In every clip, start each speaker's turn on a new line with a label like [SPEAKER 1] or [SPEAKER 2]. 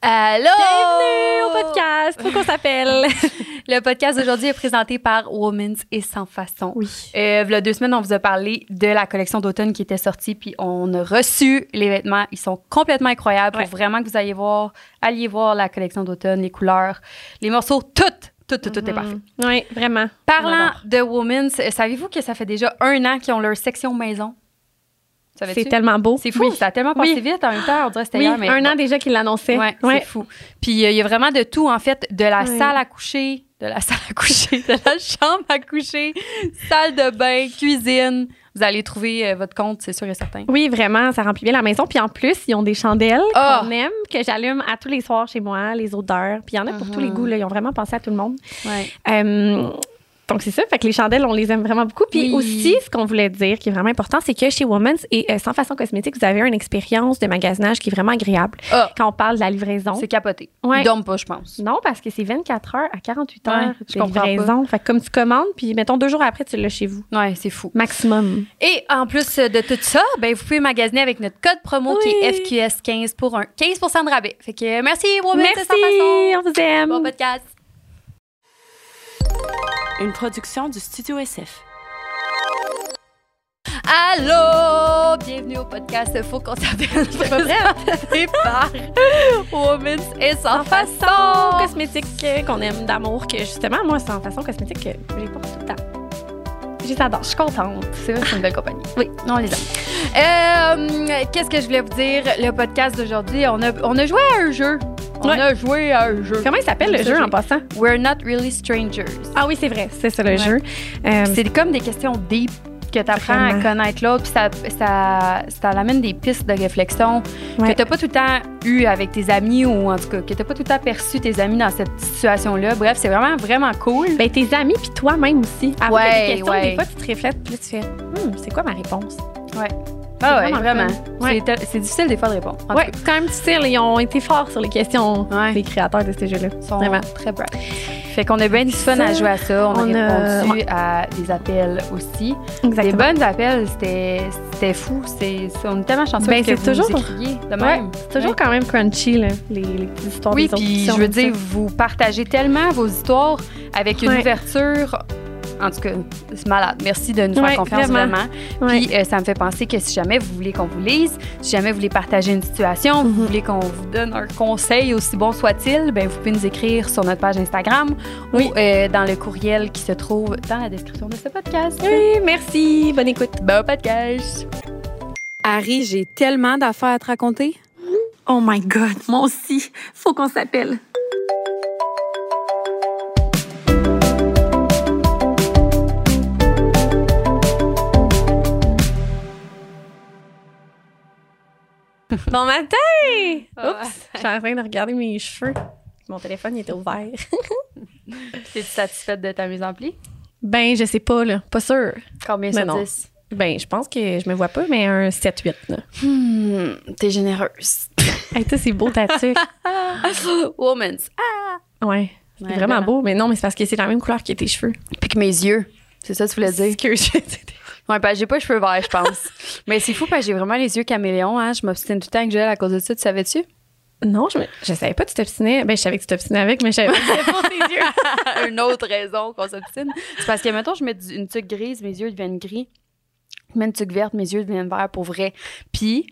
[SPEAKER 1] Allô!
[SPEAKER 2] Bienvenue au podcast! Comment qu'on s'appelle?
[SPEAKER 1] Le podcast d'aujourd'hui est présenté par Women's et Sans Façon.
[SPEAKER 2] Oui.
[SPEAKER 1] Euh, voilà deux semaines, on vous a parlé de la collection d'automne qui était sortie, puis on a reçu les vêtements. Ils sont complètement incroyables.
[SPEAKER 2] Ouais.
[SPEAKER 1] Pour vraiment que vous alliez voir, alliez voir la collection d'automne, les couleurs, les morceaux, tout, tout, tout,
[SPEAKER 2] Mm-hmm.
[SPEAKER 1] tout est parfait.
[SPEAKER 2] Mm. Oui, vraiment.
[SPEAKER 1] Parlant de Women's, euh, savez-vous que ça fait déjà un an qu'ils ont leur section maison? Savais-tu?
[SPEAKER 2] C'est tellement beau.
[SPEAKER 1] C'est fou, ça a tellement passé vite en même temps, on dirait que c'était
[SPEAKER 2] Oui,
[SPEAKER 1] hier, mais
[SPEAKER 2] un an déjà qu'il l'annonçait.
[SPEAKER 1] Ouais, c'est fou. Puis euh, il y a vraiment de tout, en fait, de la
[SPEAKER 2] Ouais.
[SPEAKER 1] salle à coucher, de la salle à coucher, de la chambre à coucher, salle de bain, cuisine. Vous allez trouver euh, votre compte, c'est sûr et certain.
[SPEAKER 2] Oui, vraiment, ça remplit bien la maison. Puis en plus, ils ont des chandelles
[SPEAKER 1] Ah!
[SPEAKER 2] qu'on aime, que j'allume à tous les soirs chez moi, les odeurs. Puis il y en a pour tous les
[SPEAKER 1] Mhm.
[SPEAKER 2] goûts, là. Ils ont vraiment pensé à tout le monde. Euh, donc, c'est ça. Fait que les chandelles, on les aime vraiment beaucoup. Puis
[SPEAKER 1] Oui.
[SPEAKER 2] aussi, ce qu'on voulait dire, qui est vraiment important, c'est que chez Women's et euh, Sans Façon Cosmétique, vous avez une expérience de magasinage qui est vraiment agréable.
[SPEAKER 1] Ah.
[SPEAKER 2] Quand on parle de la livraison.
[SPEAKER 1] C'est capoté.
[SPEAKER 2] Ouais.
[SPEAKER 1] Ils dorment pas, je pense.
[SPEAKER 2] Non, parce que c'est 24 heures à 48 heures
[SPEAKER 1] Ouais, je
[SPEAKER 2] de
[SPEAKER 1] comprends pas.
[SPEAKER 2] livraison. Fait que comme tu commandes, puis mettons deux jours après, tu l'as chez vous.
[SPEAKER 1] Ouais, c'est fou.
[SPEAKER 2] Maximum.
[SPEAKER 1] Et en plus de tout ça, ben, vous pouvez magasiner avec notre code promo
[SPEAKER 2] Oui.
[SPEAKER 1] qui est FQS15 pour un 15 de rabais. Fait que euh, merci, Woman,
[SPEAKER 2] Merci,
[SPEAKER 1] c'est sans façon.
[SPEAKER 2] on vous aime.
[SPEAKER 1] Bon ben, podcast.
[SPEAKER 3] Une production du Studio SF.
[SPEAKER 1] Allô! Bienvenue au podcast Faut qu'on s'appelle. C'est pas vrai? par Women's et sans,
[SPEAKER 2] Façon
[SPEAKER 1] façon.
[SPEAKER 2] cosmétique euh, qu'on aime d'amour, que justement, moi, sans façon cosmétique, que j'ai pas tout le temps. J'adore, je suis contente.
[SPEAKER 1] C'est vrai, c'est une belle compagnie.
[SPEAKER 2] Oui.
[SPEAKER 1] Non, les aime. Euh, Qu'est-ce que je voulais vous dire? Le podcast d'aujourd'hui, on a, on a joué à un jeu. On
[SPEAKER 2] Ouais.
[SPEAKER 1] a joué à un jeu.
[SPEAKER 2] Comment il s'appelle le
[SPEAKER 1] Ça,
[SPEAKER 2] jeu
[SPEAKER 1] j'ai-
[SPEAKER 2] en passant?
[SPEAKER 1] We're not really strangers.
[SPEAKER 2] Ah oui, c'est vrai, c'est ça le
[SPEAKER 1] Ouais.
[SPEAKER 2] jeu. Euh,
[SPEAKER 1] C'est comme des questions deep que tu apprends à
[SPEAKER 2] Vraiment.
[SPEAKER 1] connaître l'autre, puis ça, ça, ça l'amène des pistes de réflexion
[SPEAKER 2] Ouais.
[SPEAKER 1] que t'as pas tout le temps eu avec tes amis ou en tout cas que t'as pas tout le temps perçu tes amis dans cette situation-là. Bref, c'est vraiment, vraiment cool.
[SPEAKER 2] ben, tes amis puis toi-même aussi. Avant
[SPEAKER 1] Ouais,
[SPEAKER 2] des questions,
[SPEAKER 1] ouais.
[SPEAKER 2] des fois, tu te réfléchis, puis là, tu fais, Hum, c'est quoi ma réponse?
[SPEAKER 1] Ah
[SPEAKER 2] c'est
[SPEAKER 1] ouais,
[SPEAKER 2] vraiment
[SPEAKER 1] vraiment.
[SPEAKER 2] le fun. Ouais.
[SPEAKER 1] C'est tel- C'est difficile des fois de répondre. En
[SPEAKER 2] Ouais,
[SPEAKER 1] tout
[SPEAKER 2] c'est quand même difficile. Ils ont été forts sur les questions
[SPEAKER 1] Ouais.
[SPEAKER 2] des créateurs de ce jeu-là.
[SPEAKER 1] cas, ils sont
[SPEAKER 2] Vraiment.
[SPEAKER 1] très bright. Fait qu'on a bien du fun
[SPEAKER 2] Ça,
[SPEAKER 1] à jouer à ça. On,
[SPEAKER 2] on
[SPEAKER 1] a
[SPEAKER 2] a-
[SPEAKER 1] répondu à des appels aussi. Des
[SPEAKER 2] Exactement.
[SPEAKER 1] bonnes appels, c'était c'était fou. C'est- c'est- On est tellement chanceux
[SPEAKER 2] Ben,
[SPEAKER 1] que
[SPEAKER 2] c'est
[SPEAKER 1] vous
[SPEAKER 2] toujours-
[SPEAKER 1] nous écriviez de même.
[SPEAKER 2] C'est toujours quand même crunchy, là, les, les petites histoires
[SPEAKER 1] Oui,
[SPEAKER 2] des autres.
[SPEAKER 1] puis
[SPEAKER 2] si on
[SPEAKER 1] je veux
[SPEAKER 2] aime ça.
[SPEAKER 1] dire, vous partagez tellement vos histoires avec une
[SPEAKER 2] Ouais.
[SPEAKER 1] ouverture. En tout cas, c'est malade. Merci de nous faire
[SPEAKER 2] Ouais,
[SPEAKER 1] confiance
[SPEAKER 2] vraiment.
[SPEAKER 1] vraiment.
[SPEAKER 2] Ouais.
[SPEAKER 1] Puis euh, ça me fait penser que si jamais vous voulez qu'on vous lise, si jamais vous voulez partager une situation, vous
[SPEAKER 2] Mhm.
[SPEAKER 1] voulez qu'on vous donne un conseil aussi bon soit-il, ben vous pouvez nous écrire sur notre page Instagram
[SPEAKER 2] Oui.
[SPEAKER 1] ou euh, dans le courriel qui se trouve dans la description de ce podcast.
[SPEAKER 2] Oui, merci. Bonne écoute.
[SPEAKER 1] Bon podcast.
[SPEAKER 3] Harry, j'ai tellement d'affaires à te raconter.
[SPEAKER 4] Oh my God, moi aussi. Faut qu'on s'appelle.
[SPEAKER 2] Bon matin!
[SPEAKER 1] Bon
[SPEAKER 2] Oups, Ah. je suis en train de regarder mes cheveux. Mon téléphone, il était ouvert.
[SPEAKER 1] T'es satisfaite de ta mise en pli
[SPEAKER 2] Ben, je sais pas, là. Pas sûr.
[SPEAKER 1] Combien
[SPEAKER 2] Mais
[SPEAKER 1] sur
[SPEAKER 2] non.
[SPEAKER 1] 10?
[SPEAKER 2] Ben, je pense que je me vois pas, mais un 7-8, là.
[SPEAKER 1] Hmm, t'es généreuse.
[SPEAKER 2] Hey, toi, c'est beau ta tuque.
[SPEAKER 1] Woman's.
[SPEAKER 2] Ouais. C'est
[SPEAKER 1] Ouais,
[SPEAKER 2] vraiment
[SPEAKER 1] voilà.
[SPEAKER 2] beau, mais non, mais c'est parce que c'est la même couleur que tes cheveux.
[SPEAKER 1] Puis que mes yeux. C'est ça que tu voulais dire?
[SPEAKER 2] que je
[SPEAKER 1] Ouais, parce que j'ai pas les cheveux verts, je pense. Mais c'est fou parce que j'ai vraiment les yeux caméléons. Hein. Je m'obstine tout le temps avec Joël à cause de ça, tu savais-tu?
[SPEAKER 2] Non, je, me- je savais pas que tu t'obstinais. Ben, je savais que tu t'obstinais avec, mais je savais pas que c'était pour tes yeux.
[SPEAKER 1] Une autre raison qu'on s'obstine. C'est parce que, mettons, je mets du- une tuque grise, mes yeux deviennent gris. Je mets une tuque verte, mes yeux deviennent verts pour vrai. Puis,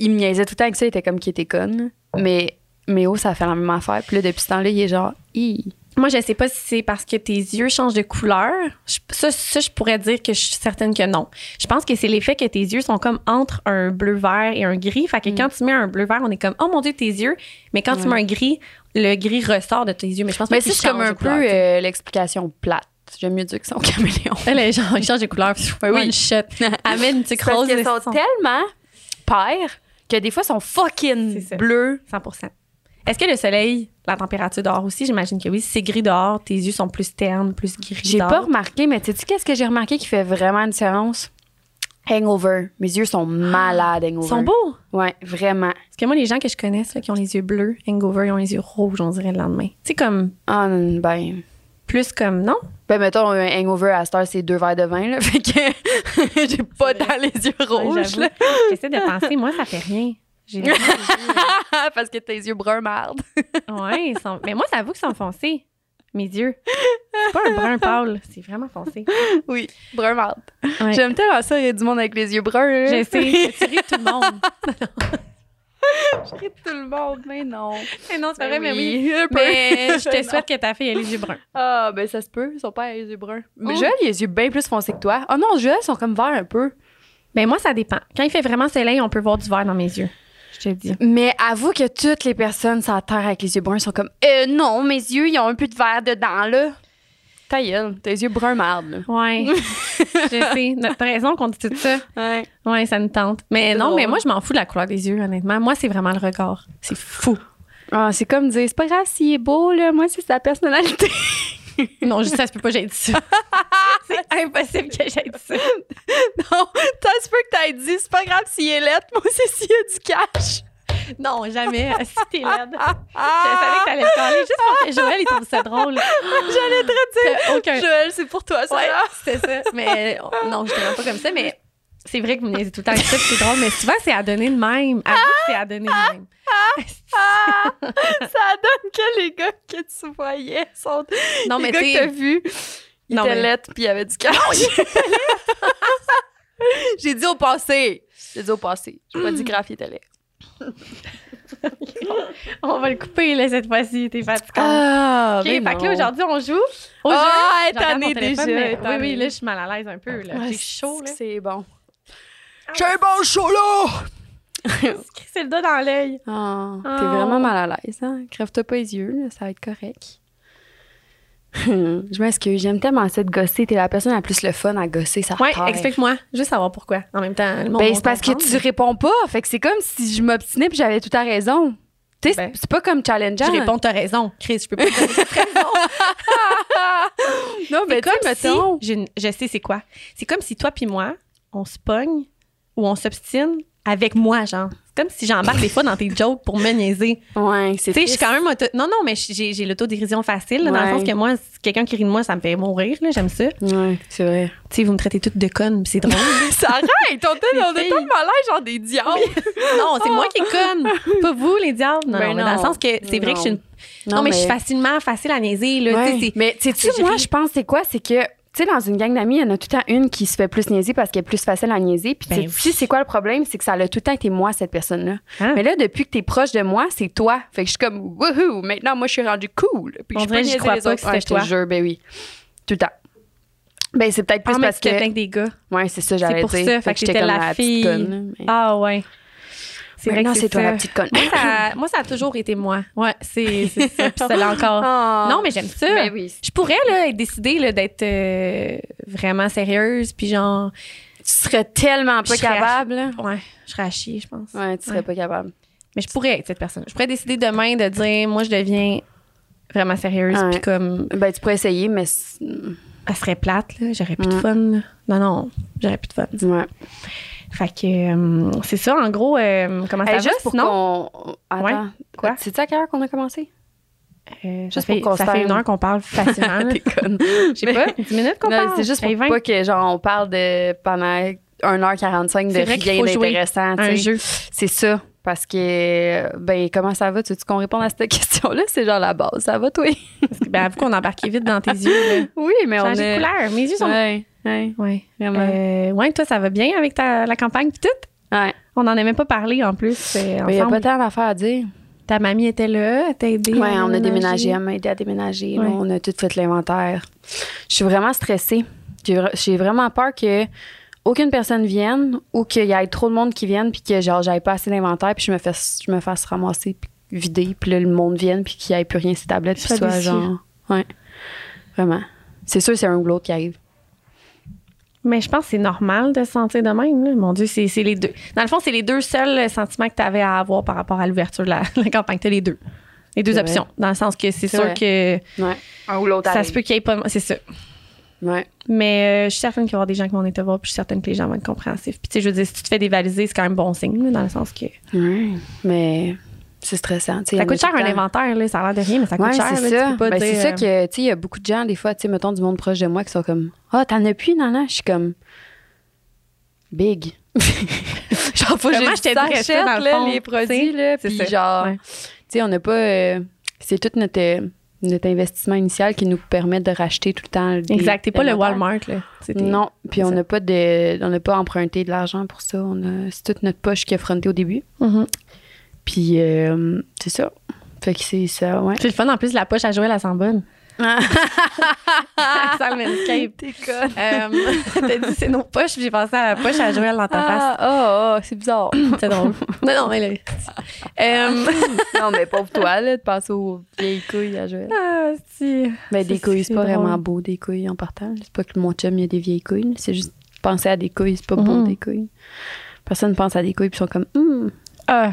[SPEAKER 1] il me niaisait tout le temps avec ça. Il était comme qui était conne. Mais, mais oh, ça fait la même affaire. Puis là, depuis ce temps-là, il est genre, hi.
[SPEAKER 2] Moi, je sais pas si c'est parce que tes yeux changent de couleur. Je- ça, ça, je pourrais dire que je suis certaine que non. Je pense que c'est l'effet que tes yeux sont comme entre un bleu-vert et un gris. Fait que
[SPEAKER 1] Mm.
[SPEAKER 2] quand tu mets un bleu-vert, on est comme, oh mon Dieu, tes yeux. Mais quand tu
[SPEAKER 1] Ouais.
[SPEAKER 2] mets un gris, le gris ressort de tes yeux. Mais Ben, je pense
[SPEAKER 1] Mais
[SPEAKER 2] pas
[SPEAKER 1] ça,
[SPEAKER 2] qu'ils
[SPEAKER 1] c'est comme
[SPEAKER 2] changent
[SPEAKER 1] un
[SPEAKER 2] de couleur,
[SPEAKER 1] peu
[SPEAKER 2] tu sais.
[SPEAKER 1] euh, l'explication plate. J'aime mieux dire qu'ils sont caméléons.
[SPEAKER 2] Elle, elle, genre, euh, ils changent de couleur. Puis,
[SPEAKER 1] Ben oui.
[SPEAKER 2] One shot. Elle met une petite
[SPEAKER 1] C'est parce
[SPEAKER 2] rose.
[SPEAKER 1] qu'elles
[SPEAKER 2] le
[SPEAKER 1] sont
[SPEAKER 2] son.
[SPEAKER 1] tellement pères que des fois, elles sont
[SPEAKER 2] C'est
[SPEAKER 1] fucking
[SPEAKER 2] ça.
[SPEAKER 1] bleues.
[SPEAKER 2] 100 Est-ce que le soleil, la température dehors aussi, j'imagine que oui. Si c'est gris dehors, tes yeux sont plus ternes, plus gris
[SPEAKER 1] J'ai
[SPEAKER 2] dehors.
[SPEAKER 1] pas remarqué, mais sais-tu qu'est-ce que j'ai remarqué qui fait vraiment une différence? Hangover. Mes yeux sont malades, hangover.
[SPEAKER 2] Ils sont beaux.
[SPEAKER 1] Ouais, vraiment.
[SPEAKER 2] Parce que moi, les gens que je connaisse là, qui ont les yeux bleus, hangover, ils ont les yeux rouges, on dirait le lendemain. Tu sais, comme
[SPEAKER 1] Ah, non, ben.
[SPEAKER 2] plus comme non.
[SPEAKER 1] Ben, mettons, un hangover à cette heure, c'est deux verres de vin, là. Fait que j'ai pas
[SPEAKER 2] C'est vrai.
[SPEAKER 1] dans les yeux
[SPEAKER 2] Ouais,
[SPEAKER 1] rouges,
[SPEAKER 2] j'avoue.
[SPEAKER 1] là.
[SPEAKER 2] J'essaie de penser, moi, ça fait rien. J'ai dit,
[SPEAKER 1] Parce que tes yeux bruns marde.
[SPEAKER 2] ouais, ils sont- mais moi, ça avoue qu'ils sont foncés, mes yeux. C'est pas un brun pâle, c'est vraiment foncé.
[SPEAKER 1] Oui, bruns marde.
[SPEAKER 2] Ouais.
[SPEAKER 1] J'aime tellement ça, il y a du monde avec les yeux bruns.
[SPEAKER 2] Je sais, je ris de tout le monde.
[SPEAKER 1] Je ris de tout le monde, mais non. Ben
[SPEAKER 2] Mais non, c'est pas vrai, mais oui.
[SPEAKER 1] un peu. Ben
[SPEAKER 2] Mais je te
[SPEAKER 1] Non.
[SPEAKER 2] souhaite que ta fille ait les yeux bruns.
[SPEAKER 1] Ah, ben ça se peut, son père a les yeux bruns. Mais
[SPEAKER 2] Oh.
[SPEAKER 1] Joël, il a les yeux bien plus foncés que toi. Ah non, Joël, ils sont comme verts un peu.
[SPEAKER 2] Ben moi, ça dépend. Quand il fait vraiment soleil, on peut voir du vert dans mes yeux. Je te le dis.
[SPEAKER 1] Mais avoue que toutes les personnes sur la Terre avec les yeux bruns sont comme Euh, non, mes yeux, ils ont un peu de vert dedans, là. Ta gueule, tes yeux bruns marde, là.
[SPEAKER 2] Ouais. je sais. No- T'as raison qu'on dit tout ça.
[SPEAKER 1] Ouais.
[SPEAKER 2] Ouais, ça nous tente. Mais
[SPEAKER 1] C'est
[SPEAKER 2] non,
[SPEAKER 1] drôle.
[SPEAKER 2] mais moi, je m'en fous de la couleur des yeux, honnêtement. Moi, c'est vraiment le regard. C'est fou.
[SPEAKER 1] Ah, c'est comme dire, c'est pas grave s'il est beau, là. Moi, c'est sa personnalité.
[SPEAKER 2] Non, je- ça se peut pas, que j'ai dit ça. c'est impossible que j'ai dit ça.
[SPEAKER 1] non, t'as ce peu que t'as dit, c'est pas grave s'il est lettre. Moi, c'est s'il y a du cash.
[SPEAKER 2] Non, jamais. Si t'es laide. Je savais
[SPEAKER 1] Ah,
[SPEAKER 2] que t'allais le parler juste parce que Joël, il trouve ça drôle. J'allais te dire. Aucun.
[SPEAKER 1] Joël, c'est pour toi, ça,
[SPEAKER 2] Ouais,
[SPEAKER 1] là.
[SPEAKER 2] c'était ça. Mais euh, non, je te rends pas comme ça, mais c'est vrai que vous me niaisez tout le temps avec ça, puis c'est drôle, mais souvent, c'est à donner de même. Avoue que c'est à donner de même.
[SPEAKER 1] Ah, ça donne que les gars que tu voyais sont.
[SPEAKER 2] Non,
[SPEAKER 1] les
[SPEAKER 2] mais
[SPEAKER 1] gars
[SPEAKER 2] tu
[SPEAKER 1] que t'as
[SPEAKER 2] sais,
[SPEAKER 1] vus, ils
[SPEAKER 2] Non,
[SPEAKER 1] étaient
[SPEAKER 2] mais-
[SPEAKER 1] lettres puis il y avait du cash. J'ai dit au passé. J'ai dit au passé. J'ai pas dit grave, il était laid.
[SPEAKER 2] on va le couper, là, cette fois-ci. T'es fatiguée.
[SPEAKER 1] Ah,
[SPEAKER 2] OK, fait que là, aujourd'hui, on joue au jeu.
[SPEAKER 1] Ah,
[SPEAKER 2] Je regarde mon
[SPEAKER 1] étonnée
[SPEAKER 2] téléphone,
[SPEAKER 1] déjà,
[SPEAKER 2] mais-
[SPEAKER 1] étonnée.
[SPEAKER 2] Oui, oui, là, je suis mal à l'aise un peu, là. J'ai chaud, là.
[SPEAKER 1] Ah,
[SPEAKER 2] Ah,
[SPEAKER 1] C'est bon. J'ai un bon chaud, là!
[SPEAKER 2] C'est le doigt dans l'œil.
[SPEAKER 1] Ah, T'es
[SPEAKER 2] Ah.
[SPEAKER 1] vraiment mal à l'aise, hein? Crève-toi pas les yeux, là, ça va être correct. Je m'excuse, j'aime tellement ça de gosser. T'es la personne la plus le fun à gosser, ça
[SPEAKER 2] Ouais, explique-moi. Juste savoir pourquoi. En même temps, le monde
[SPEAKER 1] Ah, Ben,
[SPEAKER 2] va
[SPEAKER 1] c'est parce que
[SPEAKER 2] comprendre.
[SPEAKER 1] tu réponds pas. Fait que c'est comme si je m'obstinais puis j'avais tout à raison. Tu sais, c'est-
[SPEAKER 2] Ben,
[SPEAKER 1] c'est pas comme challengeant.
[SPEAKER 2] Je réponds, t'as raison. Chris, je peux pas te donner cette raison.
[SPEAKER 1] Non, mais
[SPEAKER 2] C'est
[SPEAKER 1] tu sais,
[SPEAKER 2] comme si,
[SPEAKER 1] mettons.
[SPEAKER 2] j'ai une- je sais c'est quoi. C'est comme si toi puis moi, on se pogne ou on s'obstine avec moi, genre. C'est comme si j'embarque des fois dans tes jokes pour me niaiser.
[SPEAKER 1] Ouais, c'est
[SPEAKER 2] Tu sais, je suis
[SPEAKER 1] triste.
[SPEAKER 2] quand même auto- Non, non, mais j'ai j'ai l'autodérision facile, là, dans
[SPEAKER 1] Ouais.
[SPEAKER 2] le sens que moi, si quelqu'un qui rit de moi, ça me fait mourir, là, j'aime ça. Tu
[SPEAKER 1] Ouais, c'est vrai.
[SPEAKER 2] sais, vous me traitez toutes de conne, puis c'est drôle.
[SPEAKER 1] Ça arrête! On est,
[SPEAKER 2] Les
[SPEAKER 1] on est
[SPEAKER 2] filles.
[SPEAKER 1] tellement là, genre des diables.
[SPEAKER 2] non, c'est moi qui est conne, pas vous, les diables. Non,
[SPEAKER 1] Ben
[SPEAKER 2] non, mais dans le
[SPEAKER 1] non.
[SPEAKER 2] sens que c'est vrai que je suis une... Non, mais, je suis facilement facile à niaiser, là.
[SPEAKER 1] Ouais.
[SPEAKER 2] Tu sais, c'est-
[SPEAKER 1] Mais tu
[SPEAKER 2] c'est-
[SPEAKER 1] sais, moi,
[SPEAKER 2] j'ai-
[SPEAKER 1] je pense, c'est quoi? C'est que, tu sais, dans une gang d'amis, il y en a tout le temps une qui se fait plus niaiser parce qu'elle est plus facile à niaiser. Puis,
[SPEAKER 2] Ben
[SPEAKER 1] tu sais, c'est quoi le problème? C'est que ça a tout le temps été moi, cette personne-là.
[SPEAKER 2] Hein?
[SPEAKER 1] Mais là, depuis que t'es proche de moi, c'est toi. Fait que je suis comme, wouhou, maintenant, moi, je suis rendue cool. Puis,
[SPEAKER 2] On
[SPEAKER 1] je peux
[SPEAKER 2] dirait que j'y
[SPEAKER 1] niaiser
[SPEAKER 2] crois
[SPEAKER 1] les
[SPEAKER 2] pas
[SPEAKER 1] autres.
[SPEAKER 2] que c'était
[SPEAKER 1] Ouais, je te
[SPEAKER 2] toi.
[SPEAKER 1] jure, ben oui. Tout le temps. Ben, c'est peut-être plus
[SPEAKER 2] Ah, mais
[SPEAKER 1] parce
[SPEAKER 2] tu te
[SPEAKER 1] que.
[SPEAKER 2] fais avec des gars.
[SPEAKER 1] Ouais, c'est ça, j'allais
[SPEAKER 2] pour
[SPEAKER 1] dire.
[SPEAKER 2] ça, fait que t'étais la
[SPEAKER 1] petite
[SPEAKER 2] fille.
[SPEAKER 1] conne, mais-
[SPEAKER 2] Ah, ouais. C'est
[SPEAKER 1] Mais
[SPEAKER 2] vrai que
[SPEAKER 1] non, c'est toi
[SPEAKER 2] ça.
[SPEAKER 1] la petite conne.
[SPEAKER 2] Moi ça, moi, ça a toujours été moi. Ouais, c'est c'est ça. Puis ça l'est encore. Ah. Non, mais j'aime ça.
[SPEAKER 1] Ben oui.
[SPEAKER 2] Je pourrais là, être décidée là, d'être euh, vraiment sérieuse, puis genre,
[SPEAKER 1] Tu serais tellement pas
[SPEAKER 2] Je serais
[SPEAKER 1] capable. là.
[SPEAKER 2] ouais, je serais à chier, je pense.
[SPEAKER 1] Ouais, tu serais
[SPEAKER 2] Ouais.
[SPEAKER 1] pas capable.
[SPEAKER 2] Mais je pourrais être cette personne. Je pourrais décider demain de dire, moi, je deviens vraiment sérieuse,
[SPEAKER 1] Ouais.
[SPEAKER 2] puis comme,
[SPEAKER 1] Ben, tu pourrais essayer, mais. c'est- Ouais.
[SPEAKER 2] elle serait plate, là, j'aurais
[SPEAKER 1] Mm.
[SPEAKER 2] plus de fun. là. Non, non, j'aurais plus de fun. Fait que, euh, c'est ça, en gros, euh, comment
[SPEAKER 1] Hey,
[SPEAKER 2] ça
[SPEAKER 1] juste
[SPEAKER 2] va,
[SPEAKER 1] pour
[SPEAKER 2] sinon?
[SPEAKER 1] qu'on. Attends.
[SPEAKER 2] Ouais. Quoi?
[SPEAKER 1] C'est à quelle heure qu'on a commencé?
[SPEAKER 2] Euh, ça
[SPEAKER 1] juste
[SPEAKER 2] fait,
[SPEAKER 1] pour qu'on
[SPEAKER 2] ça
[SPEAKER 1] se
[SPEAKER 2] fait
[SPEAKER 1] parle.
[SPEAKER 2] une heure qu'on parle facilement. là.
[SPEAKER 1] conne.
[SPEAKER 2] Je sais pas, 10 minutes qu'on parle.
[SPEAKER 1] Non, C'est juste pour
[SPEAKER 2] Hey, 20.
[SPEAKER 1] pas que, genre, on parle de pendant 1h45 de
[SPEAKER 2] C'est vrai qu'il
[SPEAKER 1] rien
[SPEAKER 2] faut jouer
[SPEAKER 1] d'intéressant. tu
[SPEAKER 2] un
[SPEAKER 1] sais.
[SPEAKER 2] jeu.
[SPEAKER 1] C'est ça. Parce que, ben, comment ça va? Tu veux qu'on réponde à cette question-là? C'est genre la base. Ça va, toi?
[SPEAKER 2] Parce que, ben, avoue qu'on embarquait vite dans tes yeux. là.
[SPEAKER 1] Oui, mais on
[SPEAKER 2] Changer de
[SPEAKER 1] est.
[SPEAKER 2] couleur. Mes yeux sont.
[SPEAKER 1] Ouais, ouais,
[SPEAKER 2] Ouais.
[SPEAKER 1] vraiment.
[SPEAKER 2] Euh, ouais, toi, ça va bien avec ta, la campagne pis tout?
[SPEAKER 1] Ouais.
[SPEAKER 2] On n'en a même pas parlé en plus. euh,
[SPEAKER 1] Mais il n'y Ben, a
[SPEAKER 2] ensemble.
[SPEAKER 1] pas tant d'affaires à dire.
[SPEAKER 2] Ta mamie était là, elle t'a aidé.
[SPEAKER 1] Ouais, on a déménagé, elle m'a aidé à déménager. là.
[SPEAKER 2] Ouais.
[SPEAKER 1] on a tout fait l'inventaire. Je suis vraiment stressée. J'ai vra- J'ai vraiment peur que aucune personne vienne ou qu'il y ait trop de monde qui vienne puis que genre j'aille pas assez d'inventaire puis je me fasse je me fasse ramasser puis vider puis là, le monde vienne puis qu'il n'y ait plus rien sur les tablettes puis
[SPEAKER 2] Ça
[SPEAKER 1] soit
[SPEAKER 2] déchire.
[SPEAKER 1] genre ouais vraiment c'est sûr c'est un ou l'autre qui arrive
[SPEAKER 2] Mais je pense que c'est normal de se sentir de même. là. Mon Dieu, c'est c'est les deux. Dans le fond, c'est les deux seuls sentiments que tu avais à avoir par rapport à l'ouverture de la, la campagne. Tu les deux. Les deux
[SPEAKER 1] C'est
[SPEAKER 2] options. Dans le sens que
[SPEAKER 1] C'est
[SPEAKER 2] c'est sûr
[SPEAKER 1] vrai.
[SPEAKER 2] que
[SPEAKER 1] ouais un ou l'autre
[SPEAKER 2] ça se peut qu'il n'y ait pas. C'est ça.
[SPEAKER 1] ouais
[SPEAKER 2] Mais euh, je suis certaine qu'il va y avoir des gens qui vont venir te voir, puis je suis certaine que les gens vont être compréhensifs. Puis tu sais, je veux dire, si tu te fais dévaliser, c'est quand même bon signe, là, dans le sens que.
[SPEAKER 1] Ouais. mais c'est stressant tu sais, il y en
[SPEAKER 2] Ça
[SPEAKER 1] a
[SPEAKER 2] coûte cher
[SPEAKER 1] tout le
[SPEAKER 2] un
[SPEAKER 1] temps.
[SPEAKER 2] inventaire, là, ça a l'air de rien, mais ça coûte
[SPEAKER 1] Ouais,
[SPEAKER 2] cher.
[SPEAKER 1] c'est
[SPEAKER 2] là, tu
[SPEAKER 1] ça.
[SPEAKER 2] peux pas
[SPEAKER 1] Ben,
[SPEAKER 2] dire,
[SPEAKER 1] c'est ça
[SPEAKER 2] euh,
[SPEAKER 1] que, tu sais, il y a beaucoup de gens, des fois, tu sais, mettons, du monde proche de moi qui sont comme Ah, t'en as plus, non, non. Je suis comme big. genre, faut que
[SPEAKER 2] Comment
[SPEAKER 1] j'ai
[SPEAKER 2] je te dirais ça, dans le
[SPEAKER 1] là,
[SPEAKER 2] fond,
[SPEAKER 1] les
[SPEAKER 2] tu sais?
[SPEAKER 1] produits, là.
[SPEAKER 2] C'est
[SPEAKER 1] Puis
[SPEAKER 2] ça,
[SPEAKER 1] genre,
[SPEAKER 2] ouais.
[SPEAKER 1] tu sais, on n'a pas. euh, c'est tout notre, euh, notre investissement initial qui nous permet de racheter tout le temps. des
[SPEAKER 2] Exact. T'es pas le
[SPEAKER 1] alimentaires.
[SPEAKER 2] Walmart, là. C'est tes-
[SPEAKER 1] Non, puis on
[SPEAKER 2] ça.
[SPEAKER 1] n'a pas de, on n'a pas emprunté de l'argent pour ça. On a, c'est toute notre poche qui a fronté au début.
[SPEAKER 2] Mhm.
[SPEAKER 1] Puis euh, c'est ça. Fait que c'est ça, ouais.
[SPEAKER 2] C'est le fun. En plus, la poche à Joël, elle sent bonne.
[SPEAKER 1] Ah,
[SPEAKER 2] Ça, le manscape.
[SPEAKER 1] T'es conne.
[SPEAKER 2] Euh, T'as dit c'est nos poches, puis j'ai pensé à la poche à Joël dans ta face.
[SPEAKER 1] Ah, oh, oh, c'est bizarre.
[SPEAKER 2] C'est drôle. non, non, mais là. Euh,
[SPEAKER 1] non, mais pauvre toi, là, de passer aux vieilles couilles à Joël.
[SPEAKER 2] ah, si.
[SPEAKER 1] Ben, des
[SPEAKER 2] C'est-
[SPEAKER 1] couilles, c'est pas
[SPEAKER 2] c'est
[SPEAKER 1] vraiment
[SPEAKER 2] drôle.
[SPEAKER 1] beau, des couilles en partant. C'est pas que mon chum, il y a des vieilles couilles. là. C'est juste penser à des couilles, c'est pas beau,
[SPEAKER 2] Mhm.
[SPEAKER 1] des couilles. Personne pense à des couilles, puis ils sont comme, Hum,
[SPEAKER 2] Ah.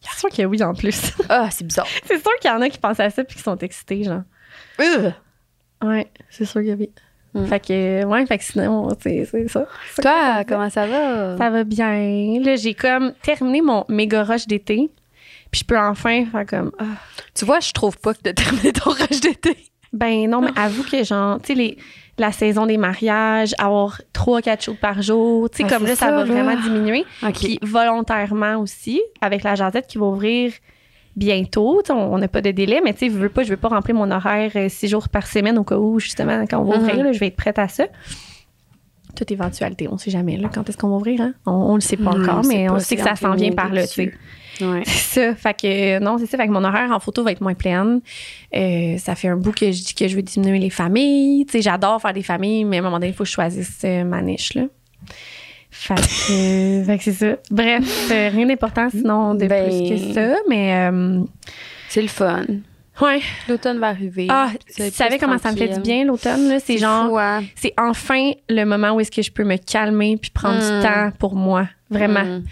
[SPEAKER 2] C'est sûr que oui, en plus.
[SPEAKER 1] ah, c'est bizarre.
[SPEAKER 2] c'est sûr qu'il y en a qui pensent à ça puis qui sont excités, genre.
[SPEAKER 1] Euh.
[SPEAKER 2] Ouais, c'est sûr que oui.
[SPEAKER 1] Mm.
[SPEAKER 2] Fait que, ouais, fait que sinon, c'est c'est ça. C'est ça
[SPEAKER 1] Toi,
[SPEAKER 2] que-
[SPEAKER 1] comment ça va?
[SPEAKER 2] Ça va bien. Là, j'ai comme terminé mon méga rush d'été. Puis je peux enfin faire comme. ah,
[SPEAKER 1] Tu vois, je trouve pas que de terminer ton rush d'été.
[SPEAKER 2] Ben non, mais
[SPEAKER 1] Ah.
[SPEAKER 2] avoue que genre, tu sais, les- la saison des mariages, avoir trois, quatre shows par jour, tu sais,
[SPEAKER 1] Ah,
[SPEAKER 2] comme
[SPEAKER 1] c'est
[SPEAKER 2] là, ça,
[SPEAKER 1] ça, là.
[SPEAKER 2] va vraiment diminuer.
[SPEAKER 1] OK.
[SPEAKER 2] Puis volontairement aussi, avec la jazette qui va ouvrir bientôt, tu sais, on on n'a pas de délai, mais tu sais, je veux pas, je veux pas remplir mon horaire euh, six jours par semaine au cas où, justement, quand on va ouvrir,
[SPEAKER 1] Mhm.
[SPEAKER 2] là, je vais être prête à ça. Toute éventualité, on sait jamais, là, quand est-ce qu'on va ouvrir, hein? On, on le sait pas
[SPEAKER 1] Non, on
[SPEAKER 2] encore,
[SPEAKER 1] sait
[SPEAKER 2] mais
[SPEAKER 1] pas,
[SPEAKER 2] on sait
[SPEAKER 1] hmm,
[SPEAKER 2] que
[SPEAKER 1] Mm, c'est
[SPEAKER 2] ça s'en vient
[SPEAKER 1] encore
[SPEAKER 2] par là, tu
[SPEAKER 1] dessus.
[SPEAKER 2] sais.
[SPEAKER 1] ouais.
[SPEAKER 2] C'est ça. Fait que euh, non, c'est ça. Fait que mon horaire en photo va être moins pleine. Euh, ça fait un bout que je dis que je veux diminuer les familles. Tu sais, j'adore faire des familles, mais à un moment donné, il faut que je choisisse euh, ma niche, là. Fait que, euh, fait que c'est ça. Bref, euh, rien d'important sinon de
[SPEAKER 1] Ben-
[SPEAKER 2] plus que ça, mais euh,
[SPEAKER 1] C'est le fun.
[SPEAKER 2] ouais.
[SPEAKER 1] L'automne va arriver.
[SPEAKER 2] Ah,
[SPEAKER 1] C'est
[SPEAKER 2] tu
[SPEAKER 1] plus
[SPEAKER 2] savais comment ça me fait du
[SPEAKER 1] tranquille.
[SPEAKER 2] bien l'automne, là? C'est genre,
[SPEAKER 1] fou, hein?
[SPEAKER 2] c'est enfin le moment où est-ce que je peux me calmer puis prendre
[SPEAKER 1] Mm.
[SPEAKER 2] du temps pour moi. Vraiment.
[SPEAKER 1] Mm.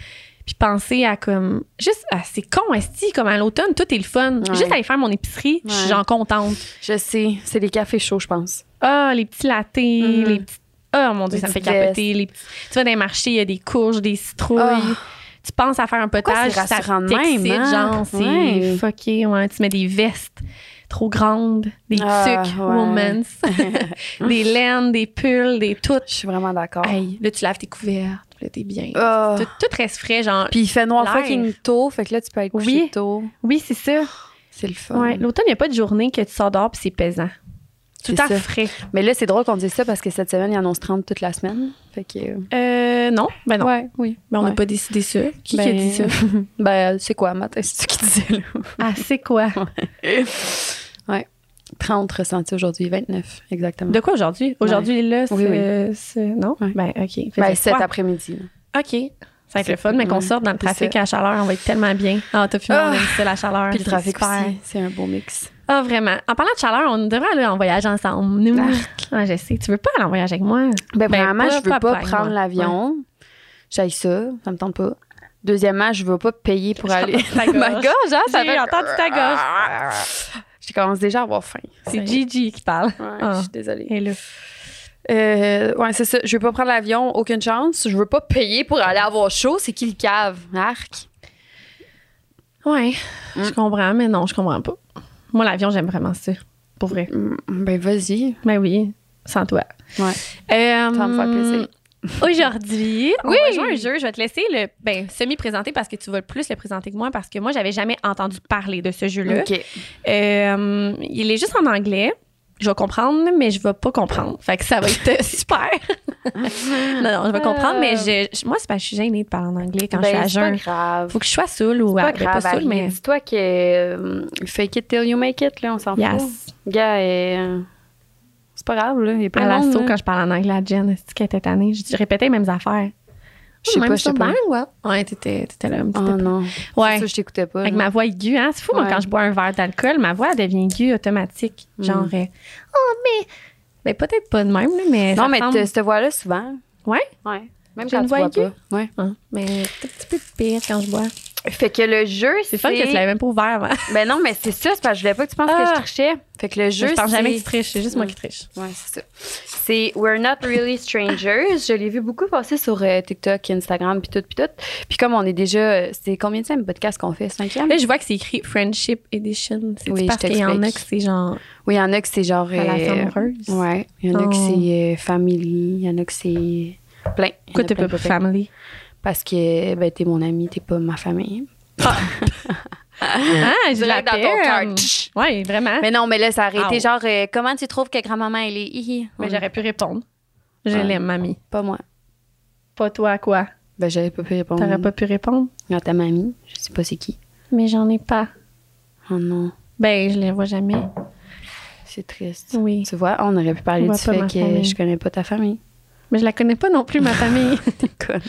[SPEAKER 2] puis penser à comme juste ah, c'est con esti comme à l'automne tout est le fun
[SPEAKER 1] Ouais.
[SPEAKER 2] juste aller faire mon épicerie je suis
[SPEAKER 1] Ouais.
[SPEAKER 2] genre contente
[SPEAKER 1] Je sais, c'est les cafés chauds, je pense.
[SPEAKER 2] ah les petits lattés
[SPEAKER 1] Mhm.
[SPEAKER 2] les petits oh mon dieu
[SPEAKER 1] Les
[SPEAKER 2] ça me fait
[SPEAKER 1] petites
[SPEAKER 2] capoter les petits- tu vas dans les marchés il y a des courges des citrouilles
[SPEAKER 1] Ah.
[SPEAKER 2] tu penses à faire un potage
[SPEAKER 1] c'est
[SPEAKER 2] ça
[SPEAKER 1] rassurant de même,
[SPEAKER 2] t'excite,
[SPEAKER 1] hein?
[SPEAKER 2] genre c'est
[SPEAKER 1] Ouais.
[SPEAKER 2] fucké ouais tu mets des vestes trop grandes des
[SPEAKER 1] Ah,
[SPEAKER 2] tucs
[SPEAKER 1] ouais.
[SPEAKER 2] women's des laines des pulls des toutes
[SPEAKER 1] Je suis vraiment d'accord.
[SPEAKER 2] hey, là tu laves tes couvertes là t'es bien
[SPEAKER 1] Ah.
[SPEAKER 2] tout, tout reste frais genre
[SPEAKER 1] Puis il fait noir
[SPEAKER 2] L'air.
[SPEAKER 1] fucking tôt, fait que là, tu peux être couché
[SPEAKER 2] Oui.
[SPEAKER 1] tôt.
[SPEAKER 2] oui c'est ça
[SPEAKER 1] C'est le fun.
[SPEAKER 2] Ouais, l'automne, il n'y a pas de journée que tu sors dehors puis c'est pesant. Tout
[SPEAKER 1] C'est
[SPEAKER 2] le temps
[SPEAKER 1] ça.
[SPEAKER 2] frais.
[SPEAKER 1] Mais là, c'est drôle qu'on dise ça parce que cette semaine, il annonce 30 toute la semaine. Fait que. euh,
[SPEAKER 2] Euh, non, ben non.
[SPEAKER 1] Ouais, oui.
[SPEAKER 2] Ben, on n'a
[SPEAKER 1] ouais.
[SPEAKER 2] pas décidé ça. Qui
[SPEAKER 1] Ben,
[SPEAKER 2] a dit ça?
[SPEAKER 1] ben, c'est quoi, matin? C'est ce qui disait, là.
[SPEAKER 2] Ah, c'est quoi?
[SPEAKER 1] 30 ressentis aujourd'hui, 29, exactement.
[SPEAKER 2] De quoi aujourd'hui? Aujourd'hui, là, c'est...
[SPEAKER 1] Oui,
[SPEAKER 2] c'est- Non?
[SPEAKER 1] Ouais.
[SPEAKER 2] Ben, OK. Il faisait
[SPEAKER 1] Ben, cet
[SPEAKER 2] froid.
[SPEAKER 1] après-midi. là.
[SPEAKER 2] OK. Ça va être le fun, mais qu'on
[SPEAKER 1] Ouais,
[SPEAKER 2] sorte dans le
[SPEAKER 1] c'est
[SPEAKER 2] trafic
[SPEAKER 1] ça.
[SPEAKER 2] à la chaleur, on va être tellement bien. Ah, t'as fumé, on
[SPEAKER 1] Ah!
[SPEAKER 2] aime ça, la chaleur.
[SPEAKER 1] Puis le
[SPEAKER 2] c'est
[SPEAKER 1] trafic
[SPEAKER 2] super.
[SPEAKER 1] aussi, c'est un beau mix.
[SPEAKER 2] Ah, vraiment. En parlant de chaleur, on devrait aller en voyage ensemble. Nous. Ah, je sais. Tu veux pas aller en voyage avec moi?
[SPEAKER 1] Ben,
[SPEAKER 2] Ben,
[SPEAKER 1] premièrement,
[SPEAKER 2] pas-
[SPEAKER 1] je veux
[SPEAKER 2] pas
[SPEAKER 1] pas,
[SPEAKER 2] plein,
[SPEAKER 1] prendre
[SPEAKER 2] moi.
[SPEAKER 1] l'avion. J'aille ça, ça me tente pas. Deuxièmement, je veux pas payer pour aller.
[SPEAKER 2] Ta gorge.
[SPEAKER 1] Ma gorge, hein, ça
[SPEAKER 2] J'ai
[SPEAKER 1] fait-
[SPEAKER 2] entendu ta
[SPEAKER 1] Je commence déjà à avoir faim.
[SPEAKER 2] C'est Gigi qui parle.
[SPEAKER 1] Ouais,
[SPEAKER 2] Ah.
[SPEAKER 1] je suis désolée.
[SPEAKER 2] Et là.
[SPEAKER 1] Euh, ouais, c'est ça. Je veux pas prendre l'avion, aucune chance. Je veux pas payer pour aller avoir chaud. C'est qui le cave? Arc.
[SPEAKER 2] Ouais,
[SPEAKER 1] Mm.
[SPEAKER 2] je comprends, mais non, je comprends pas. Moi, l'avion, j'aime vraiment ça. Pour vrai.
[SPEAKER 1] Mm, Ben, vas-y.
[SPEAKER 2] Ben oui, sans toi.
[SPEAKER 1] Ouais. Ça
[SPEAKER 2] Euh,
[SPEAKER 1] va me faire plaisir.
[SPEAKER 2] Aujourd'hui, on
[SPEAKER 1] Oui.
[SPEAKER 2] va jouer à un jeu. Je vais te laisser le ben, semi-présenter parce que tu vas plus le présenter que moi parce que moi, j'avais jamais entendu parler de ce jeu-là.
[SPEAKER 1] OK.
[SPEAKER 2] Euh, il est juste en anglais. Je vais comprendre, mais je vais pas comprendre. Fait que ça va être euh, super. non, non, je vais comprendre, mais je, je- moi, c'est parce que je suis gênée de parler en anglais quand je
[SPEAKER 1] ben,
[SPEAKER 2] suis
[SPEAKER 1] c'est
[SPEAKER 2] à
[SPEAKER 1] pas
[SPEAKER 2] jeun.
[SPEAKER 1] grave.
[SPEAKER 2] Faut que je sois saoule ou
[SPEAKER 1] pas
[SPEAKER 2] ben, pas
[SPEAKER 1] grave.
[SPEAKER 2] saoule,
[SPEAKER 1] Harry.
[SPEAKER 2] mais.
[SPEAKER 1] Dis-toi que euh, fake it till you make it, là, on s'en fout.
[SPEAKER 2] Yes.
[SPEAKER 1] Gars, euh, c'est pas grave, là. Il est pas
[SPEAKER 2] à
[SPEAKER 1] long,
[SPEAKER 2] l'assaut
[SPEAKER 1] là.
[SPEAKER 2] quand je parle en anglais à Jen, c'est qu'elle était tannée. Je, je répétais les mêmes affaires.
[SPEAKER 1] Je sais
[SPEAKER 2] Même
[SPEAKER 1] pas, je sais
[SPEAKER 2] sur
[SPEAKER 1] pas.
[SPEAKER 2] Bang, ouais. Ouais, t'étais, t'étais là un petit
[SPEAKER 1] Oh
[SPEAKER 2] peu.
[SPEAKER 1] non.
[SPEAKER 2] Ouais.
[SPEAKER 1] C'est sûr, je t'écoutais pas.
[SPEAKER 2] Avec
[SPEAKER 1] non.
[SPEAKER 2] ma voix aiguë, hein. C'est fou, moi,
[SPEAKER 1] Ouais.
[SPEAKER 2] quand je bois un verre d'alcool, ma voix, elle devient aiguë automatique.
[SPEAKER 1] Mm.
[SPEAKER 2] Genre, euh, oh, mais. Ben, peut-être pas de même, là, mais. ça
[SPEAKER 1] Non, mais
[SPEAKER 2] ressemble-
[SPEAKER 1] te- cette voix-là, souvent.
[SPEAKER 2] Ouais.
[SPEAKER 1] Ouais. Même quand
[SPEAKER 2] J'ai une
[SPEAKER 1] tu bois
[SPEAKER 2] voix aiguë.
[SPEAKER 1] pas. Ouais.
[SPEAKER 2] Hein, mais c'est un petit peu pire quand je bois.
[SPEAKER 1] Fait que le jeu,
[SPEAKER 2] C'est fun que tu l'avais même pas ouvert avant.
[SPEAKER 1] Ben non, mais c'est ça, c'est parce que je voulais pas que tu penses que
[SPEAKER 2] Ah.
[SPEAKER 1] je trichais. Fait que le jeu,
[SPEAKER 2] je pense jamais que
[SPEAKER 1] c'est-
[SPEAKER 2] tu triches, c'est juste moi qui triche.
[SPEAKER 1] Ouais, c'est ça. C'est We're Not Really Strangers. Je l'ai vu beaucoup passer sur euh, TikTok, Instagram, puis tout, puis tout. Puis comme on est déjà... euh, C'est combien de podcast qu'on fait? Cinquième?
[SPEAKER 2] Là, je vois que c'est écrit Friendship Edition. C'est
[SPEAKER 1] Oui, je
[SPEAKER 2] parce qu'il y en a que
[SPEAKER 1] t'explique.
[SPEAKER 2] c'est genre
[SPEAKER 1] Oui, il y en a que c'est genre... euh,
[SPEAKER 2] relation amoureuse.
[SPEAKER 1] ouais, il y en a que
[SPEAKER 2] Oh.
[SPEAKER 1] c'est euh, family, il y en a que c'est Plein. Il y en a
[SPEAKER 2] Pourquoi t'as
[SPEAKER 1] plein,
[SPEAKER 2] pas
[SPEAKER 1] plein,
[SPEAKER 2] pris
[SPEAKER 1] plein.
[SPEAKER 2] family?
[SPEAKER 1] Parce que ben, t'es mon ami, t'es pas ma famille.
[SPEAKER 2] Ah, j'ai la
[SPEAKER 1] Direct dans ton cœur.
[SPEAKER 2] peine. Ouais, vraiment. Mais,
[SPEAKER 1] Mais non, mais là, ça a arrêté.
[SPEAKER 2] Ah ouais.
[SPEAKER 1] Genre, euh, comment tu trouves que grand-maman, elle est hihi?
[SPEAKER 2] j'aurais pu répondre. Je
[SPEAKER 1] Ouais.
[SPEAKER 2] l'aime, mamie.
[SPEAKER 1] Pas moi.
[SPEAKER 2] Pas toi, quoi?
[SPEAKER 1] Ben, j'avais pas pu répondre.
[SPEAKER 2] T'aurais pas pu répondre?
[SPEAKER 1] Non, ta mamie, je sais pas c'est qui.
[SPEAKER 2] Mais j'en ai pas.
[SPEAKER 1] Oh non,
[SPEAKER 2] Ben, je les vois jamais.
[SPEAKER 1] c'est triste.
[SPEAKER 2] Oui.
[SPEAKER 1] Tu vois, on aurait pu parler
[SPEAKER 2] On voit
[SPEAKER 1] du
[SPEAKER 2] pas
[SPEAKER 1] fait
[SPEAKER 2] ma
[SPEAKER 1] que
[SPEAKER 2] famille.
[SPEAKER 1] je connais pas ta famille.
[SPEAKER 2] Mais je la connais pas non plus, ma famille.
[SPEAKER 1] T'es conne.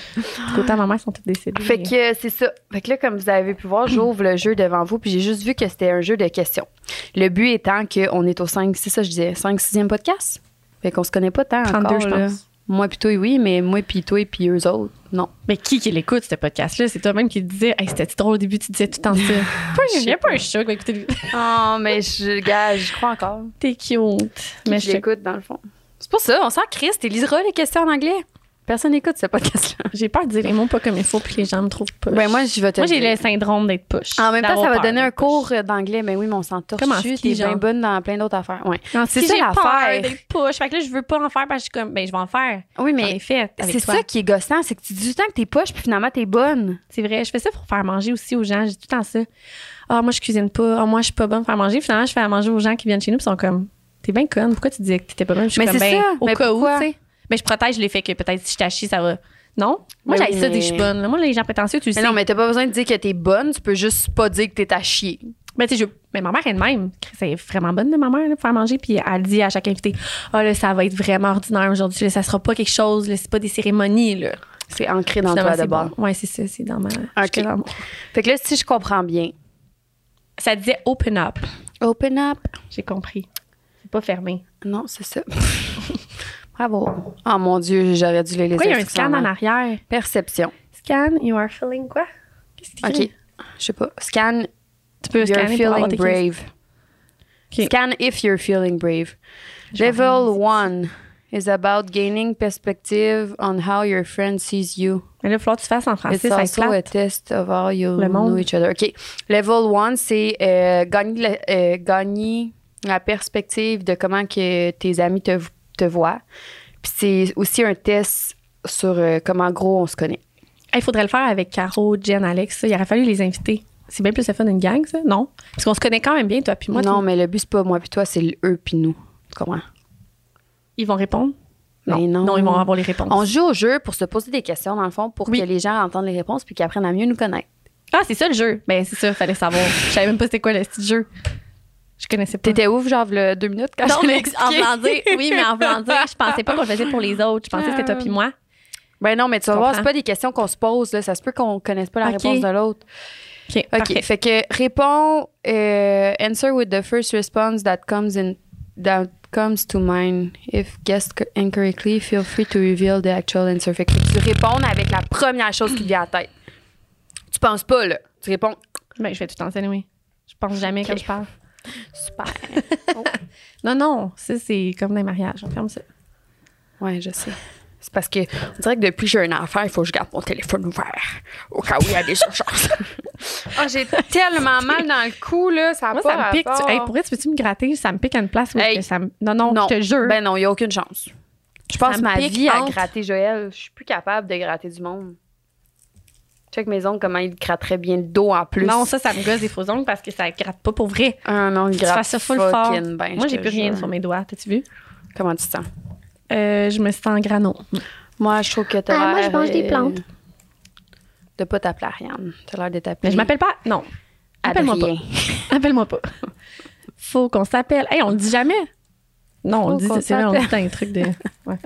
[SPEAKER 2] Autant ma mère sont toutes décédées.
[SPEAKER 1] Fait que euh, c'est ça. Fait que là, comme vous avez pu voir, j'ouvre le jeu devant vous, puis j'ai juste vu que c'était un jeu de questions. Le but étant qu'on est au 5, c'est ça, je disais, 5, 6e podcast. Fait qu'on se connaît pas tant
[SPEAKER 2] 32,
[SPEAKER 1] encore,
[SPEAKER 2] je
[SPEAKER 1] là.
[SPEAKER 2] pense.
[SPEAKER 1] Moi puis toi, oui, mais moi puis toi et puis eux autres, non.
[SPEAKER 2] Mais qui qui l'écoute, ce podcast-là? C'est toi-même qui le disais, hey, c'était drôle au début, tu disais tout le temps ça. Pas un-
[SPEAKER 1] Je
[SPEAKER 2] y
[SPEAKER 1] sais
[SPEAKER 2] a pas un choc, va écouter. le-
[SPEAKER 1] Oh, mais je, gars, j'y crois encore.
[SPEAKER 2] T'es cute.
[SPEAKER 1] mais
[SPEAKER 2] Mais
[SPEAKER 1] je
[SPEAKER 2] je
[SPEAKER 1] l'écoute, dans le fond. C'est pour ça, on s'en crisse, tu liseras les questions en anglais. Personne n'écoute ce podcast-là.
[SPEAKER 2] j'ai peur de dire les mots pas comme il faut, puis les gens me trouvent poche.
[SPEAKER 1] Ben, moi, je vais te
[SPEAKER 2] Moi,
[SPEAKER 1] le
[SPEAKER 2] j'ai
[SPEAKER 1] dire.
[SPEAKER 2] le syndrome d'être poche.
[SPEAKER 1] En même temps, ça
[SPEAKER 2] d'avoir
[SPEAKER 1] va
[SPEAKER 2] peur
[SPEAKER 1] donner un
[SPEAKER 2] d'être poche.
[SPEAKER 1] cours euh, d'anglais, mais oui, mais on s'en torche
[SPEAKER 2] Comme en
[SPEAKER 1] dessus,
[SPEAKER 2] ski,
[SPEAKER 1] t'es bien
[SPEAKER 2] genre.
[SPEAKER 1] bonne dans plein d'autres affaires. Ouais.
[SPEAKER 2] Non,
[SPEAKER 1] C'est
[SPEAKER 2] si
[SPEAKER 1] ça
[SPEAKER 2] j'ai
[SPEAKER 1] l'affaire.
[SPEAKER 2] peur d'être poche. Fait que là, je veux pas en faire parce que je suis comme, ben, je vais en faire.
[SPEAKER 1] Oui,
[SPEAKER 2] Mais
[SPEAKER 1] mais
[SPEAKER 2] fait, avec
[SPEAKER 1] c'est
[SPEAKER 2] toi.
[SPEAKER 1] ça qui est gossant, c'est que tu dis tout le temps que t'es poche, puis finalement, t'es bonne.
[SPEAKER 2] C'est vrai, je fais ça pour faire manger aussi aux gens. J'ai tout le temps ça. Ah, moi, je cuisine pas. Ah, moi, je suis pas bonne pour faire manger. Finalement, je fais à manger aux gens qui viennent chez nous, puis ils sont comme, t'es bien conne. Pourquoi tu disais que t'étais pas bonne? Je suis
[SPEAKER 1] Mais
[SPEAKER 2] comme,
[SPEAKER 1] c'est
[SPEAKER 2] ben,
[SPEAKER 1] ça.
[SPEAKER 2] au
[SPEAKER 1] Mais
[SPEAKER 2] cas
[SPEAKER 1] pourquoi?
[SPEAKER 2] où, tu sais. Mais je protège les faits que peut-être si je t'achis, ça va. Non?
[SPEAKER 1] Ben
[SPEAKER 2] Moi, j'aille
[SPEAKER 1] oui,
[SPEAKER 2] ça dès
[SPEAKER 1] mais-
[SPEAKER 2] que je suis bonne. là. Moi, les gens prétentieux, tu le
[SPEAKER 1] Mais
[SPEAKER 2] sais.
[SPEAKER 1] non, mais t'as pas besoin de dire que t'es bonne, tu peux juste pas dire que t'es à chier.
[SPEAKER 2] Ben, tu sais, je- mais ma mère elle-même, c'est vraiment bonne de ma mère là, pour faire manger. Puis elle dit à chaque invité, ah là, ça va être vraiment ordinaire aujourd'hui. là. Ça sera pas quelque chose. là. C'est pas des cérémonies. Là.
[SPEAKER 1] C'est ancré dans toi de bord.
[SPEAKER 2] Oui, c'est ça. C'est dans ma.
[SPEAKER 1] Ok.
[SPEAKER 2] dans mon-
[SPEAKER 1] Fait que là, si je comprends bien,
[SPEAKER 2] Ça disait open up.
[SPEAKER 1] open up.
[SPEAKER 2] J'ai compris. C'est pas fermé.
[SPEAKER 1] Non, c'est ça. Bravo. Oh mon Dieu, j'aurais dû les laisser.
[SPEAKER 2] Pourquoi il y a un scan en arrière?
[SPEAKER 1] Perception.
[SPEAKER 2] Scan, you are feeling quoi? Qu'est-ce qu'il
[SPEAKER 1] OK.
[SPEAKER 2] écrit?
[SPEAKER 1] Je sais pas. Scan,
[SPEAKER 2] Tu peux
[SPEAKER 1] you're
[SPEAKER 2] scanner pour avoir
[SPEAKER 1] feeling
[SPEAKER 2] tes
[SPEAKER 1] brave.
[SPEAKER 2] OK.
[SPEAKER 1] Scan if you're feeling brave.
[SPEAKER 2] Je vais
[SPEAKER 1] Level 1 is about gaining perspective on how your friend sees you.
[SPEAKER 2] Mais là, il va falloir que tu fasses en français,
[SPEAKER 1] It's
[SPEAKER 2] ça va être
[SPEAKER 1] also
[SPEAKER 2] plate.
[SPEAKER 1] a test of how you
[SPEAKER 2] Le monde.
[SPEAKER 1] know each other. OK. Level 1, c'est euh, gagner, la, euh, gagner la perspective de comment que tes amis te, te voient. Puis c'est aussi un test sur euh, comment gros on se connaît.
[SPEAKER 2] Il faudrait le faire avec Caro, Jen, Alex. ça. Il aurait fallu les inviter. C'est bien plus le fun d'une gang, ça? Non? Parce qu'on se connaît quand même bien, toi puis moi.
[SPEAKER 1] non,
[SPEAKER 2] tu-
[SPEAKER 1] mais le but, c'est pas moi puis toi, c'est le eux puis nous. Comment?
[SPEAKER 2] Ils vont répondre?
[SPEAKER 1] Ben non.
[SPEAKER 2] ils vont avoir les réponses.
[SPEAKER 1] On joue au jeu pour se poser des questions, dans le fond, pour
[SPEAKER 2] Oui.
[SPEAKER 1] que les gens entendent les réponses puis qu'ils apprennent à mieux nous connaître.
[SPEAKER 2] Ah, c'est ça le jeu. Ben, c'est ça, fallait savoir. Je savais même pas c'était quoi le petit jeu. Je connaissais pas.
[SPEAKER 1] T'étais ouf, genre, le deux minutes quand
[SPEAKER 2] Non,
[SPEAKER 1] je l'ai
[SPEAKER 2] mais en
[SPEAKER 1] expliqué?
[SPEAKER 2] voulant dire- oui, mais en voulant dire, je pensais pas qu'on le faisait pour les autres. Je pensais que c'était toi puis moi.
[SPEAKER 1] Ben non, mais tu vas
[SPEAKER 2] Je
[SPEAKER 1] voir, c'est
[SPEAKER 2] comprends.
[SPEAKER 1] pas des questions qu'on se pose. Là. Ça se peut qu'on connaisse pas la
[SPEAKER 2] Ok.
[SPEAKER 1] réponse de l'autre.
[SPEAKER 2] OK,
[SPEAKER 1] OK.
[SPEAKER 2] parfait.
[SPEAKER 1] Fait que réponds, euh, answer with the first response that comes in that comes to mind. If guessed co- incorrectly, feel free to reveal the actual answer. Fait que tu réponds avec la première chose qui te vient à la tête. Tu penses pas, là. Tu réponds
[SPEAKER 2] Ben, je vais tout enseigner, oui. Je pense jamais
[SPEAKER 1] OK.
[SPEAKER 2] quand je parle.
[SPEAKER 1] super. Oh.
[SPEAKER 2] Non, non, ça, c'est comme dans les mariages. On ferme ça.
[SPEAKER 1] Ouais, je sais. C'est parce que on dirait que depuis que j'ai un enfant, il faut que je garde mon téléphone ouvert au cas où il y a des urgences. Ah, j'ai tellement mal dans le cou là, ça a
[SPEAKER 2] Moi,
[SPEAKER 1] pas
[SPEAKER 2] ça me pique.
[SPEAKER 1] rapport.
[SPEAKER 2] Tu... Hey, pour vrai, tu peux-tu me gratter? Ça me pique à une place où
[SPEAKER 1] Hey.
[SPEAKER 2] est-ce que ça me... Non, non,
[SPEAKER 1] Non.
[SPEAKER 2] je te jure.
[SPEAKER 1] Ben non, il n'y a aucune chance. Je passe
[SPEAKER 2] me
[SPEAKER 1] ma
[SPEAKER 2] pique
[SPEAKER 1] vie à
[SPEAKER 2] entre-
[SPEAKER 1] gratter Joël. Je suis plus capable de gratter du monde. Check mes ongles, comment il gratterait bien le dos en plus.
[SPEAKER 2] Non, ça, ça me gosse des faux ongles parce que ça gratte pas pour vrai.
[SPEAKER 1] Ah non, il
[SPEAKER 2] Tu
[SPEAKER 1] gratte
[SPEAKER 2] fais ça full fort.
[SPEAKER 1] fucking bien,
[SPEAKER 2] Moi,
[SPEAKER 1] je
[SPEAKER 2] j'ai
[SPEAKER 1] te
[SPEAKER 2] plus rien
[SPEAKER 1] jure.
[SPEAKER 2] sur mes doigts. T'as-tu vu?
[SPEAKER 1] Comment tu te sens?
[SPEAKER 2] Euh, je me sens en grano.
[SPEAKER 1] Moi, je trouve que t'as
[SPEAKER 2] Ah, moi, je
[SPEAKER 1] l'air,
[SPEAKER 2] mange des
[SPEAKER 1] euh,
[SPEAKER 2] plantes.
[SPEAKER 1] De pas t'appeler Ariane. T'as l'air de t'appeler.
[SPEAKER 2] Mais je m'appelle pas. Non. Appelle-moi pas.
[SPEAKER 1] Adrien.
[SPEAKER 2] Appelle-moi pas. Faut qu'on s'appelle. Hey, on le dit jamais. Non, on
[SPEAKER 1] Faut
[SPEAKER 2] le dit.
[SPEAKER 1] qu'on
[SPEAKER 2] C'est vrai, on le dit dans un truc de. Ouais.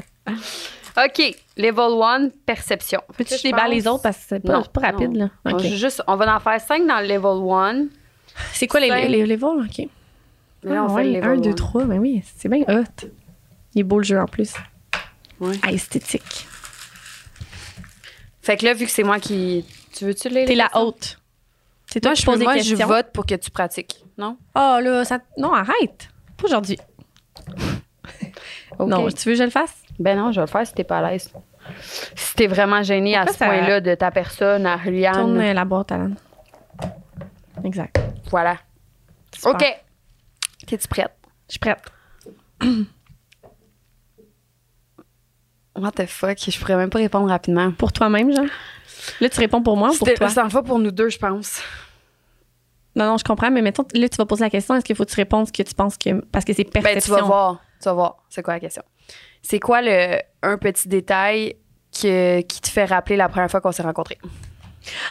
[SPEAKER 1] OK. Level 1, perception.
[SPEAKER 2] Peux-tu
[SPEAKER 1] Ça, je
[SPEAKER 2] déballer
[SPEAKER 1] pense-
[SPEAKER 2] les autres parce que c'est pas,
[SPEAKER 1] Non,
[SPEAKER 2] c'est pas rapide,
[SPEAKER 1] non.
[SPEAKER 2] là?
[SPEAKER 1] On,
[SPEAKER 2] OK.
[SPEAKER 1] joue juste, on va en faire 5 dans le level 1.
[SPEAKER 2] C'est quoi les,
[SPEAKER 1] cinq.
[SPEAKER 2] les, les, les vols? OK.
[SPEAKER 1] Mais là, on
[SPEAKER 2] Ah
[SPEAKER 1] fait le
[SPEAKER 2] ouais,
[SPEAKER 1] level
[SPEAKER 2] 1, 2,
[SPEAKER 1] one.
[SPEAKER 2] 3. Ben oui, c'est bien hot. Il est beau le jeu en plus.
[SPEAKER 1] Ouais.
[SPEAKER 2] Ah, esthétique.
[SPEAKER 1] Fait que là, vu que c'est moi qui. Tu veux-tu les.
[SPEAKER 2] T'es la
[SPEAKER 1] haute.
[SPEAKER 2] haute. C'est toi
[SPEAKER 1] Toi,
[SPEAKER 2] qui
[SPEAKER 1] je,
[SPEAKER 2] poses des
[SPEAKER 1] moi, je
[SPEAKER 2] questions.
[SPEAKER 1] vote pour que tu pratiques, non?
[SPEAKER 2] Ah là, ça... Non, arrête. Pas aujourd'hui.
[SPEAKER 1] Ok.
[SPEAKER 2] Non, tu veux que je le fasse?
[SPEAKER 1] Ben non, je vais le faire si t'es pas à l'aise. Si t'es vraiment gêné à ce
[SPEAKER 2] Pourquoi ça-
[SPEAKER 1] point-là de ta personne, à
[SPEAKER 2] Tourne
[SPEAKER 1] Juliane,
[SPEAKER 2] euh, la boîte, Alan. Exact.
[SPEAKER 1] voilà.
[SPEAKER 2] Super.
[SPEAKER 1] OK. T'es-tu prête?
[SPEAKER 2] Je suis prête.
[SPEAKER 1] What the fuck? Je pourrais même pas répondre rapidement.
[SPEAKER 2] Pour toi-même, genre? Là, tu réponds pour moi ou Hein, pour
[SPEAKER 1] C'était
[SPEAKER 2] toi?
[SPEAKER 1] c'était une fois pour nous deux, je pense.
[SPEAKER 2] Non, non, je comprends, mais mettons, là, tu vas poser la question, est-ce qu'il faut que tu répondes ce que tu penses que... Parce que c'est perception.
[SPEAKER 1] Ben, tu vas voir. Tu vas voir. C'est quoi la question? C'est quoi le un petit détail que- qui te fait rappeler la première fois qu'on s'est rencontrés?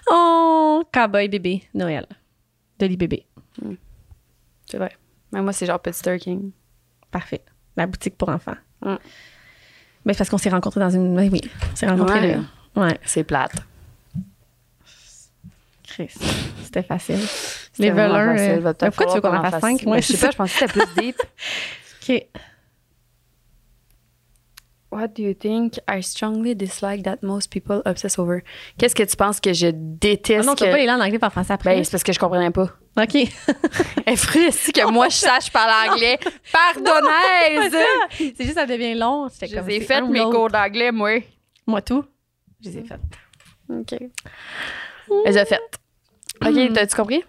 [SPEAKER 2] Oh, cowboy bébé, Noël. Dolly bébé.
[SPEAKER 1] C'est vrai. Mais moi, c'est genre Petit King.
[SPEAKER 2] Parfait. La boutique pour enfants.
[SPEAKER 1] Mm.
[SPEAKER 2] Mais c'est parce qu'on s'est rencontrés dans une... Oui, oui, on s'est rencontrés
[SPEAKER 1] Ouais.
[SPEAKER 2] là. Ouais,
[SPEAKER 1] C'est plate.
[SPEAKER 2] Chris. C'était facile.
[SPEAKER 1] C'était vraiment
[SPEAKER 2] veleurs,
[SPEAKER 1] facile.
[SPEAKER 2] euh,
[SPEAKER 1] Va peut-être
[SPEAKER 2] pourquoi tu veux qu'on
[SPEAKER 1] falloir
[SPEAKER 2] en fasse
[SPEAKER 1] cinq?
[SPEAKER 2] cinq? Ouais,
[SPEAKER 1] Ben, je sais
[SPEAKER 2] c'est
[SPEAKER 1] pas, je pensais que c'était plus deep.
[SPEAKER 2] OK. Ah
[SPEAKER 1] What do you think I strongly dislike that most people obsess over? Qu'est-ce que tu penses que je
[SPEAKER 2] Ah
[SPEAKER 1] déteste?
[SPEAKER 2] non, tu
[SPEAKER 1] que-
[SPEAKER 2] pas les là en anglais par français après.
[SPEAKER 1] Ben, c'est parce que je comprenais pas.
[SPEAKER 2] OK.
[SPEAKER 1] Elle ferait si Eh, que moi, je sache parler anglais. Pardonnaise!
[SPEAKER 2] c'est juste, ça devient long. C'était
[SPEAKER 1] Je
[SPEAKER 2] comme,
[SPEAKER 1] les ai
[SPEAKER 2] c'est
[SPEAKER 1] faites,
[SPEAKER 2] un ou
[SPEAKER 1] mes
[SPEAKER 2] l'autre.
[SPEAKER 1] cours d'anglais, moi.
[SPEAKER 2] Moi, tout. Je les ai faites.
[SPEAKER 1] OK. Hmm. Les ai faites. OK, t'as-tu compris?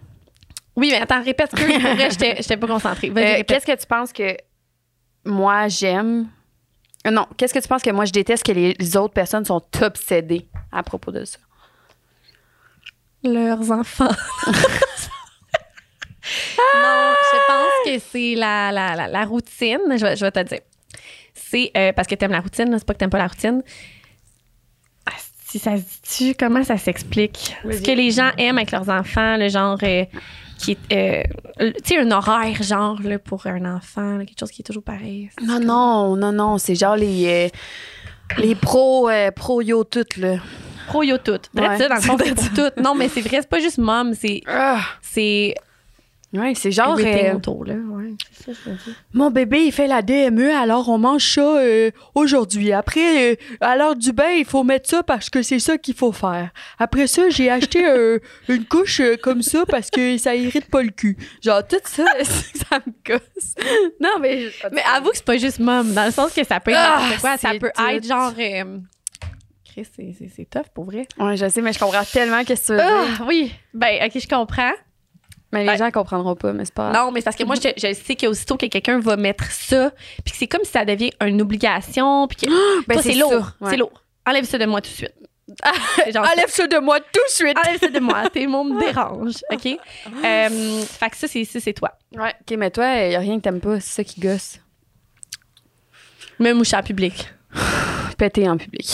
[SPEAKER 2] Oui, mais attends, répète que pour vrai, j'étais j'étais pas concentrée. Vas-y,
[SPEAKER 1] Euh,
[SPEAKER 2] répète.
[SPEAKER 1] qu'est-ce que tu penses que moi, j'aime? Euh, Non, qu'est-ce que tu penses que moi, je déteste que les, les autres personnes sont obsédées à propos de ça?
[SPEAKER 2] Leurs enfants. non, je pense que c'est la, la, la, la routine. Je vais, je vais te dire. C'est euh, parce que t'aimes la routine, là, c'est pas que t'aimes pas la routine. Ah, Si ça se dit-tu, comment ça s'explique?
[SPEAKER 1] Vas-y.
[SPEAKER 2] Ce que les gens aiment avec leurs enfants, le genre euh, qui est. euh, le- tu sais, un horaire, genre, là, pour un enfant, là, quelque chose qui est toujours pareil. C'est
[SPEAKER 1] Non,
[SPEAKER 2] comme-
[SPEAKER 1] non, non, non, c'est genre les, euh, les pros, euh, pro yo toutes, là.
[SPEAKER 2] Pro yo tout. Vrai
[SPEAKER 1] Ouais.
[SPEAKER 2] ça, dans le fond,
[SPEAKER 1] C'est
[SPEAKER 2] c'est pour tout. Non, mais c'est vrai, c'est pas juste mom, c'est. C'est.
[SPEAKER 1] Ah! Ouais, c'est genre,
[SPEAKER 2] everything
[SPEAKER 1] euh,
[SPEAKER 2] autour, là. Ouais, c'est ça, je veux dire.
[SPEAKER 1] mon bébé, il fait la DME, alors on mange ça euh, aujourd'hui. Après, euh, à l'heure du bain, il faut mettre ça parce que c'est ça qu'il faut faire. Après ça, j'ai acheté euh, une couche euh, comme ça parce que ça irrite pas le cul. Genre, tout ça, ça me gosse. Non, mais...
[SPEAKER 2] Mais avoue que c'est pas juste mom, dans le sens que ça peut être
[SPEAKER 1] Ah,
[SPEAKER 2] n'importe quoi, ça
[SPEAKER 1] c'est
[SPEAKER 2] peut
[SPEAKER 1] tout.
[SPEAKER 2] être genre. euh, Chris, c'est- c'est c'est tough pour vrai.
[SPEAKER 1] Ouais, je sais, mais je comprends tellement qu'est-ce que tu veux dire.
[SPEAKER 2] Ah, oui. Ben, ok, je comprends.
[SPEAKER 1] Mais les
[SPEAKER 2] Ouais.
[SPEAKER 1] gens comprendront pas, mais c'est pas...
[SPEAKER 2] Non, mais c'est parce que moi, je, je sais qu'aussitôt que quelqu'un va mettre ça, puis que c'est comme si ça devient une obligation, puis que.
[SPEAKER 1] Ben,
[SPEAKER 2] Toi, Ah, c'est
[SPEAKER 1] ça,
[SPEAKER 2] lourd.
[SPEAKER 1] ouais.
[SPEAKER 2] C'est lourd. Enlève ça de moi tout de suite. C'est genre ça.
[SPEAKER 1] Enlève ça de moi tout de suite.
[SPEAKER 2] Enlève ça de moi. Tes mots me dérangent. OK? Euh, fait que ça, c'est ça, c'est toi.
[SPEAKER 1] Ouais, ok, mais toi, il a rien que t'aimes pas, c'est ça qui gosse.
[SPEAKER 2] Même moucher en public.
[SPEAKER 1] Péter en public.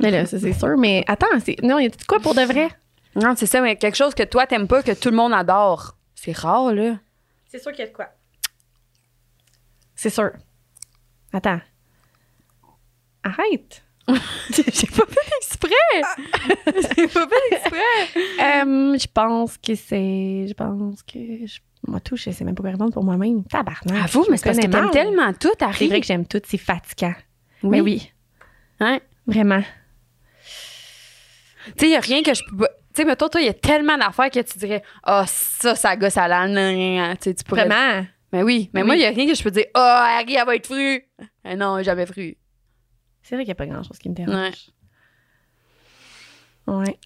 [SPEAKER 2] Mais là, ça, c'est sûr. Mais attends, c'est. Non, y a quoi pour de vrai?
[SPEAKER 1] Non, c'est ça, mais quelque chose que toi, t'aimes pas, que tout le monde adore. C'est rare, là.
[SPEAKER 2] C'est sûr qu'il y a de quoi. C'est sûr. Attends. Arrête.
[SPEAKER 1] J'ai pas fait exprès! J'ai pas fait exprès!
[SPEAKER 2] Euh, je pense que c'est. Je pense que. je- Moi, tout, je sais même pas quoi répondre pour moi-même. Tabarnak.
[SPEAKER 1] Avoue,
[SPEAKER 2] je
[SPEAKER 1] mais
[SPEAKER 2] me
[SPEAKER 1] c'est parce que
[SPEAKER 2] connais
[SPEAKER 1] t'aimes
[SPEAKER 2] mal.
[SPEAKER 1] tellement tout,
[SPEAKER 2] C'est
[SPEAKER 1] Harry.
[SPEAKER 2] vrai que j'aime tout, c'est fatigant.
[SPEAKER 1] Oui.
[SPEAKER 2] Mais oui,
[SPEAKER 1] Hein?
[SPEAKER 2] vraiment.
[SPEAKER 1] Tu sais, y a rien que je peux pas. Tu sais, mettons, toi, y a tellement d'affaires que tu dirais, ah, ça, ça gosse à l'âne. Tu sais, tu pourrais.
[SPEAKER 2] Vraiment.
[SPEAKER 1] Mais oui, mais
[SPEAKER 2] Oui.
[SPEAKER 1] moi, y a rien que je peux dire, ah, Harry, elle va être frue. Eh non, jamais frue.
[SPEAKER 2] C'est vrai qu'il n'y a pas grand-chose qui me dérange.
[SPEAKER 1] Ouais.
[SPEAKER 2] Ouais.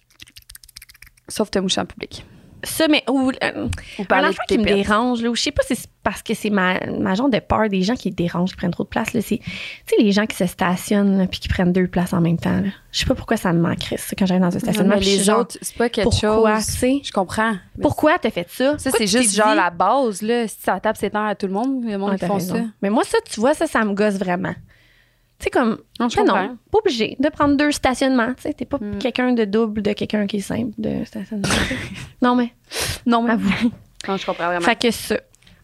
[SPEAKER 1] Sauf te moucher en public.
[SPEAKER 2] Ça, mais. Ou, euh,
[SPEAKER 1] Ou
[SPEAKER 2] un
[SPEAKER 1] parler de
[SPEAKER 2] enfant
[SPEAKER 1] tes
[SPEAKER 2] qui me
[SPEAKER 1] pets.
[SPEAKER 2] dérange, là, ou je sais pas si c'est parce que c'est ma, ma genre de peur des gens qui dérangent, qui prennent trop de place. là, C'est, tu sais, les gens qui se stationnent, là, puis qui prennent deux places en même temps. là. Je sais pas pourquoi ça me manquerait, ça, quand j'arrive dans un
[SPEAKER 1] Non,
[SPEAKER 2] stationnement.
[SPEAKER 1] mais
[SPEAKER 2] puis je suis
[SPEAKER 1] les
[SPEAKER 2] genre,
[SPEAKER 1] autres, c'est pas quelque
[SPEAKER 2] pourquoi, tu
[SPEAKER 1] chose.
[SPEAKER 2] sais?
[SPEAKER 1] Je comprends. Mais
[SPEAKER 2] Pourquoi t'as fait ça?
[SPEAKER 1] Ça,
[SPEAKER 2] Pourquoi
[SPEAKER 1] c'est
[SPEAKER 2] tu t'es
[SPEAKER 1] juste genre
[SPEAKER 2] dit-
[SPEAKER 1] la base, là. Si ça tape, c'est temps à tout le monde. Le monde,
[SPEAKER 2] Ah,
[SPEAKER 1] ils
[SPEAKER 2] t'as
[SPEAKER 1] font
[SPEAKER 2] raison.
[SPEAKER 1] ça.
[SPEAKER 2] Mais moi, ça, tu vois, ça, ça me gosse vraiment. Tu sais, comme,
[SPEAKER 1] Non, je
[SPEAKER 2] mais
[SPEAKER 1] comprends.
[SPEAKER 2] non, pas obligé de prendre deux stationnements. Tu sais, t'es pas
[SPEAKER 1] Mm.
[SPEAKER 2] quelqu'un de double de quelqu'un qui est simple de stationnement. non, mais. Non, mais.
[SPEAKER 1] Non, je comprends vraiment.
[SPEAKER 2] Fait que ça.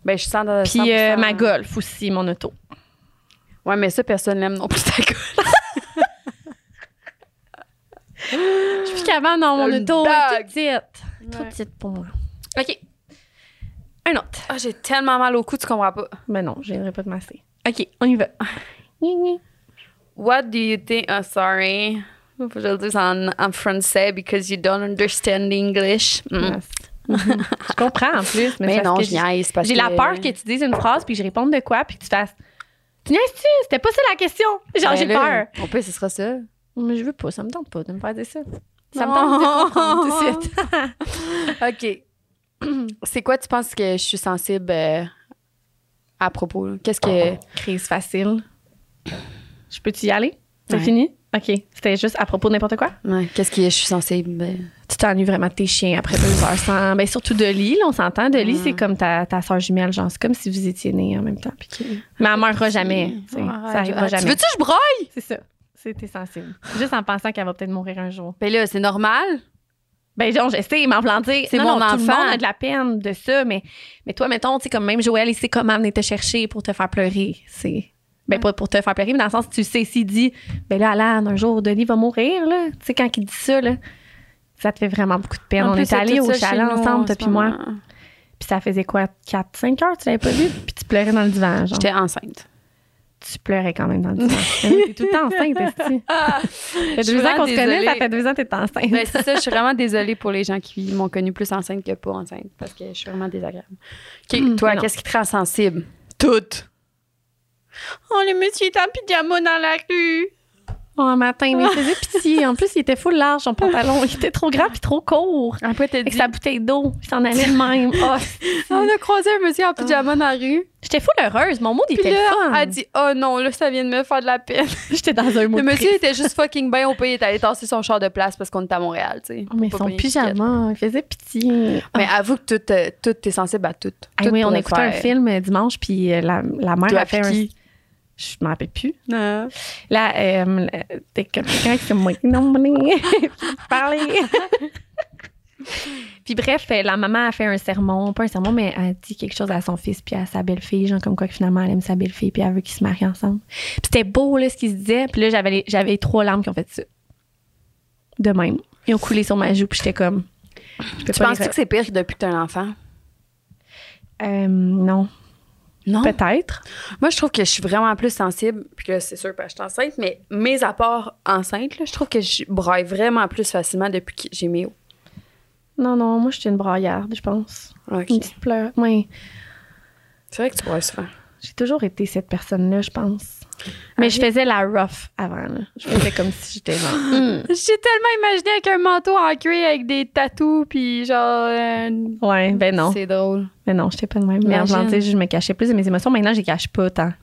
[SPEAKER 1] ben, je sens dans
[SPEAKER 2] Puis euh,
[SPEAKER 1] 100%.
[SPEAKER 2] ma golf aussi, mon auto.
[SPEAKER 1] Ouais, mais ça, personne l'aime non plus, ta gueule.
[SPEAKER 2] Je suis qu'avant, non, mon
[SPEAKER 1] Le
[SPEAKER 2] auto
[SPEAKER 1] dog.
[SPEAKER 2] est toute petite. Trop petite pour moi. OK. Un autre.
[SPEAKER 1] Ah, j'ai tellement mal au cou, tu comprends pas.
[SPEAKER 2] Ben non, je viendrai pas de masser. OK, on y va. Gni, gni.
[SPEAKER 1] What do you think? Ah, sorry. Faut que je le dise en, en français because you don't understand English. Mm.
[SPEAKER 2] Yes. je comprends en plus, mais,
[SPEAKER 1] Mais
[SPEAKER 2] c'est parce
[SPEAKER 1] non,
[SPEAKER 2] que
[SPEAKER 1] je niaise parce
[SPEAKER 2] J'ai la
[SPEAKER 1] que-
[SPEAKER 2] peur que tu dises une phrase puis que je réponde de quoi puis que tu fasses. Tu niaises-tu? C'était pas ça la question. Genre,
[SPEAKER 1] Ben
[SPEAKER 2] j'ai
[SPEAKER 1] là,
[SPEAKER 2] peur.
[SPEAKER 1] On peut, ce sera ça.
[SPEAKER 2] Mais je veux pas, ça me tente pas de me faire dire ça. Ça me
[SPEAKER 1] Non.
[SPEAKER 2] tente de comprendre tout de suite.
[SPEAKER 1] OK. C'est quoi, tu penses que je suis sensible euh, à propos? là? Qu'est-ce que.
[SPEAKER 2] Crise facile. Je peux-tu y aller? C'est
[SPEAKER 1] Ouais.
[SPEAKER 2] fini? OK. C'était juste à propos de n'importe quoi?
[SPEAKER 1] Ouais, Qu'est-ce que je suis sensible? ben,
[SPEAKER 2] Tu t'ennuies vraiment de tes chiens après deux heures sans. Ben, surtout de Lee, là, on s'entend. De Lee,
[SPEAKER 1] Mm.
[SPEAKER 2] c'est comme ta, ta soeur jumelle, genre, c'est comme si vous étiez nés en même temps. puis que- Mais elle meurra jamais. tu sais.
[SPEAKER 1] arrête,
[SPEAKER 2] Ça arrivera
[SPEAKER 1] arrête. Tu
[SPEAKER 2] jamais.
[SPEAKER 1] veux-tu que je broille?
[SPEAKER 2] C'est ça. C'était sensible. Juste en pensant qu'elle va peut-être mourir un jour.
[SPEAKER 1] Ben là, c'est normal.
[SPEAKER 2] Ben, genre, je sais, m'en voulant dire.
[SPEAKER 1] C'est
[SPEAKER 2] non,
[SPEAKER 1] mon
[SPEAKER 2] non, Tout le
[SPEAKER 1] enfant.
[SPEAKER 2] monde a de la peine de ça, mais, mais toi, mettons, tu sais, comme même Joël, il sait comment venir te chercher pour te faire pleurer. C'est. Ben, pas pour te faire pleurer, mais dans le sens, tu sais, s'il dit, ben là, Alan, un jour, Denis va mourir, là. Tu sais, quand il dit ça, là, ça te fait vraiment beaucoup de peine.
[SPEAKER 1] En
[SPEAKER 2] on
[SPEAKER 1] plus,
[SPEAKER 2] est
[SPEAKER 1] c'est
[SPEAKER 2] allés
[SPEAKER 1] tout
[SPEAKER 2] au
[SPEAKER 1] ça chez
[SPEAKER 2] chalet
[SPEAKER 1] nous en
[SPEAKER 2] ensemble, toi
[SPEAKER 1] ce
[SPEAKER 2] puis moi.
[SPEAKER 1] moment.
[SPEAKER 2] Puis ça faisait quoi, 4-5 heures, tu l'avais pas vu? Puis tu pleurais dans le divan, genre.
[SPEAKER 1] J'étais enceinte.
[SPEAKER 2] Tu pleurais quand même dans le divan. T'es tout le temps enceinte, esti. Ça fait
[SPEAKER 1] Je suis
[SPEAKER 2] deux ans
[SPEAKER 1] vraiment
[SPEAKER 2] qu'on se connaît,
[SPEAKER 1] désolée.
[SPEAKER 2] ça fait deux ans que t'es enceinte.
[SPEAKER 1] Ah! Ben, c'est ça, je suis vraiment désolée pour les gens qui m'ont connue plus enceinte que pas enceinte parce que je suis vraiment désagréable. OK,
[SPEAKER 2] Hmm,
[SPEAKER 1] toi,
[SPEAKER 2] non.
[SPEAKER 1] qu'est-ce qui te rend sensible? Tout. Oh, le monsieur est en pyjama dans la rue.
[SPEAKER 2] Bon, matin, mais il faisait pitié. En plus, il était full large, son pantalon. Il était trop grand puis trop court.
[SPEAKER 1] Après, t'as
[SPEAKER 2] Avec
[SPEAKER 1] dit,
[SPEAKER 2] sa bouteille d'eau, il s'en allait de même. Oh,
[SPEAKER 1] on a croisé un monsieur en pyjama dans la rue.
[SPEAKER 2] J'étais full heureuse. Mon mood
[SPEAKER 1] Puis
[SPEAKER 2] Ah. était
[SPEAKER 1] là,
[SPEAKER 2] le fun.
[SPEAKER 1] elle a dit, oh non, là, ça vient de me faire de la peine.
[SPEAKER 2] J'étais dans un mood
[SPEAKER 1] Le monsieur
[SPEAKER 2] triste.
[SPEAKER 1] était juste fucking bien au pays. Il est allé tasser son char de place parce qu'on est à Montréal, tu sais.
[SPEAKER 2] Oh, mais
[SPEAKER 1] Pas
[SPEAKER 2] son
[SPEAKER 1] pogné de
[SPEAKER 2] pyjama, il faisait pitié.
[SPEAKER 1] ticket. Mais avoue que tout, euh, tout est sensible à tout.
[SPEAKER 2] Ah
[SPEAKER 1] Tout
[SPEAKER 2] oui, on
[SPEAKER 1] pourrait
[SPEAKER 2] écoutait un
[SPEAKER 1] faire.
[SPEAKER 2] film euh, dimanche, puis euh, la, la mère
[SPEAKER 1] Toi,
[SPEAKER 2] a fait un...
[SPEAKER 1] puis
[SPEAKER 2] Je m'en rappelle plus.
[SPEAKER 1] Non.
[SPEAKER 2] Là, euh, la- t'es comme quelqu'un qui est comme moi, non, venez, parlez. Puis bref, euh, la maman a fait un sermon, pas un sermon, mais elle a dit quelque chose à son fils puis à sa belle-fille, genre comme quoi que finalement elle aime sa belle-fille puis elle veut qu'ils se marient ensemble. Puis c'était beau, là, ce qu'ils se disaient. Puis là, j'avais, les- j'avais les trois larmes qui ont fait ça. De même. Ils ont coulé sur ma joue puis j'étais comme... Je peux
[SPEAKER 1] Tu
[SPEAKER 2] pas les
[SPEAKER 1] penses-tu
[SPEAKER 2] re-
[SPEAKER 1] que c'est pire que depuis que t'as un enfant?
[SPEAKER 2] Euh, non.
[SPEAKER 1] Non.
[SPEAKER 2] Peut-être.
[SPEAKER 1] Moi, je trouve que je suis vraiment plus sensible, puis là, c'est sûr, parce que je suis enceinte, mais mes apports enceinte, là, je trouve que je braille vraiment plus facilement depuis que j'ai mis au.
[SPEAKER 2] Non, non, moi, j'étais une braillarde, je pense.
[SPEAKER 1] Ok.
[SPEAKER 2] Une petite pleure. Oui.
[SPEAKER 1] C'est vrai que tu brailles souvent.
[SPEAKER 2] J'ai toujours été cette personne-là, je pense. Ah Mais je faisais la rough avant. là. Je faisais comme si j'étais genre. Hmm.
[SPEAKER 1] J'ai tellement imaginé avec un manteau en cuir, avec des tatous, puis genre. euh,
[SPEAKER 2] Ouais, ben non.
[SPEAKER 1] C'est drôle.
[SPEAKER 2] Mais non, j'étais pas de même. Mais en
[SPEAKER 1] Imagine.
[SPEAKER 2] gentil, je me cachais plus de mes émotions. Maintenant, je les cache pas tant.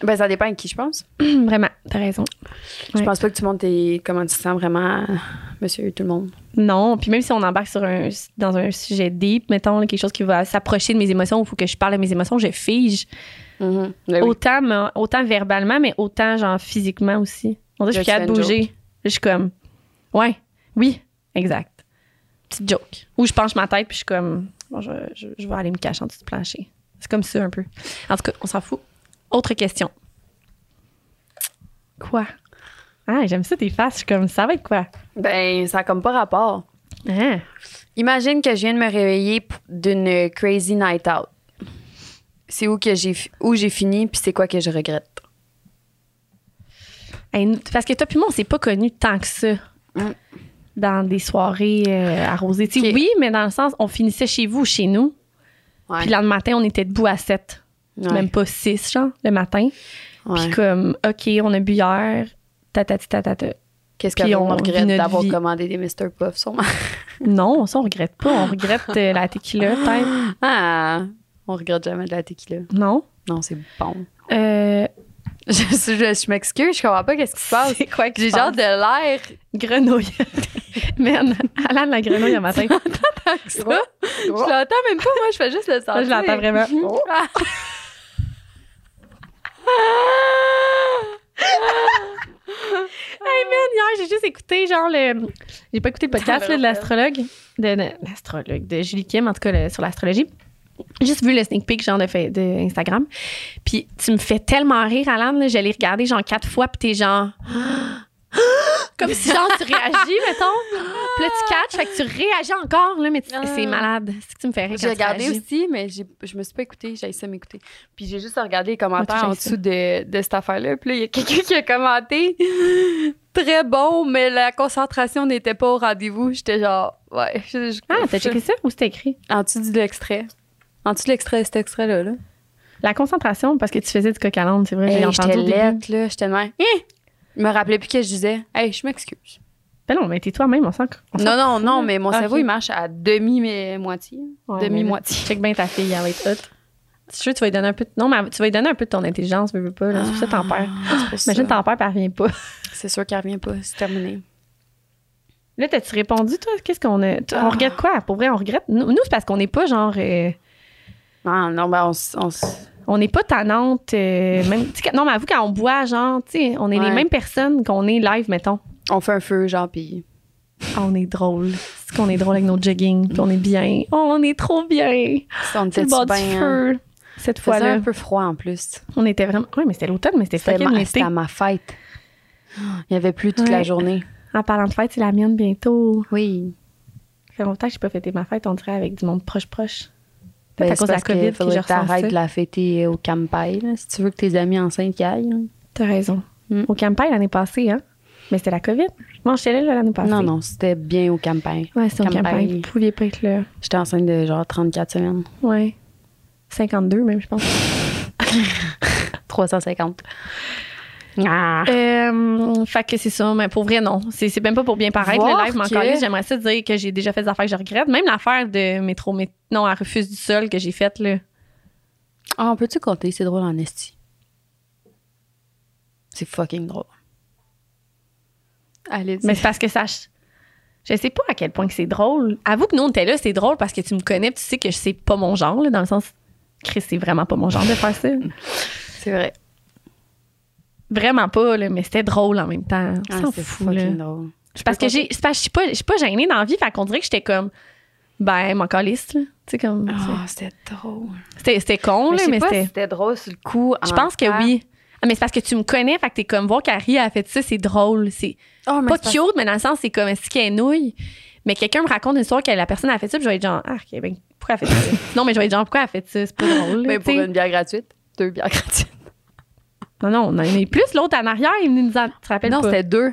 [SPEAKER 1] Ben, ça dépend de qui, je pense.
[SPEAKER 2] Mm, Vraiment, t'as raison.
[SPEAKER 1] Je
[SPEAKER 2] Ouais.
[SPEAKER 1] pense pas que tu montres tes. Comment tu te sens vraiment, euh, monsieur, tout le monde.
[SPEAKER 2] Non, puis même si on embarque sur un, dans un sujet deep, mettons, là, quelque chose qui va s'approcher de mes émotions, il faut que je parle de mes émotions, je fige.
[SPEAKER 1] Ben oui.
[SPEAKER 2] Autant, me- autant verbalement, mais autant genre physiquement aussi. On dirait que je suis
[SPEAKER 1] Là, tu
[SPEAKER 2] capable de
[SPEAKER 1] fais une
[SPEAKER 2] bouger. Je suis comme, ouais, oui, exact. Petite joke. Ou je penche ma tête puis je suis comme, bon, je, je- je vais aller me cacher en dessous du plancher. C'est comme ça un peu. En tout cas, on s'en fout. Autre question. Quoi? Ah, j'aime ça tes faces. Je suis comme, ça va être quoi?
[SPEAKER 1] Ben, ça a comme pas rapport.
[SPEAKER 2] Hein?
[SPEAKER 1] Imagine que je viens de me réveiller p- d'une crazy night out. C'est où que j'ai fi- où j'ai fini puis c'est quoi que je regrette.
[SPEAKER 2] Hey, nous- parce que toi puis moi, on s'est pas connus tant que ça.
[SPEAKER 1] Mm.
[SPEAKER 2] Dans des soirées euh, arrosées. Tu sais,
[SPEAKER 1] Ok.
[SPEAKER 2] Oui, mais dans le sens, on finissait chez vous, chez nous.
[SPEAKER 1] Ouais.
[SPEAKER 2] Puis le lendemain matin, on était debout à 7,
[SPEAKER 1] Ouais.
[SPEAKER 2] même pas 6, genre, le matin.
[SPEAKER 1] Ouais.
[SPEAKER 2] Puis comme, OK, on a bu hier, tatati tatata.
[SPEAKER 1] Qu'est-ce
[SPEAKER 2] puis on
[SPEAKER 1] qu'on regrette
[SPEAKER 2] vit notre
[SPEAKER 1] d'avoir
[SPEAKER 2] vie.
[SPEAKER 1] commandé des Mr Puff sûrement.
[SPEAKER 2] Non, ça, on regrette pas. On regrette euh, la tequila, peut-être.
[SPEAKER 1] Ah, on regrette jamais de la tequila.
[SPEAKER 2] Non.
[SPEAKER 1] Non, c'est bon.
[SPEAKER 2] Euh,
[SPEAKER 1] Je, je- je m'excuse, je comprends pas qu'est-ce qui se passe.
[SPEAKER 2] c'est quoi que
[SPEAKER 1] J'ai genre de l'air.
[SPEAKER 2] Grenouille. Man, Alan, la grenouille, le matin.
[SPEAKER 1] Je l'entends même pas, moi je fais juste le
[SPEAKER 2] Moi,
[SPEAKER 1] sentir.
[SPEAKER 2] je l'entends vraiment.
[SPEAKER 1] Ah.
[SPEAKER 2] Hey man, hier, j'ai juste écouté genre le. J'ai pas écouté le podcast
[SPEAKER 1] Ça me
[SPEAKER 2] là, de l'astrologue. De, de- l'astrologue, de Julie Kim, en tout cas le- sur l'astrologie. Juste vu le sneak peek genre de, fa- de Instagram. Puis tu me fais tellement rire, Alan. Là, je l'ai regardé genre quatre fois, puis t'es genre. Comme si genre tu réagis, mettons. Puis là, tu catches, fait que tu réagis encore, là, mais tu-
[SPEAKER 1] Ah.
[SPEAKER 2] c'est malade. C'est que tu me fais rire.
[SPEAKER 1] J'ai
[SPEAKER 2] quand tu
[SPEAKER 1] regardé
[SPEAKER 2] réagis.
[SPEAKER 1] aussi, mais j'ai- je me suis pas écoutée. J'ai ça m'écouter. Puis j'ai juste regardé les commentaires
[SPEAKER 2] j'ai
[SPEAKER 1] en
[SPEAKER 2] ça.
[SPEAKER 1] dessous de, de cette affaire-là. Puis là, il y a quelqu'un qui a commenté Très bon, mais la concentration n'était pas au rendez-vous. J'étais genre, ouais. je- je-
[SPEAKER 2] Ah, t'as
[SPEAKER 1] je-
[SPEAKER 2] checké ça ou c'était écrit?
[SPEAKER 1] En dessous de l'extrait. En dessous de l'extrait, cet extrait-là. Là.
[SPEAKER 2] La concentration, parce que tu faisais du coq à l'âne, c'est vrai, j'ai
[SPEAKER 1] Hey,
[SPEAKER 2] entendu.
[SPEAKER 1] j'étais
[SPEAKER 2] au début.
[SPEAKER 1] lette, là. J'étais de même. Hein? Je me rappelais plus que je disais. Hey, je m'excuse.
[SPEAKER 2] Ben non, mais t'es toi-même, on sent que. on
[SPEAKER 1] Non, non, non, mais mon
[SPEAKER 2] Ok.
[SPEAKER 1] cerveau, il marche à demi-moitié.
[SPEAKER 2] Ouais, mais là,
[SPEAKER 1] Demi-moitié.
[SPEAKER 2] Check bien ta fille, elle va être hot. Je suis sûre que tu vas lui donner un peu de... Non, mais tu vas lui donner un peu de ton intelligence, mais veux pas. là. C'est pour ça que t'en perds.
[SPEAKER 1] Ah, C'est pour ça.
[SPEAKER 2] Imagine, t'en perds, puis elle revient pas.
[SPEAKER 1] C'est sûr qu'elle revient pas. C'est terminé.
[SPEAKER 2] Là, t'as-tu répondu, toi? Qu'est-ce qu'on a. tu- On
[SPEAKER 1] Ah.
[SPEAKER 2] regrette quoi? Pour vrai, on regrette. Nous, nous, c'est parce qu'on n'est pas genre. euh,
[SPEAKER 1] Non, non, ben on, s- on s-
[SPEAKER 2] on n'est pas tannante. euh, même, tu sais, quand- non, mais avoue, quand on boit, genre, tu sais, on est les
[SPEAKER 1] Ouais.
[SPEAKER 2] mêmes personnes qu'on est live, mettons.
[SPEAKER 1] on fait un feu, genre, puis
[SPEAKER 2] Ah, on est drôle. C'est qu'on est drôle avec nos jogging, puis on est bien. Oh, on est trop bien.
[SPEAKER 1] ça, on était
[SPEAKER 2] C'est le bord du
[SPEAKER 1] bien.
[SPEAKER 2] feu. Cette
[SPEAKER 1] Faisait
[SPEAKER 2] fois-là,
[SPEAKER 1] un peu froid en plus.
[SPEAKER 2] on était vraiment. Oui, mais c'était l'automne, mais c'était
[SPEAKER 1] C'était
[SPEAKER 2] fucking
[SPEAKER 1] ma,
[SPEAKER 2] l'été.
[SPEAKER 1] c'était à ma fête. Il y avait plus toute
[SPEAKER 2] Ouais.
[SPEAKER 1] la journée.
[SPEAKER 2] En parlant de fête, c'est la mienne bientôt.
[SPEAKER 1] Oui.
[SPEAKER 2] Ça fait longtemps que j'ai pas fêté ma fête, on dirait, avec du monde proche-proche. Peut-être
[SPEAKER 1] Ben,
[SPEAKER 2] à
[SPEAKER 1] c'est
[SPEAKER 2] cause de la
[SPEAKER 1] parce que
[SPEAKER 2] COVID, que
[SPEAKER 1] faudrait
[SPEAKER 2] je
[SPEAKER 1] que t'arrêtes
[SPEAKER 2] ressens
[SPEAKER 1] de
[SPEAKER 2] ça.
[SPEAKER 1] la fêter euh, au campagne, là, si tu veux que tes amis enceintes y aillent. là.
[SPEAKER 2] T'as raison.
[SPEAKER 1] Mm.
[SPEAKER 2] Au campagne l'année passée, hein? Mais c'était la COVID. Moi, je suis allée là, l'année passée.
[SPEAKER 1] Non, non, c'était bien au campagne.
[SPEAKER 2] Ouais, c'était au
[SPEAKER 1] Campagne.
[SPEAKER 2] campagne. Vous pouviez pas être là.
[SPEAKER 1] J'étais enceinte de genre 34 semaines.
[SPEAKER 2] Ouais. 52 même, je pense.
[SPEAKER 1] 350. Ah.
[SPEAKER 2] Euh, fait que c'est ça, mais pour vrai, non. C'est c'est même pas pour bien paraître.
[SPEAKER 1] Voir
[SPEAKER 2] le live m'en
[SPEAKER 1] que-
[SPEAKER 2] calisse. J'aimerais ça dire que j'ai déjà fait des affaires que je regrette. Même l'affaire de métro, mais non, à refuse du sol que j'ai faite, là.
[SPEAKER 1] Ah, on peut-tu compter? C'est drôle en esti. C'est fucking drôle. Allez,
[SPEAKER 2] Mais c'est parce que ça. ch- Je sais pas à quel point que c'est drôle. Avoue que nous, on était là, c'est drôle parce que tu me connais, puis tu sais que c'est pas mon genre, là, dans le sens. Chris, c'est vraiment pas mon genre de faire ça.
[SPEAKER 1] c'est vrai.
[SPEAKER 2] Vraiment pas, là, mais c'était drôle en même temps.
[SPEAKER 1] Ah,
[SPEAKER 2] On s'en
[SPEAKER 1] c'est
[SPEAKER 2] fout, là.
[SPEAKER 1] fucking drôle.
[SPEAKER 2] C'est parce que j'ai c'est parce que je suis pas je suis pas gênée dans la vie, fait qu'on dirait que j'étais comme ben mon caliste, là. Tu sais comme
[SPEAKER 1] Ah, c'était drôle.
[SPEAKER 2] c'était c'était
[SPEAKER 1] Mais
[SPEAKER 2] con là,
[SPEAKER 1] je sais
[SPEAKER 2] mais
[SPEAKER 1] pas si
[SPEAKER 2] c'était
[SPEAKER 1] c'était drôle sur le coup.
[SPEAKER 2] je
[SPEAKER 1] en
[SPEAKER 2] pense que
[SPEAKER 1] temps.
[SPEAKER 2] oui. Ah, mais c'est parce que tu me connais, fait que t'es comme voir qu'Harry a fait ça, c'est drôle, c'est
[SPEAKER 1] Ah, mais
[SPEAKER 2] pas
[SPEAKER 1] c'est parce-
[SPEAKER 2] cute, mais dans le sens c'est comme est-ce qu'elle est nouille mais quelqu'un me raconte une histoire que la personne a fait ça, puis je vais être genre ah OK, ben pourquoi elle a fait ça Non, mais je vais être genre pourquoi elle a fait ça, c'est pas drôle. là,
[SPEAKER 1] Mais Ben,
[SPEAKER 2] tu
[SPEAKER 1] pour
[SPEAKER 2] sais.
[SPEAKER 1] une bière gratuite, deux bières gratuites.
[SPEAKER 2] Non non, on en a eu plus l'autre en arrière, il venait nous en... tu te rappelles
[SPEAKER 1] Non,
[SPEAKER 2] pas?
[SPEAKER 1] c'était deux.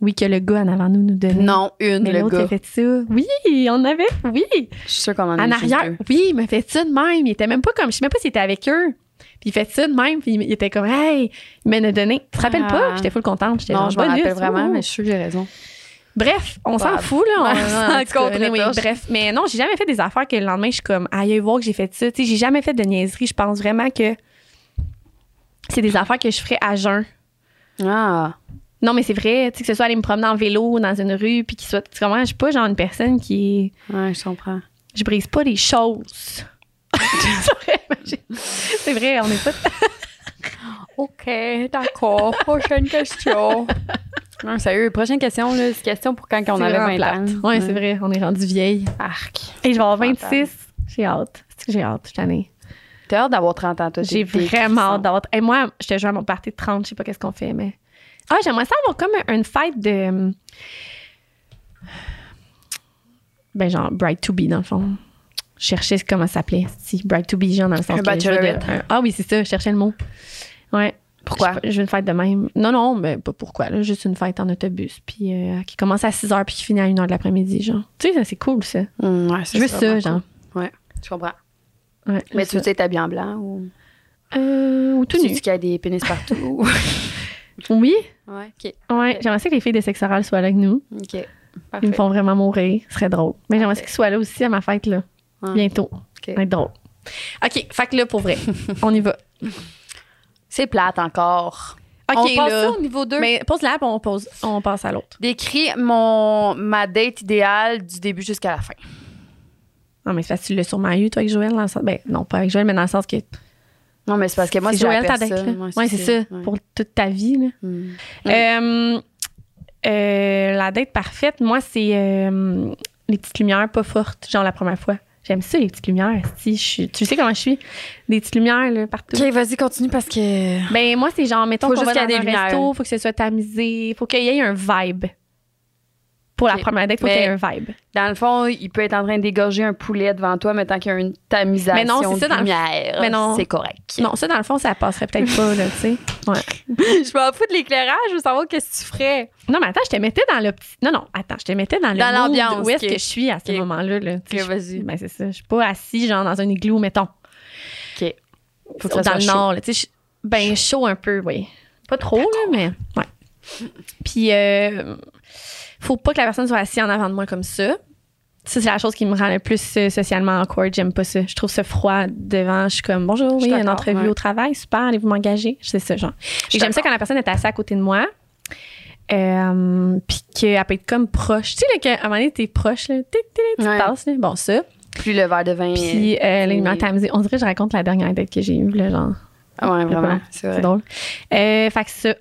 [SPEAKER 2] Oui que le gars en avant nous nous donnait.
[SPEAKER 1] Non, une,
[SPEAKER 2] mais
[SPEAKER 1] le
[SPEAKER 2] l'autre
[SPEAKER 1] gars.
[SPEAKER 2] a fait ça. Oui, on avait oui.
[SPEAKER 1] Je suis sûre qu'on en a
[SPEAKER 2] En
[SPEAKER 1] eu juste
[SPEAKER 2] arrière,
[SPEAKER 1] deux.
[SPEAKER 2] oui, il me fait ça de même. Il était même pas comme, je sais même pas s'il était avec eux. Puis il fait ça de même, puis il était comme, hey, il m'en a donné. Tu te rappelles pas?
[SPEAKER 1] Ah.
[SPEAKER 2] J'étais full contente. J'étais
[SPEAKER 1] Non,
[SPEAKER 2] genre,
[SPEAKER 1] je me
[SPEAKER 2] bonus,
[SPEAKER 1] rappelle vraiment,
[SPEAKER 2] ouh.
[SPEAKER 1] mais je suis sûre que j'ai raison.
[SPEAKER 2] Bref, on s'en
[SPEAKER 1] Bah,
[SPEAKER 2] fout, là.
[SPEAKER 1] ouais,
[SPEAKER 2] On,
[SPEAKER 1] on
[SPEAKER 2] en tout cas,
[SPEAKER 1] se
[SPEAKER 2] anyway,
[SPEAKER 1] retouche.
[SPEAKER 2] bref, mais non, j'ai jamais fait des affaires que le lendemain, je suis comme, aïe, voir que j'ai fait ça. Tu sais, j'ai jamais fait de niaiserie. Je pense vraiment que c'est des affaires que je ferais à jeun.
[SPEAKER 1] Ah,
[SPEAKER 2] Non, mais c'est vrai, tu sais, que ce soit aller me promener en vélo dans une rue, puis qu'il soit. Tu comprends? Je suis pas genre une personne qui est
[SPEAKER 1] ouais, je comprends.
[SPEAKER 2] je brise pas les choses. C'est vrai, j'ai- c'est vrai, on n'est pas.
[SPEAKER 1] OK, d'accord. Prochaine question. Non, sérieux, prochaine question, là, c'est question pour quand on
[SPEAKER 2] C'est
[SPEAKER 1] avait
[SPEAKER 2] vraiment
[SPEAKER 1] 20 ans.
[SPEAKER 2] plate. Ouais, c'est vrai, on est rendu vieille.
[SPEAKER 1] Arc.
[SPEAKER 2] Et je vais avoir
[SPEAKER 1] Mental.
[SPEAKER 2] 26. J'ai hâte. C'est que j'ai hâte, je t'en ai.
[SPEAKER 1] T'as hâte d'avoir 30 ans, toi.
[SPEAKER 2] J'ai vraiment hâte. d'avoir- Et moi, je te jure, à mon party de 30, je sais pas qu'est-ce qu'on fait, mais. Ah, j'aimerais ça avoir comme une fête de. hmm, Ben, genre, Bright to Be, dans le fond. Je cherchais comment ça s'appelait. Si, Bright to Be, genre, dans le sens.
[SPEAKER 1] Un
[SPEAKER 2] que je veux de-
[SPEAKER 1] bachelorette.
[SPEAKER 2] Ah oui, c'est ça, je cherchais le mot. Ouais.
[SPEAKER 1] Pourquoi?
[SPEAKER 2] Je- J'ai une fête de même. Non, non, mais pas pourquoi. Là, juste une fête en autobus, puis euh, qui commence à 6 h, puis qui finit à 1 h de l'après-midi, genre. Tu sais, ça, c'est cool, ça.
[SPEAKER 1] ouais,
[SPEAKER 2] Je veux ça, genre.
[SPEAKER 1] Je comprends.
[SPEAKER 2] Ouais,
[SPEAKER 1] Mais
[SPEAKER 2] juste
[SPEAKER 1] tu veux
[SPEAKER 2] ça.
[SPEAKER 1] être habillé en blanc ou.
[SPEAKER 2] Euh, ou tout
[SPEAKER 1] Tu
[SPEAKER 2] nu.
[SPEAKER 1] dis qu'il y a des pénis partout. ou-
[SPEAKER 2] Oui.
[SPEAKER 1] ouais, OK.
[SPEAKER 2] Ouais, j'aimerais ça que les filles des sexes orales soient là avec nous.
[SPEAKER 1] OK.
[SPEAKER 2] Ils
[SPEAKER 1] Euh, Parfait.
[SPEAKER 2] me font vraiment mourir. Ce serait drôle. Mais j'aimerais ça
[SPEAKER 1] Parfait.
[SPEAKER 2] qu'ils soient là aussi à ma fête, là.
[SPEAKER 1] Ouais.
[SPEAKER 2] Bientôt. Ça va être drôle. OK, fait que là, pour vrai, on y va.
[SPEAKER 1] C'est plate encore.
[SPEAKER 2] OK,
[SPEAKER 1] on passe
[SPEAKER 2] là.
[SPEAKER 1] ça au niveau 2.
[SPEAKER 2] Mais pose la puis on, pose, on passe à l'autre.
[SPEAKER 1] Décris mon, ma date idéale du début jusqu'à la fin.
[SPEAKER 2] Non, mais c'est parce que tu l'as sûrement eu, toi, avec Joël, dans le sens. Ben, non, pas avec Joël, mais dans le sens que.
[SPEAKER 1] Non, mais c'est parce que moi,
[SPEAKER 2] c'est
[SPEAKER 1] c'est la
[SPEAKER 2] Joël ta date, là.
[SPEAKER 1] personne.
[SPEAKER 2] Ouais,
[SPEAKER 1] Ouais,
[SPEAKER 2] c'est ça.
[SPEAKER 1] ouais.
[SPEAKER 2] Pour toute ta vie, là.
[SPEAKER 1] Mm.
[SPEAKER 2] Euh, euh, la date parfaite, moi, c'est euh, les petites lumières pas fortes, genre la première fois. J'aime ça, les petites lumières. Si je suis- tu sais comment je suis? Des petites lumières là, partout.
[SPEAKER 1] OK, vas-y, continue parce que...
[SPEAKER 2] Ben, moi, c'est genre, mettons
[SPEAKER 1] Faut
[SPEAKER 2] qu'on va
[SPEAKER 1] juste
[SPEAKER 2] dans
[SPEAKER 1] qu'il y ait
[SPEAKER 2] un
[SPEAKER 1] des lumières.
[SPEAKER 2] resto, faut que ce soit tamisé, faut qu'il y ait un vibe. Pour la
[SPEAKER 1] Ok.
[SPEAKER 2] première date, faut
[SPEAKER 1] Mais-
[SPEAKER 2] qu'il y ait un vibe.
[SPEAKER 1] Dans le fond, il peut être en train d'égorger un poulet devant toi, mais tant qu'il y a une tamisation
[SPEAKER 2] Mais non, c'est ça,
[SPEAKER 1] de
[SPEAKER 2] dans le-
[SPEAKER 1] lumière,
[SPEAKER 2] Mais non.
[SPEAKER 1] c'est correct.
[SPEAKER 2] Non, ça, dans le fond, ça passerait peut-être pas, là, tu sais.
[SPEAKER 1] je m'en fous de l'éclairage, je veux savoir qu'est-ce que tu ferais.
[SPEAKER 2] Non, mais attends, je te mettais dans le petit. Non, non, attends, je te mettais dans le.
[SPEAKER 1] Dans
[SPEAKER 2] mood
[SPEAKER 1] l'ambiance,
[SPEAKER 2] Où est-ce
[SPEAKER 1] ok.
[SPEAKER 2] que je suis à ce
[SPEAKER 1] Ok.
[SPEAKER 2] moment-là, là. Tu sais,
[SPEAKER 1] Ok, vas-y.
[SPEAKER 2] Ben, c'est ça. Je suis pas assis, genre, dans un igloo, mettons.
[SPEAKER 1] OK. Faut que ça
[SPEAKER 2] dans
[SPEAKER 1] soit
[SPEAKER 2] le
[SPEAKER 1] chaud.
[SPEAKER 2] nord, là, tu sais, je- ben chaud un peu, oui. Pas trop, là, mais ouais. Puis, euh, faut pas que la personne soit assise en avant de moi comme ça. Ça, c'est la chose qui me rend le plus euh, socialement awkward. J'aime pas ça. Je trouve ça froid devant. Je suis comme, bonjour,
[SPEAKER 1] Je
[SPEAKER 2] oui,
[SPEAKER 1] suis
[SPEAKER 2] une
[SPEAKER 1] d'accord,
[SPEAKER 2] entrevue
[SPEAKER 1] ouais.
[SPEAKER 2] au travail, super, allez-vous m'engager? C'est ça, genre. Fait que J'aime ça quand la personne est assise à côté de moi. Euh, puis qu'elle peut être comme proche. Tu sais, là, qu'à un moment donné, t'es proche, là, tic, tic, tu
[SPEAKER 1] Ouais.
[SPEAKER 2] passes, là. Bon, ça.
[SPEAKER 1] Plus le verre de vin.
[SPEAKER 2] Puis euh, l'aliment
[SPEAKER 1] oui.
[SPEAKER 2] tamisé. On dirait que je raconte la dernière date que j'ai eue, là, genre.
[SPEAKER 1] euh, ouais, vraiment.
[SPEAKER 2] vraiment,
[SPEAKER 1] C'est
[SPEAKER 2] C'est
[SPEAKER 1] vrai.
[SPEAKER 2] drôle. Euh, fait que ça,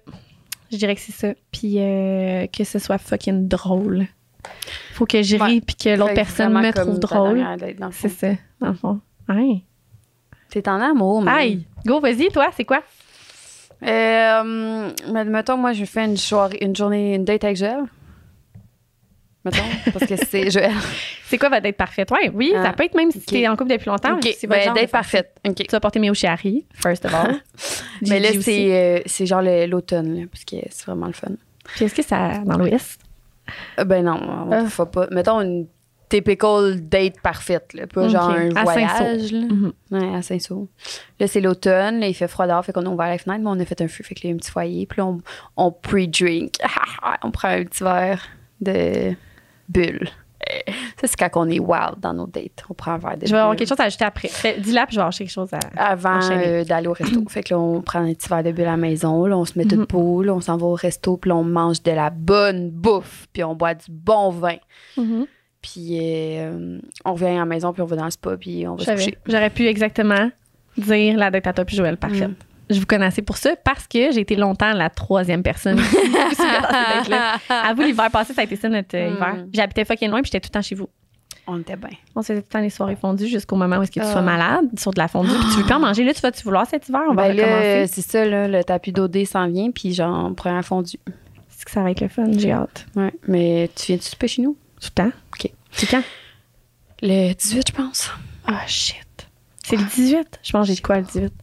[SPEAKER 2] je dirais que c'est ça. Puis euh, que ce soit fucking drôle. Faut que je
[SPEAKER 1] Ouais.
[SPEAKER 2] rie puis que l'autre
[SPEAKER 1] Fait que
[SPEAKER 2] personne
[SPEAKER 1] vraiment
[SPEAKER 2] me
[SPEAKER 1] comme
[SPEAKER 2] trouve
[SPEAKER 1] ta
[SPEAKER 2] drôle.
[SPEAKER 1] dernière date, dans le fond.
[SPEAKER 2] C'est ça, dans le fond. Hein.
[SPEAKER 1] T'es en amour, mais.
[SPEAKER 2] Aïe! Go, vas-y, toi, c'est quoi?
[SPEAKER 1] Euh, mais mettons, moi, je fais une, soirée, une journée, une date avec Joël. Mettons, parce que c'est Joël.
[SPEAKER 2] C'est quoi votre date parfaite? Ouais, oui,
[SPEAKER 1] Ah,
[SPEAKER 2] ça peut être même si
[SPEAKER 1] ok.
[SPEAKER 2] t'es en couple depuis longtemps.
[SPEAKER 1] OK,
[SPEAKER 2] si votre
[SPEAKER 1] ben,
[SPEAKER 2] genre
[SPEAKER 1] date
[SPEAKER 2] de-
[SPEAKER 1] parfaite. OK.
[SPEAKER 2] Tu vas porter mes hauts chez Harry, first of all.
[SPEAKER 1] Mais là,
[SPEAKER 2] Gigi aussi.
[SPEAKER 1] c'est euh, c'est genre le- l'automne, là, parce que c'est vraiment le fun.
[SPEAKER 2] Puis est-ce que ça. dans l'Ouest?
[SPEAKER 1] Euh, Ben non, on
[SPEAKER 2] Ah.
[SPEAKER 1] faut pas. Mettons une typical date parfaite, là, pas
[SPEAKER 2] Ok.
[SPEAKER 1] genre un
[SPEAKER 2] À
[SPEAKER 1] voyage.
[SPEAKER 2] Saint-Saul.
[SPEAKER 1] là.
[SPEAKER 2] Mhm.
[SPEAKER 1] Ouais, à Saint-Saul. Là, c'est l'automne, là, il fait froid dehors, fait qu'on a ouvert la fenêtre, mais on a fait un feu, fait qu'il y a un petit foyer, puis là, on, on pre-drink. Ah, on prend un petit verre de bulle. Euh, Ça, c'est quand on est wild dans nos dates. On prend un verre de
[SPEAKER 2] Je vais avoir
[SPEAKER 1] bulle
[SPEAKER 2] quelque chose à ajouter après. Fais- Dis-la, puis je vais avoir quelque chose à.
[SPEAKER 1] avant
[SPEAKER 2] Enchaîner.
[SPEAKER 1] euh, d'aller au resto. fait que là, on prend un petit verre de bulle à la maison, là, on se met
[SPEAKER 2] Mm-hmm.
[SPEAKER 1] tout beau, là, on s'en va au resto, puis là, on mange de la bonne bouffe, puis on boit du bon vin.
[SPEAKER 2] Mhm.
[SPEAKER 1] Puis euh, on revient à la maison, puis on va dans le spa, puis on va
[SPEAKER 2] Je
[SPEAKER 1] se
[SPEAKER 2] savais.
[SPEAKER 1] coucher.
[SPEAKER 2] J'aurais pu exactement dire la date à toi puis Joël parfaite.
[SPEAKER 1] Mm.
[SPEAKER 2] Je vous connaissais pour ça parce que j'ai été longtemps la troisième personne qui se mettait dans cette date-là. À vous, l'hiver passé, ça a été ça notre euh,
[SPEAKER 1] Mm.
[SPEAKER 2] hiver. J'habitais fucking loin puis j'étais tout le temps chez vous.
[SPEAKER 1] On était bien.
[SPEAKER 2] On se faisait tout le temps les soirées fondues jusqu'au moment où est-ce que tu
[SPEAKER 1] Ah.
[SPEAKER 2] sois malade sur de la fondue puis tu veux pas en manger. Là, tu vas-tu vouloir cet hiver? On va
[SPEAKER 1] Ben là, euh,
[SPEAKER 2] recommencer.
[SPEAKER 1] c'est ça, là, le tapis d'OD s'en vient, puis genre, on prend un fondu.
[SPEAKER 2] C'est que ça va être le fun, j'ai hâte.
[SPEAKER 1] Ouais. Mais tu viens-tu souper chez nous?
[SPEAKER 2] Tout le temps.
[SPEAKER 1] OK.
[SPEAKER 2] C'est quand?
[SPEAKER 1] Le 18, je pense.
[SPEAKER 2] Ah, shit. C'est le 18. Je pense que j'ai de quoi le 18.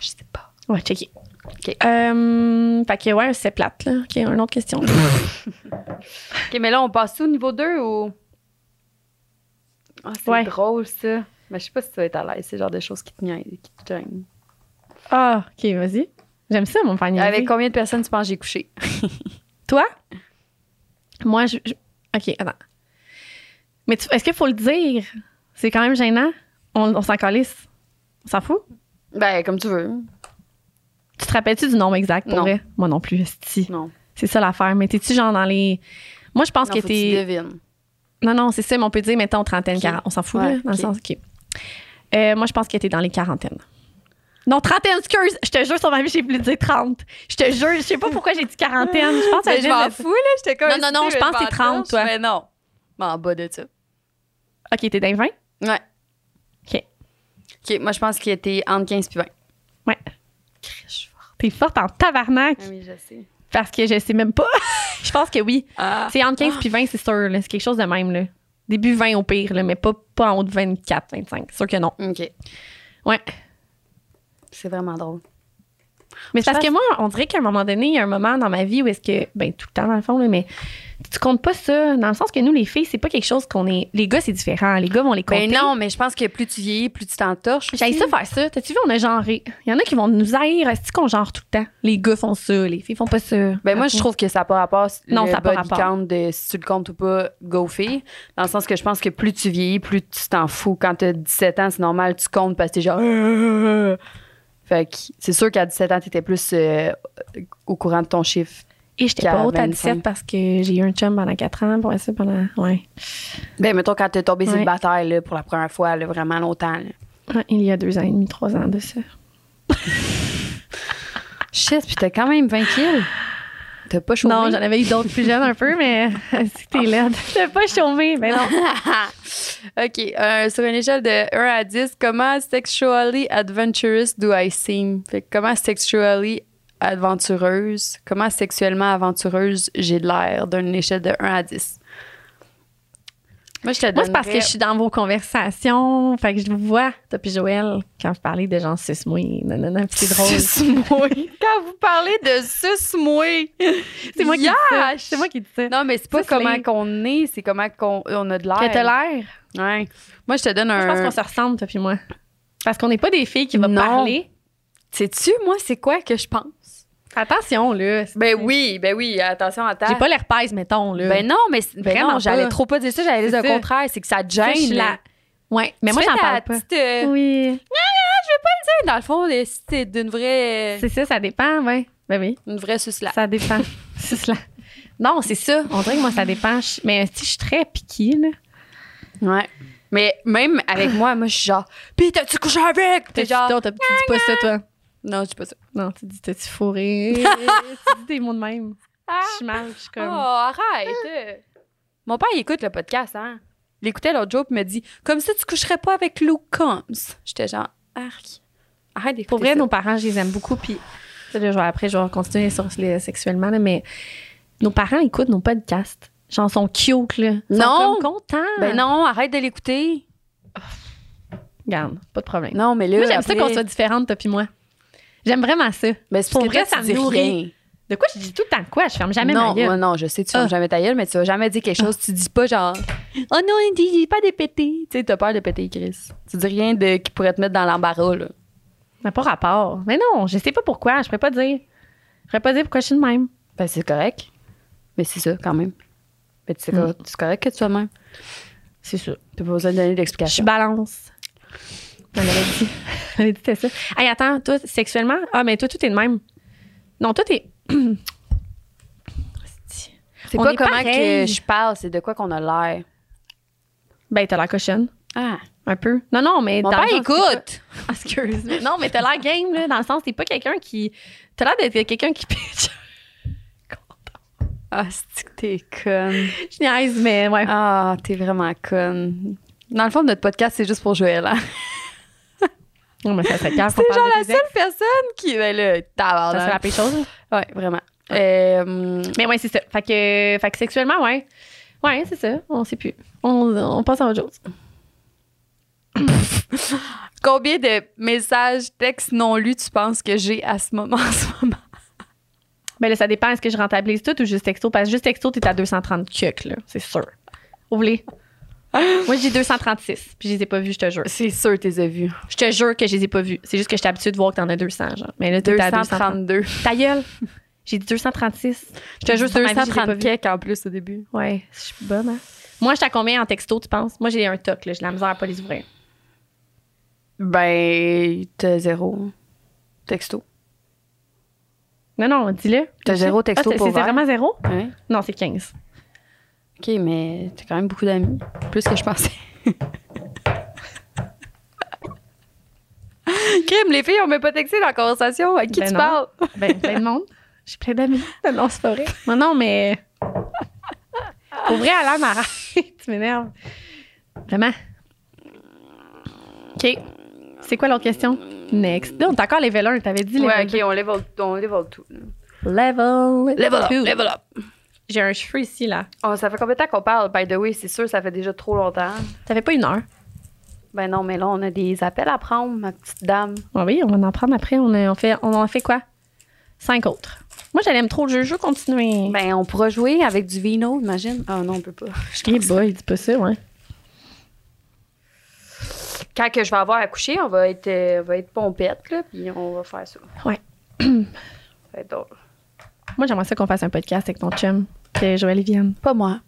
[SPEAKER 1] Je sais pas.
[SPEAKER 2] On va checker.
[SPEAKER 1] OK.
[SPEAKER 2] Euh, fait que, ouais, c'est plate, là. OK, une autre question.
[SPEAKER 1] OK, mais là, on passe au niveau 2 ou... Ah, c'est
[SPEAKER 2] Ouais.
[SPEAKER 1] drôle, ça. Mais je sais pas si tu vas être à l'aise, c'est le genre de choses qui te niaisent, qui te gênent.
[SPEAKER 2] Ah, OK, vas-y. J'aime ça, mon panier.
[SPEAKER 1] Avec combien de personnes tu penses que j'ai couché?
[SPEAKER 2] toi? Moi, je. je- OK, attends. Mais tu- est-ce qu'il faut le dire? C'est quand même gênant. On, on s'en calisse. On s'en fout?
[SPEAKER 1] Ben, comme tu veux.
[SPEAKER 2] Tu te rappelles-tu du nombre exact pour
[SPEAKER 1] Non.
[SPEAKER 2] vrai? Moi non plus, esti.
[SPEAKER 1] Non.
[SPEAKER 2] C'est ça l'affaire. Mais t'es-tu genre dans les. Moi, je pense
[SPEAKER 1] Non,
[SPEAKER 2] que
[SPEAKER 1] faut tu
[SPEAKER 2] t'es.
[SPEAKER 1] devines.
[SPEAKER 2] Non, non, c'est ça, mais on peut dire, mettons, trentaine,
[SPEAKER 1] Ok.
[SPEAKER 2] quarantaine. On s'en fout,
[SPEAKER 1] Ouais,
[SPEAKER 2] là, dans
[SPEAKER 1] ok.
[SPEAKER 2] le sens, OK. Euh, moi, je pense que t'es dans les quarantaines. Non, trentaine, excuse! Je te jure, sur ma vie, j'ai plus dit 30. Je te jure, je sais pas pourquoi j'ai dit quarantaine. Je pense que
[SPEAKER 1] Ben, je
[SPEAKER 2] j'avais
[SPEAKER 1] m'en
[SPEAKER 2] le-
[SPEAKER 1] fous, là. J'étais comme.
[SPEAKER 2] Non, non, non, je pense que c'est 30, toi.
[SPEAKER 1] Mais non. Ben, en bas de ça.
[SPEAKER 2] OK, t'es dans les 20?
[SPEAKER 1] Ouais.
[SPEAKER 2] OK.
[SPEAKER 1] OK, moi, je pense qu'il était entre 15 puis 20.
[SPEAKER 2] Ouais. T'es forte en tabarnak
[SPEAKER 1] Ah oui, je sais.
[SPEAKER 2] parce que je sais même pas. je pense que oui.
[SPEAKER 1] Ah.
[SPEAKER 2] C'est entre 15 puis 20, c'est sûr. là. C'est quelque chose de même. Là. Début 20 au pire, là, mais pas, pas en haut de 24, 25. C'est sûr que non.
[SPEAKER 1] OK.
[SPEAKER 2] Ouais.
[SPEAKER 1] C'est vraiment drôle.
[SPEAKER 2] Mais c'est
[SPEAKER 1] Je
[SPEAKER 2] parce que moi, on dirait qu'à un moment donné, il y a un moment dans ma vie où est-ce que, ben tout le temps dans le fond, là, mais tu comptes pas ça dans le sens que nous, les filles, c'est pas quelque chose qu'on est. Les gars, c'est différent. Les gars vont les compter.
[SPEAKER 1] Ben non, mais je pense que plus tu vieillis, plus tu t'entorches.
[SPEAKER 2] J'ai ça faire ça. T'as-tu vu, on a genré. Il y en a qui vont nous haïr. Est-ce qu'on genre tout le temps? Les gars font ça, les filles font pas ça.
[SPEAKER 1] Ben moi, je trouve que ça n'a pas rapport
[SPEAKER 2] Non,
[SPEAKER 1] le
[SPEAKER 2] ça a pas
[SPEAKER 1] body
[SPEAKER 2] rapport.
[SPEAKER 1] count de si tu le comptes ou pas, go fille. Dans le sens que je pense que plus tu vieillis, plus tu t'en fous. Quand t'as 17 ans, c'est normal, tu comptes parce que t'es genre... euh. Fait que c'est sûr qu'à 17 ans, t'étais plus euh, au courant de ton chiffre.
[SPEAKER 2] Et j'étais
[SPEAKER 1] qu'à
[SPEAKER 2] pas haute à
[SPEAKER 1] 25.
[SPEAKER 2] 17 parce que j'ai eu un chum pendant 4 ans. Pour ça, pendant. Ouais.
[SPEAKER 1] Ben mettons quand t'es tombé
[SPEAKER 2] Ouais.
[SPEAKER 1] célibataire là, pour la première fois, là, vraiment longtemps. là.
[SPEAKER 2] Ouais, Il y a deux ans et demi, trois ans de ça.
[SPEAKER 1] Shit, puis t'as quand même 20 kilos. T'as pas chômé.
[SPEAKER 2] Non, j'en avais eu d'autres plus jeunes un peu, mais c'était laide. T'as pas chômé, mais non.
[SPEAKER 1] OK. euh, sur une échelle de 1 à 10, comment sexually adventurous do I seem? Fait que comment sexually aventureuse, comment sexuellement aventureuse j'ai de l'air d'une échelle de 1 à 10? Moi, je te
[SPEAKER 2] Moi, c'est parce que
[SPEAKER 1] donnerais-
[SPEAKER 2] je suis dans vos conversations. Fait que je vous vois, toi puis Joël, quand vous parlez de gens cismoués. Nanana, puis c'est drôle.
[SPEAKER 1] Suce-moi. Quand vous parlez de suce-moi.
[SPEAKER 2] C'est moi, qui dis ça.
[SPEAKER 1] Yash!
[SPEAKER 2] C'est moi qui dis ça.
[SPEAKER 1] Non, mais c'est pas
[SPEAKER 2] Ça, c'est
[SPEAKER 1] comment
[SPEAKER 2] les-
[SPEAKER 1] qu'on est, c'est comment qu'on on a de l'air.
[SPEAKER 2] Que t'as l'air.
[SPEAKER 1] Ouais. Moi, je te donne
[SPEAKER 2] Moi, Je pense
[SPEAKER 1] un.
[SPEAKER 2] qu'on se ressemble, toi puis moi. Parce qu'on n'est pas des filles qui vont
[SPEAKER 1] Non.
[SPEAKER 2] parler.
[SPEAKER 1] Sais-tu, moi, c'est quoi que je pense?
[SPEAKER 2] Attention, là.
[SPEAKER 1] Ben oui, ben oui, attention à ta.
[SPEAKER 2] J'ai pas l'air pèse, mettons, là.
[SPEAKER 1] Ben non, mais c'est- ben
[SPEAKER 2] Vraiment
[SPEAKER 1] non, j'allais
[SPEAKER 2] pas.
[SPEAKER 1] trop pas dire ça, j'allais
[SPEAKER 2] C'est
[SPEAKER 1] dire le
[SPEAKER 2] ça.
[SPEAKER 1] contraire, c'est que ça te
[SPEAKER 2] Ça, je suis
[SPEAKER 1] gêne.
[SPEAKER 2] la-
[SPEAKER 1] là.
[SPEAKER 2] Ouais, mais
[SPEAKER 1] Tu
[SPEAKER 2] moi,
[SPEAKER 1] fais
[SPEAKER 2] j'en
[SPEAKER 1] ta
[SPEAKER 2] parle pas.
[SPEAKER 1] petite, euh,
[SPEAKER 2] Oui.
[SPEAKER 1] Dans le fond, euh, si t'es d'une vraie,
[SPEAKER 2] C'est ça, ça dépend, ouais. Ben oui.
[SPEAKER 1] une vraie sucelade.
[SPEAKER 2] Ça dépend. c'est cela. Non, c'est ça. On dirait que moi, ça dépend. Je- Mais si je suis très piquée, là.
[SPEAKER 1] Ouais. Mais même avec moi, moi, je suis genre, pis t'as-tu couché avec? T'es
[SPEAKER 2] T'as-
[SPEAKER 1] genre,
[SPEAKER 2] t'as- t'as- tu dis pas ça, toi.
[SPEAKER 1] non, je dis pas ça.
[SPEAKER 2] Non, tu dis, t'as-tu fourré? tu dis des mots de même. Je suis mal, je suis
[SPEAKER 1] Oh,
[SPEAKER 2] comme.
[SPEAKER 1] arrête! euh. Mon père, il écoute le podcast, hein? Il écoutait l'autre jour, puis il me dit, comme si tu coucherais pas avec Lou Combs. J'étais genre, arc. Arrête d'écouter
[SPEAKER 2] Pour vrai,
[SPEAKER 1] ça.
[SPEAKER 2] nos parents, je les aime beaucoup. Puis, tu sais, là, je vais- après, je vais continuer sur les sexuellement, là, mais nos parents écoutent nos podcasts. Genre, ils sont cute, là. Ils sont
[SPEAKER 1] Non.
[SPEAKER 2] comme contents.
[SPEAKER 1] Ben non, arrête de l'écouter.
[SPEAKER 2] Regarde, pas de problème.
[SPEAKER 1] Non, mais là.
[SPEAKER 2] moi, j'aime ça
[SPEAKER 1] après-
[SPEAKER 2] qu'on soit différentes, toi puis moi. J'aime vraiment ça.
[SPEAKER 1] Ben, c'est
[SPEAKER 2] Pour
[SPEAKER 1] parce que toi,
[SPEAKER 2] vrai, ça
[SPEAKER 1] tu
[SPEAKER 2] me
[SPEAKER 1] dis
[SPEAKER 2] nourrit.
[SPEAKER 1] rien.
[SPEAKER 2] De quoi je dis tout le temps de quoi? Je ferme jamais
[SPEAKER 1] non,
[SPEAKER 2] ma gueule.
[SPEAKER 1] moi, non, je sais, tu fermes
[SPEAKER 2] Ah.
[SPEAKER 1] jamais ta gueule, mais tu vas jamais dire quelque chose. Tu dis pas genre, oh non, il dit il dit pas de péter. Tu sais, t'as peur de péter, Chris. Tu dis rien de, qui pourrait te mettre dans l'embarras, là.
[SPEAKER 2] Mais pas rapport. Mais non, je sais pas pourquoi. Je pourrais pas dire. Je pourrais pas dire pourquoi je suis de même.
[SPEAKER 1] Ben, c'est correct. Mais c'est ça, quand même. Ben, c'est
[SPEAKER 2] Mm.
[SPEAKER 1] cor- c'est correct que tu sois de même.
[SPEAKER 2] C'est sûr.
[SPEAKER 1] T'as pas besoin de donner
[SPEAKER 2] Je suis
[SPEAKER 1] d'explication.
[SPEAKER 2] balance. On l'avait dit. On l'avait dit, c'était ça. Hey, attends, toi, sexuellement, ah, mais toi, tout est de même. Non, toi, t'es. Asti.
[SPEAKER 1] C'est
[SPEAKER 2] On
[SPEAKER 1] quoi
[SPEAKER 2] est
[SPEAKER 1] comment que
[SPEAKER 2] pareil.
[SPEAKER 1] je parle? C'est de quoi qu'on a l'air?
[SPEAKER 2] ben, t'as l'air cochonne,
[SPEAKER 1] Ah,
[SPEAKER 2] un peu. Non, non, mais.
[SPEAKER 1] mon
[SPEAKER 2] dans
[SPEAKER 1] père
[SPEAKER 2] le sens, t'es
[SPEAKER 1] ben, écoute!
[SPEAKER 2] pas- Excuse. mais Non, mais t'as l'air game, là, dans le sens, t'es pas quelqu'un qui. T'as l'air d'être quelqu'un qui pitch.
[SPEAKER 1] Ah, c'est que t'es conne.
[SPEAKER 2] Je niaise, mais ouais.
[SPEAKER 1] Ah, t'es vraiment conne. Dans le fond, notre podcast, c'est juste pour Joël. hein?
[SPEAKER 2] Non, mais ça fait grave qu'on
[SPEAKER 1] C'est
[SPEAKER 2] parle
[SPEAKER 1] genre
[SPEAKER 2] de
[SPEAKER 1] la
[SPEAKER 2] des ex.
[SPEAKER 1] seule personne qui. Ben là,
[SPEAKER 2] Ça serait la
[SPEAKER 1] tabarnak.
[SPEAKER 2] pire chose, là.
[SPEAKER 1] Ouais, vraiment. Euh,
[SPEAKER 2] Mais ouais, c'est ça. Fait que, fait que sexuellement, ouais. Ouais, c'est ça. On sait plus. On, on passe à autre chose.
[SPEAKER 1] combien de messages, textes non lus tu penses que j'ai à ce moment, en ce moment?
[SPEAKER 2] Ben là, ça dépend. Est-ce que je rentabilise tout ou juste texto? Parce que juste texto, t'es à 230 cuc, là. C'est sûr. Ouvre-les.
[SPEAKER 1] Ah!
[SPEAKER 2] Moi, j'ai 236. Puis je les ai pas vus, je te jure.
[SPEAKER 1] C'est sûr, t'es as vus.
[SPEAKER 2] Je te jure que je les ai pas vus. C'est juste que j'étais habituée de voir que t'en as 200, genre. Mais là, t'es à 230.
[SPEAKER 1] 232.
[SPEAKER 2] Ta gueule! J'ai dit 236.
[SPEAKER 1] Je te jure,
[SPEAKER 2] sur ma vie, j'ai pas
[SPEAKER 1] 230
[SPEAKER 2] vu.
[SPEAKER 1] cakes en plus au début.
[SPEAKER 2] Ouais, je suis bonne, hein? Moi, j'étais à combien en texto, tu penses? Moi, j'ai un toc, là. J'ai de la misère à pas les ouvrir.
[SPEAKER 1] Ben, t'as zéro texto.
[SPEAKER 2] Non, non, dis-le.
[SPEAKER 1] T'as zéro texto
[SPEAKER 2] Ah, c'est-
[SPEAKER 1] pour
[SPEAKER 2] c'est
[SPEAKER 1] ouvert.
[SPEAKER 2] vraiment zéro?
[SPEAKER 1] Ouais.
[SPEAKER 2] Non, c'est 15.
[SPEAKER 1] OK, mais t'as quand même beaucoup d'amis. Plus que je pensais. Kim, les filles, on met pas texté dans la conversation. À qui
[SPEAKER 2] Ben
[SPEAKER 1] tu
[SPEAKER 2] non.
[SPEAKER 1] parles?
[SPEAKER 2] Ben, plein de monde. J'ai plein d'amis. Non, non, c'est pas vrai. Non, non, mais. Pour vrai, Alain, arrête. Tu m'énerves. Vraiment. OK. C'est quoi l'autre question? Next. Là, on est encore level 1. T'avais dit level
[SPEAKER 1] Ouais,
[SPEAKER 2] deux.
[SPEAKER 1] OK, on level, on level tout.
[SPEAKER 2] Level.
[SPEAKER 1] Level up,
[SPEAKER 2] two.
[SPEAKER 1] level up.
[SPEAKER 2] J'ai un cheveu ici, là.
[SPEAKER 1] Oh, ça fait combien de temps qu'on parle? By the way, c'est sûr, ça fait déjà trop longtemps.
[SPEAKER 2] Ça fait pas une heure.
[SPEAKER 1] Ben non, mais là, on a des appels à prendre, ma petite dame.
[SPEAKER 2] Ah oui, on va en prendre après. On, a- on fait, on en fait quoi? Cinq autres. Moi, j'allais me trop le jeu. Je veux continuer.
[SPEAKER 1] Ben, on pourra jouer avec du vino, imagine. Ah non, on peut pas. Je
[SPEAKER 2] Eh
[SPEAKER 1] pense.
[SPEAKER 2] boy, dis pas ça, ouais.
[SPEAKER 1] Quand que je vais avoir à coucher, on va être, euh, on va être pompette, là, puis on va faire ça.
[SPEAKER 2] Ouais.
[SPEAKER 1] Ça va être drôle.
[SPEAKER 2] Moi, j'aimerais ça qu'on fasse un podcast avec ton chum. Que Joël y vienne.
[SPEAKER 1] Pas moi.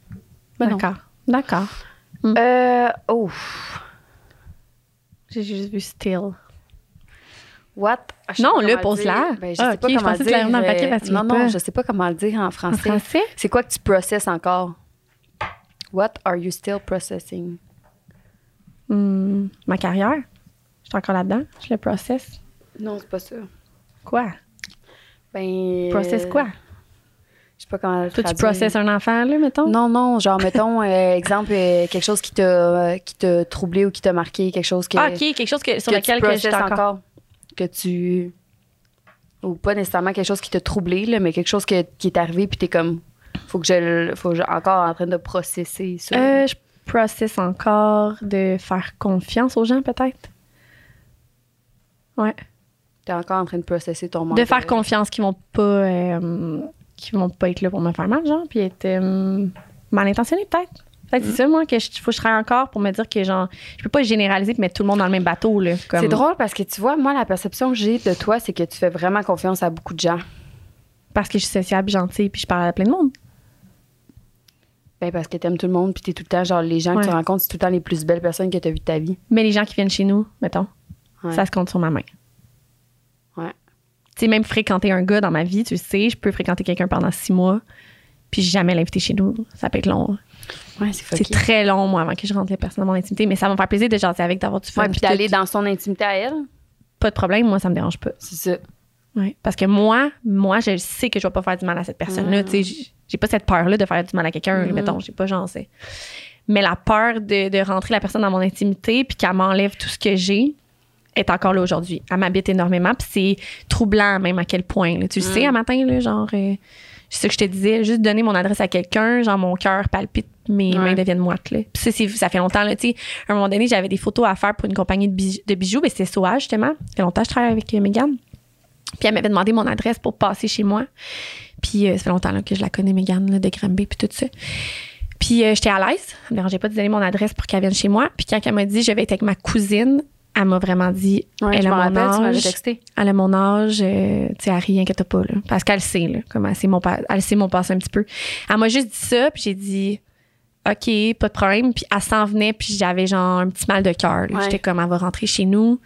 [SPEAKER 1] Ben non.
[SPEAKER 2] D'accord. D'accord.
[SPEAKER 1] Euh, oh,
[SPEAKER 2] J'ai juste vu Still.
[SPEAKER 1] what? Ah, je sais
[SPEAKER 2] Non,
[SPEAKER 1] pas
[SPEAKER 2] là,
[SPEAKER 1] comment
[SPEAKER 2] pose-la.
[SPEAKER 1] dire. Ben, je
[SPEAKER 2] Ah,
[SPEAKER 1] sais pas
[SPEAKER 2] ok, je
[SPEAKER 1] comment
[SPEAKER 2] pensais que tu l'avais
[SPEAKER 1] dire.
[SPEAKER 2] dans le paquet
[SPEAKER 1] euh,
[SPEAKER 2] parce que tu
[SPEAKER 1] non,
[SPEAKER 2] veux
[SPEAKER 1] non,
[SPEAKER 2] pas.
[SPEAKER 1] je sais pas comment le dire en
[SPEAKER 2] En
[SPEAKER 1] français.
[SPEAKER 2] français?
[SPEAKER 1] C'est quoi que tu processes encore? What are you still processing?
[SPEAKER 2] Hmm, ma carrière. Je suis encore là-dedans. Je le process.
[SPEAKER 1] Non, c'est pas ça.
[SPEAKER 2] Quoi?
[SPEAKER 1] Ben.
[SPEAKER 2] Process
[SPEAKER 1] euh,
[SPEAKER 2] quoi?
[SPEAKER 1] Je sais pas comment le
[SPEAKER 2] Toi, tu
[SPEAKER 1] traduire.
[SPEAKER 2] processes un enfant, là, mettons?
[SPEAKER 1] Non, non, genre, mettons, euh, exemple, euh, quelque chose qui t'a, euh, qui t'a troublé ou qui t'a marqué, quelque chose que,
[SPEAKER 2] Ah, OK, quelque chose que, sur
[SPEAKER 1] que
[SPEAKER 2] lequel
[SPEAKER 1] tu
[SPEAKER 2] que je suis
[SPEAKER 1] processes
[SPEAKER 2] encore.
[SPEAKER 1] encore. Que tu. Ou pas nécessairement quelque chose qui t'a troublé, là, mais quelque chose que- qui est arrivé, puis t'es comme. Faut que je. le- Faut que je- encore en train de processer ça.
[SPEAKER 2] Euh, je process encore de faire confiance aux gens, peut-être. Ouais.
[SPEAKER 1] T'es encore en train de processer ton manque.
[SPEAKER 2] De faire confiance qu'ils vont pas... euh, qu'ils vont pas être là pour me faire mal, genre, puis être euh, mal intentionnés, peut-être. Peut-être
[SPEAKER 1] Mm.
[SPEAKER 2] que c'est ça, moi, que je, faut que je travaille encore pour me dire que, genre, je peux pas généraliser et mettre tout le monde dans le même bateau, là. comme-
[SPEAKER 1] C'est drôle parce que tu vois, moi, la perception que j'ai de toi, c'est que tu fais vraiment confiance à beaucoup de gens.
[SPEAKER 2] Parce que je suis sociable, gentille, puis je parle à plein de monde.
[SPEAKER 1] Ben, parce que t'aimes tout le monde, puis t'es tout le temps, genre, les gens
[SPEAKER 2] Ouais.
[SPEAKER 1] que tu rencontres, c'est tout le temps les plus belles personnes que t'as vues de ta vie.
[SPEAKER 2] Mais les gens qui viennent chez nous, mettons,
[SPEAKER 1] Ouais.
[SPEAKER 2] ça se compte sur ma main.
[SPEAKER 1] Ouais.
[SPEAKER 2] Tu sais, même fréquenter un gars dans ma vie, tu le sais, je peux fréquenter quelqu'un pendant six mois, puis jamais l'inviter chez nous. Ça peut être long.
[SPEAKER 1] Ouais, c'est
[SPEAKER 2] C'est très long, moi, avant que je rentre les personnes dans mon intimité, mais ça va me faire plaisir de jaser avec, d'avoir du fun.
[SPEAKER 1] Ouais,
[SPEAKER 2] puis
[SPEAKER 1] puis d'aller
[SPEAKER 2] tout.
[SPEAKER 1] dans son intimité à elle,
[SPEAKER 2] Pas de problème, moi, ça me dérange pas.
[SPEAKER 1] c'est ça.
[SPEAKER 2] Ouais. Parce que moi, moi, je sais que je vais pas faire du mal à cette personne-là.
[SPEAKER 1] Mm.
[SPEAKER 2] Tu sais, j- j'ai pas cette peur-là de faire du mal à quelqu'un,
[SPEAKER 1] Mm.
[SPEAKER 2] mettons. J'ai pas genre, c'est- Mais la peur de, de rentrer la personne dans mon intimité puis qu'elle m'enlève tout ce que j'ai est encore là aujourd'hui. Elle m'habite énormément puis c'est troublant même à quel point. là. Tu le sais, un matin, là, genre, euh, c'est ce que je te disais, juste donner mon adresse à quelqu'un, genre mon cœur palpite, mes
[SPEAKER 1] Ouais.
[SPEAKER 2] mains deviennent moites. Là. Puis ça, c'est- ça fait longtemps, là, tu sais, à un moment donné, j'avais des photos à faire pour une compagnie de bijoux, de bijoux mais c'était Soa, justement. Ça fait longtemps que je travaille avec euh, Mégane. Puis elle m'avait demandé mon adresse pour passer chez moi. Puis euh, ça fait longtemps là, que je la connais, Mégane, là, de Granby, puis tout ça. Puis euh, j'étais à l'aise. Elle me dérangeait pas de donner mon adresse pour qu'elle vienne chez moi. Puis quand elle m'a dit je vais être avec ma cousine, elle m'a vraiment dit
[SPEAKER 1] Ouais,
[SPEAKER 2] elle
[SPEAKER 1] je
[SPEAKER 2] a
[SPEAKER 1] m'en
[SPEAKER 2] mon
[SPEAKER 1] rappelle, tu m'avais
[SPEAKER 2] âge.
[SPEAKER 1] texté.
[SPEAKER 2] Elle a mon âge, euh, tu sais, elle rit, inquiète pas, là. Parce qu'elle sait, là, comment c'est mon, pa- elle sait mon passé un petit peu. Elle m'a juste dit ça, puis j'ai dit, OK, pas de problème. Puis elle s'en venait, puis j'avais genre un petit mal de cœur. là.
[SPEAKER 1] Ouais.
[SPEAKER 2] J'étais comme, elle va rentrer chez nous,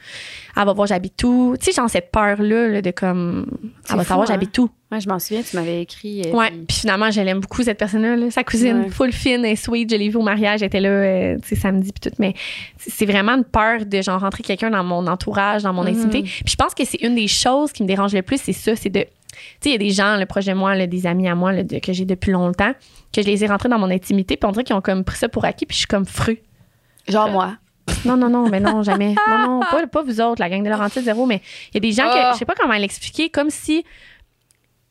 [SPEAKER 2] elle va voir j'habite où. Tu sais, genre cette peur-là, là, de comme,
[SPEAKER 1] C'est
[SPEAKER 2] elle va
[SPEAKER 1] fou,
[SPEAKER 2] savoir
[SPEAKER 1] hein?
[SPEAKER 2] j'habite où.
[SPEAKER 1] Ouais, je m'en souviens, tu m'avais écrit. euh,
[SPEAKER 2] Ouais.
[SPEAKER 1] puis-
[SPEAKER 2] Puis finalement, je l'aime beaucoup, cette personne-là. là. Sa cousine,
[SPEAKER 1] Ouais.
[SPEAKER 2] full fine et sweet. Je l'ai vue au mariage, elle était là, euh, tu sais, samedi, puis tout. Mais c'est- c'est vraiment une peur de, genre, rentrer quelqu'un dans mon entourage, dans mon
[SPEAKER 1] Mhm.
[SPEAKER 2] intimité. Puis je pense que c'est une des choses qui me dérange le plus, c'est ça, c'est de. Tu sais, il y a des gens, le proche de moi, là, des amis à moi, là, de- que j'ai depuis longtemps, que je les ai rentrés dans mon intimité, puis on dirait qu'ils ont comme pris ça pour acquis, puis je suis comme fru.
[SPEAKER 1] Genre moi.
[SPEAKER 2] Non, non, non, mais non, jamais. Non, non, pas, pas vous autres, la gang de Laurentides, zéro, mais il y a des gens
[SPEAKER 1] Ah.
[SPEAKER 2] que je sais pas comment l'expliquer, comme si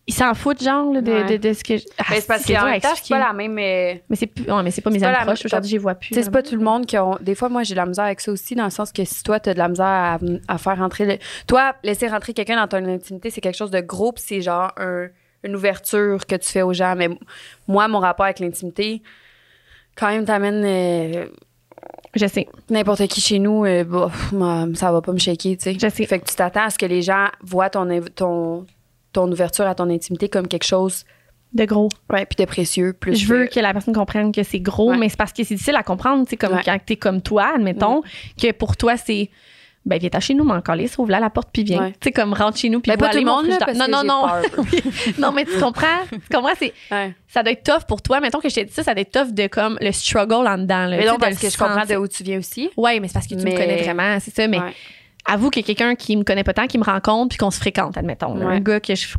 [SPEAKER 2] ils s'en foutent, genre, là, de,
[SPEAKER 1] Ouais.
[SPEAKER 2] de, de ce que. je- Ah,
[SPEAKER 1] Ben, c'est parce
[SPEAKER 2] c'est
[SPEAKER 1] qu'en
[SPEAKER 2] dur à
[SPEAKER 1] même temps, c'est
[SPEAKER 2] expliquer.
[SPEAKER 1] pas la même. euh,
[SPEAKER 2] Mais c'est plus- ouais, mais c'est pas mes
[SPEAKER 1] C'est
[SPEAKER 2] amis
[SPEAKER 1] pas la-
[SPEAKER 2] proches, aujourd'hui, je les vois plus.
[SPEAKER 1] Tu sais, c'est pas tout le monde qui ont. Des fois, moi, j'ai de la misère avec ça aussi, dans le sens que si toi, t'as de la misère à, à faire rentrer. le- Toi, laisser rentrer quelqu'un dans ton intimité, c'est quelque chose de gros, puis c'est genre un- une ouverture que tu fais aux gens. Mais m- moi, mon rapport avec l'intimité, quand même, t'amènes euh,
[SPEAKER 2] Je sais.
[SPEAKER 1] n'importe qui chez nous, euh, bah, pff, moi, ça va pas me shaker, tu sais.
[SPEAKER 2] Je sais.
[SPEAKER 1] Fait que tu t'attends à ce que les gens voient ton, inv- ton, ton ouverture à ton intimité comme quelque chose
[SPEAKER 2] De gros.
[SPEAKER 1] ouais, puis de précieux. Plus
[SPEAKER 2] Je veux
[SPEAKER 1] que-
[SPEAKER 2] que la personne comprenne que c'est gros,
[SPEAKER 1] Ouais.
[SPEAKER 2] mais c'est parce que c'est difficile à comprendre, tu sais, comme
[SPEAKER 1] Ouais. Mm.
[SPEAKER 2] quand t'es comme toi, admettons, que pour toi, c'est. Ben, viens t'as chez nous, mais encore les ouvre là la porte, puis viens.
[SPEAKER 1] Ouais.
[SPEAKER 2] Tu sais, comme rentre chez nous, puis
[SPEAKER 1] Mais Ben, pas
[SPEAKER 2] vois
[SPEAKER 1] tout le
[SPEAKER 2] aller mon
[SPEAKER 1] monde, là,
[SPEAKER 2] frigidaire.
[SPEAKER 1] parce que
[SPEAKER 2] Non,
[SPEAKER 1] j'ai peur.
[SPEAKER 2] non, non. Oui. non, mais tu comprends. tu comprends, c'est.
[SPEAKER 1] Ouais.
[SPEAKER 2] ça doit être tough pour toi. Mettons que je t'ai dit ça, ça doit être tough de comme le struggle en dedans. Là,
[SPEAKER 1] Mais
[SPEAKER 2] tu sais,
[SPEAKER 1] non,
[SPEAKER 2] de
[SPEAKER 1] parce
[SPEAKER 2] le
[SPEAKER 1] que je comprends
[SPEAKER 2] sentir.
[SPEAKER 1] de où tu viens aussi.
[SPEAKER 2] Ouais, mais c'est parce que tu
[SPEAKER 1] Mais-
[SPEAKER 2] me connais vraiment, c'est ça. Mais
[SPEAKER 1] Ouais.
[SPEAKER 2] avoue que quelqu'un qui me connaît pas tant, qui me rencontre, puis qu'on se fréquente, admettons. là,
[SPEAKER 1] Ouais.
[SPEAKER 2] Un gars que je.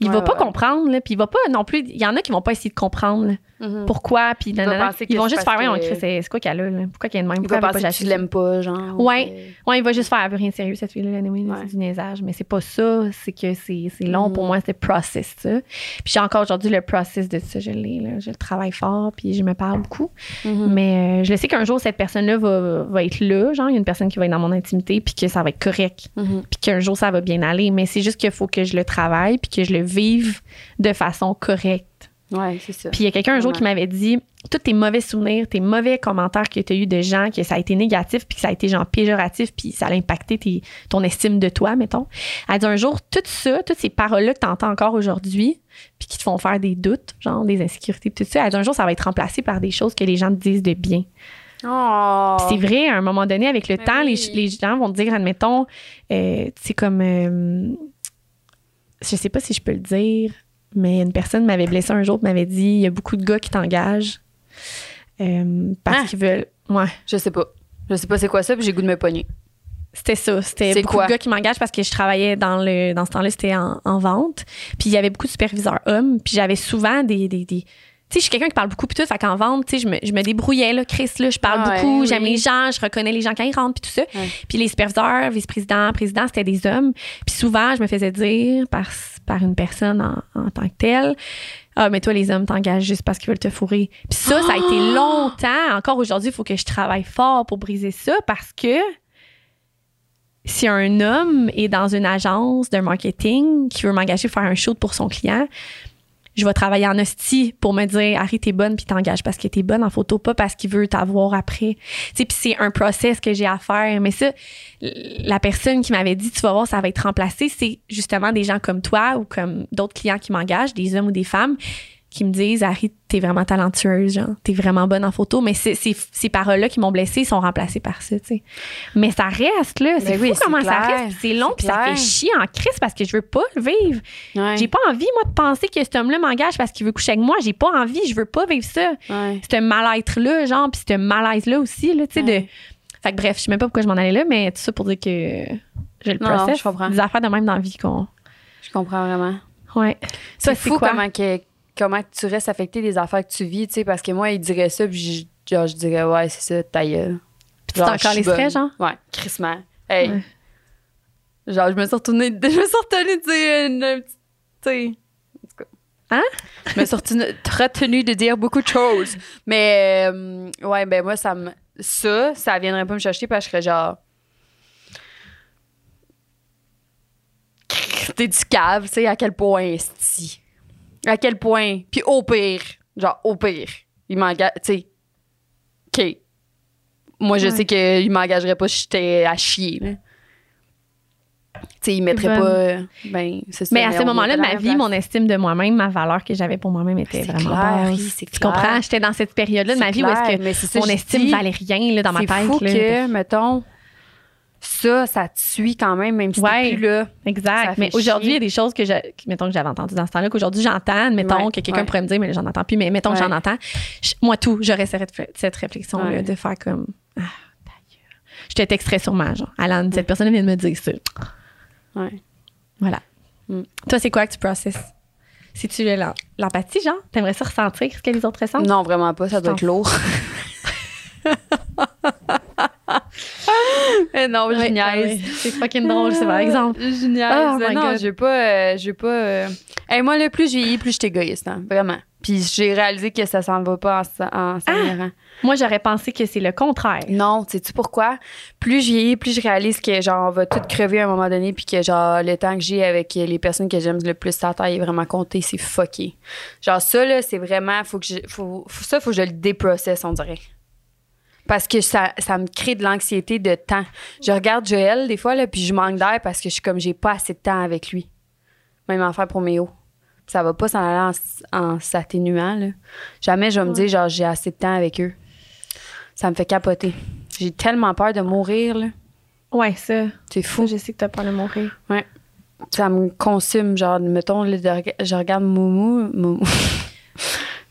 [SPEAKER 2] Il
[SPEAKER 1] Ouais,
[SPEAKER 2] va pas
[SPEAKER 1] ouais.
[SPEAKER 2] comprendre, là, puis il va pas non plus. Il y en a qui vont pas essayer de comprendre là,
[SPEAKER 1] Mhm.
[SPEAKER 2] pourquoi, puis
[SPEAKER 1] vas
[SPEAKER 2] nanana.
[SPEAKER 1] penser que
[SPEAKER 2] Ils vont
[SPEAKER 1] c'est
[SPEAKER 2] juste faire,
[SPEAKER 1] parce
[SPEAKER 2] ouais, on
[SPEAKER 1] que-
[SPEAKER 2] crée, c'est c'est quoi qu'elle a, là? Pourquoi qu'il y a de même?
[SPEAKER 1] Il va
[SPEAKER 2] Pourquoi elle a pas
[SPEAKER 1] penser que tu
[SPEAKER 2] acheté ça?
[SPEAKER 1] l'aimes pas, genre.
[SPEAKER 2] Ouais. Ouais, il va juste faire, elle veut rien de sérieux, cette fille-là, anyway, là,
[SPEAKER 1] Ouais.
[SPEAKER 2] c'est du niaisage. Mais c'est pas ça, c'est que c'est c'est long
[SPEAKER 1] Mhm.
[SPEAKER 2] pour moi, c'est process, ça. Puis j'ai encore aujourd'hui le process de ça, je l'ai, là. Je travaille fort, puis je me parle beaucoup.
[SPEAKER 1] euh, mhm.
[SPEAKER 2] Mais euh, je le sais qu'un jour, cette personne-là va, va être là, genre, il y a une personne qui va être dans mon intimité, puis que ça va être correct,
[SPEAKER 1] Mhm.
[SPEAKER 2] puis qu'un jour, ça va bien aller. Mais c'est juste qu'il faut que je le travaille, puis que je le vive de façon correcte.
[SPEAKER 1] Mm-hmm. Ouais, c'est ça.
[SPEAKER 2] Puis il y a quelqu'un un jour
[SPEAKER 1] Ouais.
[SPEAKER 2] qui m'avait dit tous tes mauvais souvenirs, tes mauvais commentaires que tu as eu de gens, que ça a été négatif, puis que ça a été genre péjoratif, puis ça a impacté tes- ton estime de toi, mettons. Elle dit un jour, tout ça, toutes ces paroles-là que tu entends encore aujourd'hui, puis qui te font faire des doutes, genre des insécurités, puis tout ça, elle dit un jour, ça va être remplacé par des choses que les gens te disent de bien.
[SPEAKER 1] Oh.
[SPEAKER 2] Puis C'est vrai, à un moment donné, avec le
[SPEAKER 1] Mais
[SPEAKER 2] temps,
[SPEAKER 1] Ben oui.
[SPEAKER 2] les, les gens vont te dire, admettons, euh, tu sais, comme. euh, je sais pas si je peux le dire, mais une personne m'avait blessée un jour puis m'avait dit il y a beaucoup de gars qui t'engagent euh, parce
[SPEAKER 1] Ah.
[SPEAKER 2] qu'ils veulent. Ouais,
[SPEAKER 1] Je sais pas. Je sais pas c'est quoi ça, puis j'ai goût de me pogner.
[SPEAKER 2] c'était ça. C'était
[SPEAKER 1] C'est
[SPEAKER 2] beaucoup
[SPEAKER 1] quoi?
[SPEAKER 2] de gars qui m'engagent parce que je travaillais dans le dans ce temps-là, c'était en, en vente. Puis il y avait beaucoup de superviseurs hommes, puis j'avais souvent des. des- des- tu sais, je suis quelqu'un qui parle beaucoup, puis tout, fait qu'en vente, tu sais, je me, je me débrouillais, là, Chris, là, je parle
[SPEAKER 1] Ah ouais,
[SPEAKER 2] beaucoup, j'aime
[SPEAKER 1] oui.
[SPEAKER 2] les gens, je reconnais les gens quand ils rentrent, puis tout ça.
[SPEAKER 1] Ouais.
[SPEAKER 2] Puis les superviseurs, vice-présidents, présidents, c'était des hommes. Puis souvent, je me faisais dire par, par une personne en, en tant que telle, ah, mais toi, les hommes t'engagent juste parce qu'ils veulent te fourrer. Puis ça, ça a été
[SPEAKER 1] Ah!
[SPEAKER 2] longtemps. Encore aujourd'hui, il faut que je travaille fort pour briser ça parce que si un homme est dans une agence de marketing qui veut m'engager pour faire un shoot pour son client, je vais travailler en hostie pour me dire Harry t'es bonne puis t'engages parce que t'es bonne en photo pas parce qu'il veut t'avoir après tu sais puis c'est un process que j'ai à faire mais ça la personne qui m'avait dit tu vas voir ça va être remplacé c'est justement des gens comme toi ou comme d'autres clients qui m'engagent des hommes ou des femmes qui me disent Harry t'es vraiment talentueuse genre t'es vraiment bonne en photo mais c'est- c'est- ces paroles là qui m'ont blessée sont remplacées par ça tu sais mais ça reste là c'est
[SPEAKER 1] Ben oui,
[SPEAKER 2] fou
[SPEAKER 1] c'est
[SPEAKER 2] comment ça
[SPEAKER 1] clair.
[SPEAKER 2] reste puis c'est long
[SPEAKER 1] C'est
[SPEAKER 2] puis ça fait
[SPEAKER 1] clair.
[SPEAKER 2] chier en crise parce que je veux pas le vivre
[SPEAKER 1] Ouais.
[SPEAKER 2] j'ai pas envie, moi, de penser que cet homme-là m'engage parce qu'il veut coucher avec moi. J'ai pas envie, je veux pas vivre ça.
[SPEAKER 1] Ouais.
[SPEAKER 2] C'est un mal-être-là, genre, puis c'est un malaise-là aussi, là, tu sais, de...
[SPEAKER 1] Ouais.
[SPEAKER 2] Fait que bref, je sais même pas pourquoi je m'en allais là, mais tout ça pour dire que je le
[SPEAKER 1] Non, non,
[SPEAKER 2] process.
[SPEAKER 1] je comprends.
[SPEAKER 2] Des affaires de même dans la vie qu'on...
[SPEAKER 1] Je comprends vraiment.
[SPEAKER 2] Ouais.
[SPEAKER 1] C'est
[SPEAKER 2] Toi,
[SPEAKER 1] fou comment, que, comment que tu restes affecté des affaires que tu vis, tu sais, parce que moi, il dirait ça, puis je, genre, je dirais, ouais, c'est ça, ta gueule.
[SPEAKER 2] Puis tu t'en calisserais, genre?
[SPEAKER 1] Ouais, crissement. Hey.
[SPEAKER 2] Ouais.
[SPEAKER 1] Genre, je me suis retournée, je me suis retournée, tu sais, une, une petite- tu sais, en tout cas.
[SPEAKER 2] Hein?
[SPEAKER 1] Je me suis retenue, retenue de dire beaucoup de choses. Mais, euh, ouais, ben moi, ça me. Ça, ça viendrait pas me chercher parce que je serais genre. T'es du cave, tu sais, à quel point, si. À quel point. Puis au pire, genre, au pire, il m'engage, tu sais. OK. Moi, je
[SPEAKER 2] Ouais.
[SPEAKER 1] sais qu'il m'engagerait pas si j'étais à chier, là. Tu sais, il mettrait
[SPEAKER 2] Bonne.
[SPEAKER 1] pas. Ben, c'est ça,
[SPEAKER 2] Mais à
[SPEAKER 1] on
[SPEAKER 2] ce
[SPEAKER 1] est
[SPEAKER 2] moment-là
[SPEAKER 1] pas
[SPEAKER 2] de
[SPEAKER 1] dans la
[SPEAKER 2] ma
[SPEAKER 1] même
[SPEAKER 2] vie,
[SPEAKER 1] place.
[SPEAKER 2] mon estime de moi-même, ma valeur que j'avais pour moi-même était
[SPEAKER 1] C'est
[SPEAKER 2] vraiment
[SPEAKER 1] clair, oui,
[SPEAKER 2] basse.
[SPEAKER 1] c'est
[SPEAKER 2] Tu
[SPEAKER 1] clair.
[SPEAKER 2] comprends? J'étais dans cette période-là de ma
[SPEAKER 1] C'est
[SPEAKER 2] vie où
[SPEAKER 1] clair,
[SPEAKER 2] est-ce que
[SPEAKER 1] mais c'est ça,
[SPEAKER 2] mon
[SPEAKER 1] je
[SPEAKER 2] estime
[SPEAKER 1] dis,
[SPEAKER 2] valait rien, là, dans ma
[SPEAKER 1] C'est
[SPEAKER 2] tête.
[SPEAKER 1] fou
[SPEAKER 2] là.
[SPEAKER 1] que, mettons, ça, ça te suit quand même, même si
[SPEAKER 2] Ouais.
[SPEAKER 1] t'es plus là. Ça
[SPEAKER 2] Exact.
[SPEAKER 1] fait
[SPEAKER 2] Mais aujourd'hui, il y
[SPEAKER 1] chier.
[SPEAKER 2] a des choses que, je, que, mettons, que j'avais entendues dans ce temps-là, qu'aujourd'hui j'entends, mettons,
[SPEAKER 1] Ouais,
[SPEAKER 2] que quelqu'un
[SPEAKER 1] ouais.
[SPEAKER 2] pourrait me dire, mais j'en entends plus, mais mettons que
[SPEAKER 1] Ouais.
[SPEAKER 2] j'en entends. Je- moi, tout, j'aurais cette, réfl- cette réflexion-là
[SPEAKER 1] Ouais.
[SPEAKER 2] de faire comme, ah, ta gueule. Je te texterais sûrement, genre, Alan,
[SPEAKER 1] Mm.
[SPEAKER 2] cette personne vient de me dire ça.
[SPEAKER 1] Ouais.
[SPEAKER 2] Voilà.
[SPEAKER 1] Mm.
[SPEAKER 2] Toi, c'est quoi que tu processes? Si tu as l'em- l'empathie, genre, t'aimerais ça ressentir ce que les autres ressentent?
[SPEAKER 1] Non, vraiment pas, ça doit
[SPEAKER 2] t'en
[SPEAKER 1] être lourd. Mais non, je
[SPEAKER 2] Ouais,
[SPEAKER 1] niaise.
[SPEAKER 2] ouais. C'est fucking drôle, ça, par exemple.
[SPEAKER 1] Je niaise.
[SPEAKER 2] Oh my
[SPEAKER 1] Euh, non,
[SPEAKER 2] God.
[SPEAKER 1] j'ai pas. euh, j'ai pas euh, hey, moi, le plus je vieillis, plus je suis égoïste, hein, vraiment. Puis j'ai réalisé que ça s'en va pas en, s- en s'en
[SPEAKER 2] Ah!
[SPEAKER 1] irant.
[SPEAKER 2] Moi, j'aurais pensé que c'est le contraire.
[SPEAKER 1] Non, sais-tu pourquoi? Plus je vieillis, plus je réalise que, genre, on va tout crever à un moment donné, puis que, genre, le temps que j'ai avec les personnes que j'aime le plus sur la terre est vraiment compté, c'est fucké. Genre, ça, là, c'est vraiment. Faut que je, faut, faut- ça, faut que je le déprocesse, on dirait. Parce que ça, ça me crée de l'anxiété de temps. Je regarde Joël, des fois, là, puis je manque d'air parce que je suis comme, j'ai pas assez de temps avec lui. Même en faire pour mes hauts. Ça va pas s'en aller en s- en, s'atténuant, là. Jamais je vais me dire, genre, j'ai assez de temps avec eux. Ça me fait capoter. J'ai tellement peur de mourir, là.
[SPEAKER 2] Ouais, ça.
[SPEAKER 1] C'est
[SPEAKER 2] ça,
[SPEAKER 1] fou.
[SPEAKER 2] je sais que t'as peur de mourir.
[SPEAKER 1] Ça me consume, genre, mettons, là, de rega- je regarde Moumou. Moumou.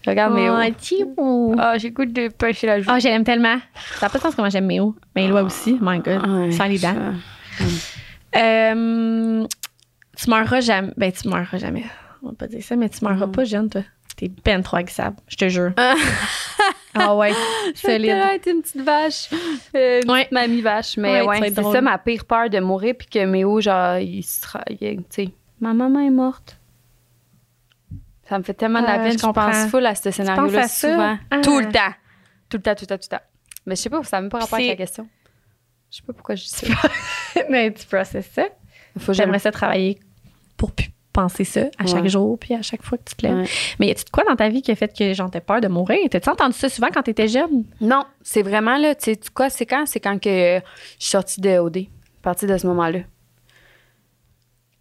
[SPEAKER 1] je
[SPEAKER 2] Ah,
[SPEAKER 1] regarde mes hauts.
[SPEAKER 2] Thibaut.
[SPEAKER 1] Ah, j'écoute de pêcher la joue.
[SPEAKER 2] Ah, je l'aime tellement. Ça n'a pas de sens comment j'aime Méo. Mais Eloi aussi. My God.
[SPEAKER 1] Ouais,
[SPEAKER 2] Sans les dents.
[SPEAKER 1] ça.
[SPEAKER 2] Euh, tu meurs jamais. Ben, tu meurs jamais. On va pas dire ça, mais tu meurs pas jeune, toi. T'es ben trop agissable. Je te jure. ah ouais.
[SPEAKER 1] Ça
[SPEAKER 2] Solide.
[SPEAKER 1] a été une petite vache. euh, une
[SPEAKER 2] Ouais.
[SPEAKER 1] petite mamie vache. Mais
[SPEAKER 2] Ouais,
[SPEAKER 1] ouais,
[SPEAKER 2] ça va être
[SPEAKER 1] c'est
[SPEAKER 2] drôle.
[SPEAKER 1] ça ma pire peur de mourir. Puis que Méo, genre, il sera. il- Tu sais, ma maman est morte. Ça me fait tellement de la
[SPEAKER 2] Ah,
[SPEAKER 1] peine.
[SPEAKER 2] je
[SPEAKER 1] Je pense
[SPEAKER 2] comprends.
[SPEAKER 1] full à ce
[SPEAKER 2] penses
[SPEAKER 1] scénario-là
[SPEAKER 2] à ça?
[SPEAKER 1] souvent.
[SPEAKER 2] Ah.
[SPEAKER 1] Tout le temps. Tout le temps, tout le temps, tout le temps. Mais je sais pas, ça n'a même pas rapport
[SPEAKER 2] Puis
[SPEAKER 1] avec la
[SPEAKER 2] c'est-
[SPEAKER 1] question. Je sais pas pourquoi je dis ça.
[SPEAKER 2] mais tu processes ça.
[SPEAKER 1] Faut que
[SPEAKER 2] J'aimerais ça travailler pour pu- penser ça à chaque
[SPEAKER 1] Ouais.
[SPEAKER 2] jour puis à chaque fois que tu te lèves.
[SPEAKER 1] Ouais.
[SPEAKER 2] Mais y a-tu de quoi dans ta vie qui a fait que j'en t'ai peur de mourir? T'as-tu entendu ça souvent quand t'étais jeune?
[SPEAKER 1] Non, c'est vraiment là, tu sais, tu quoi, c'est quand? C'est quand que euh, je suis sortie de OD, à partir de ce moment-là.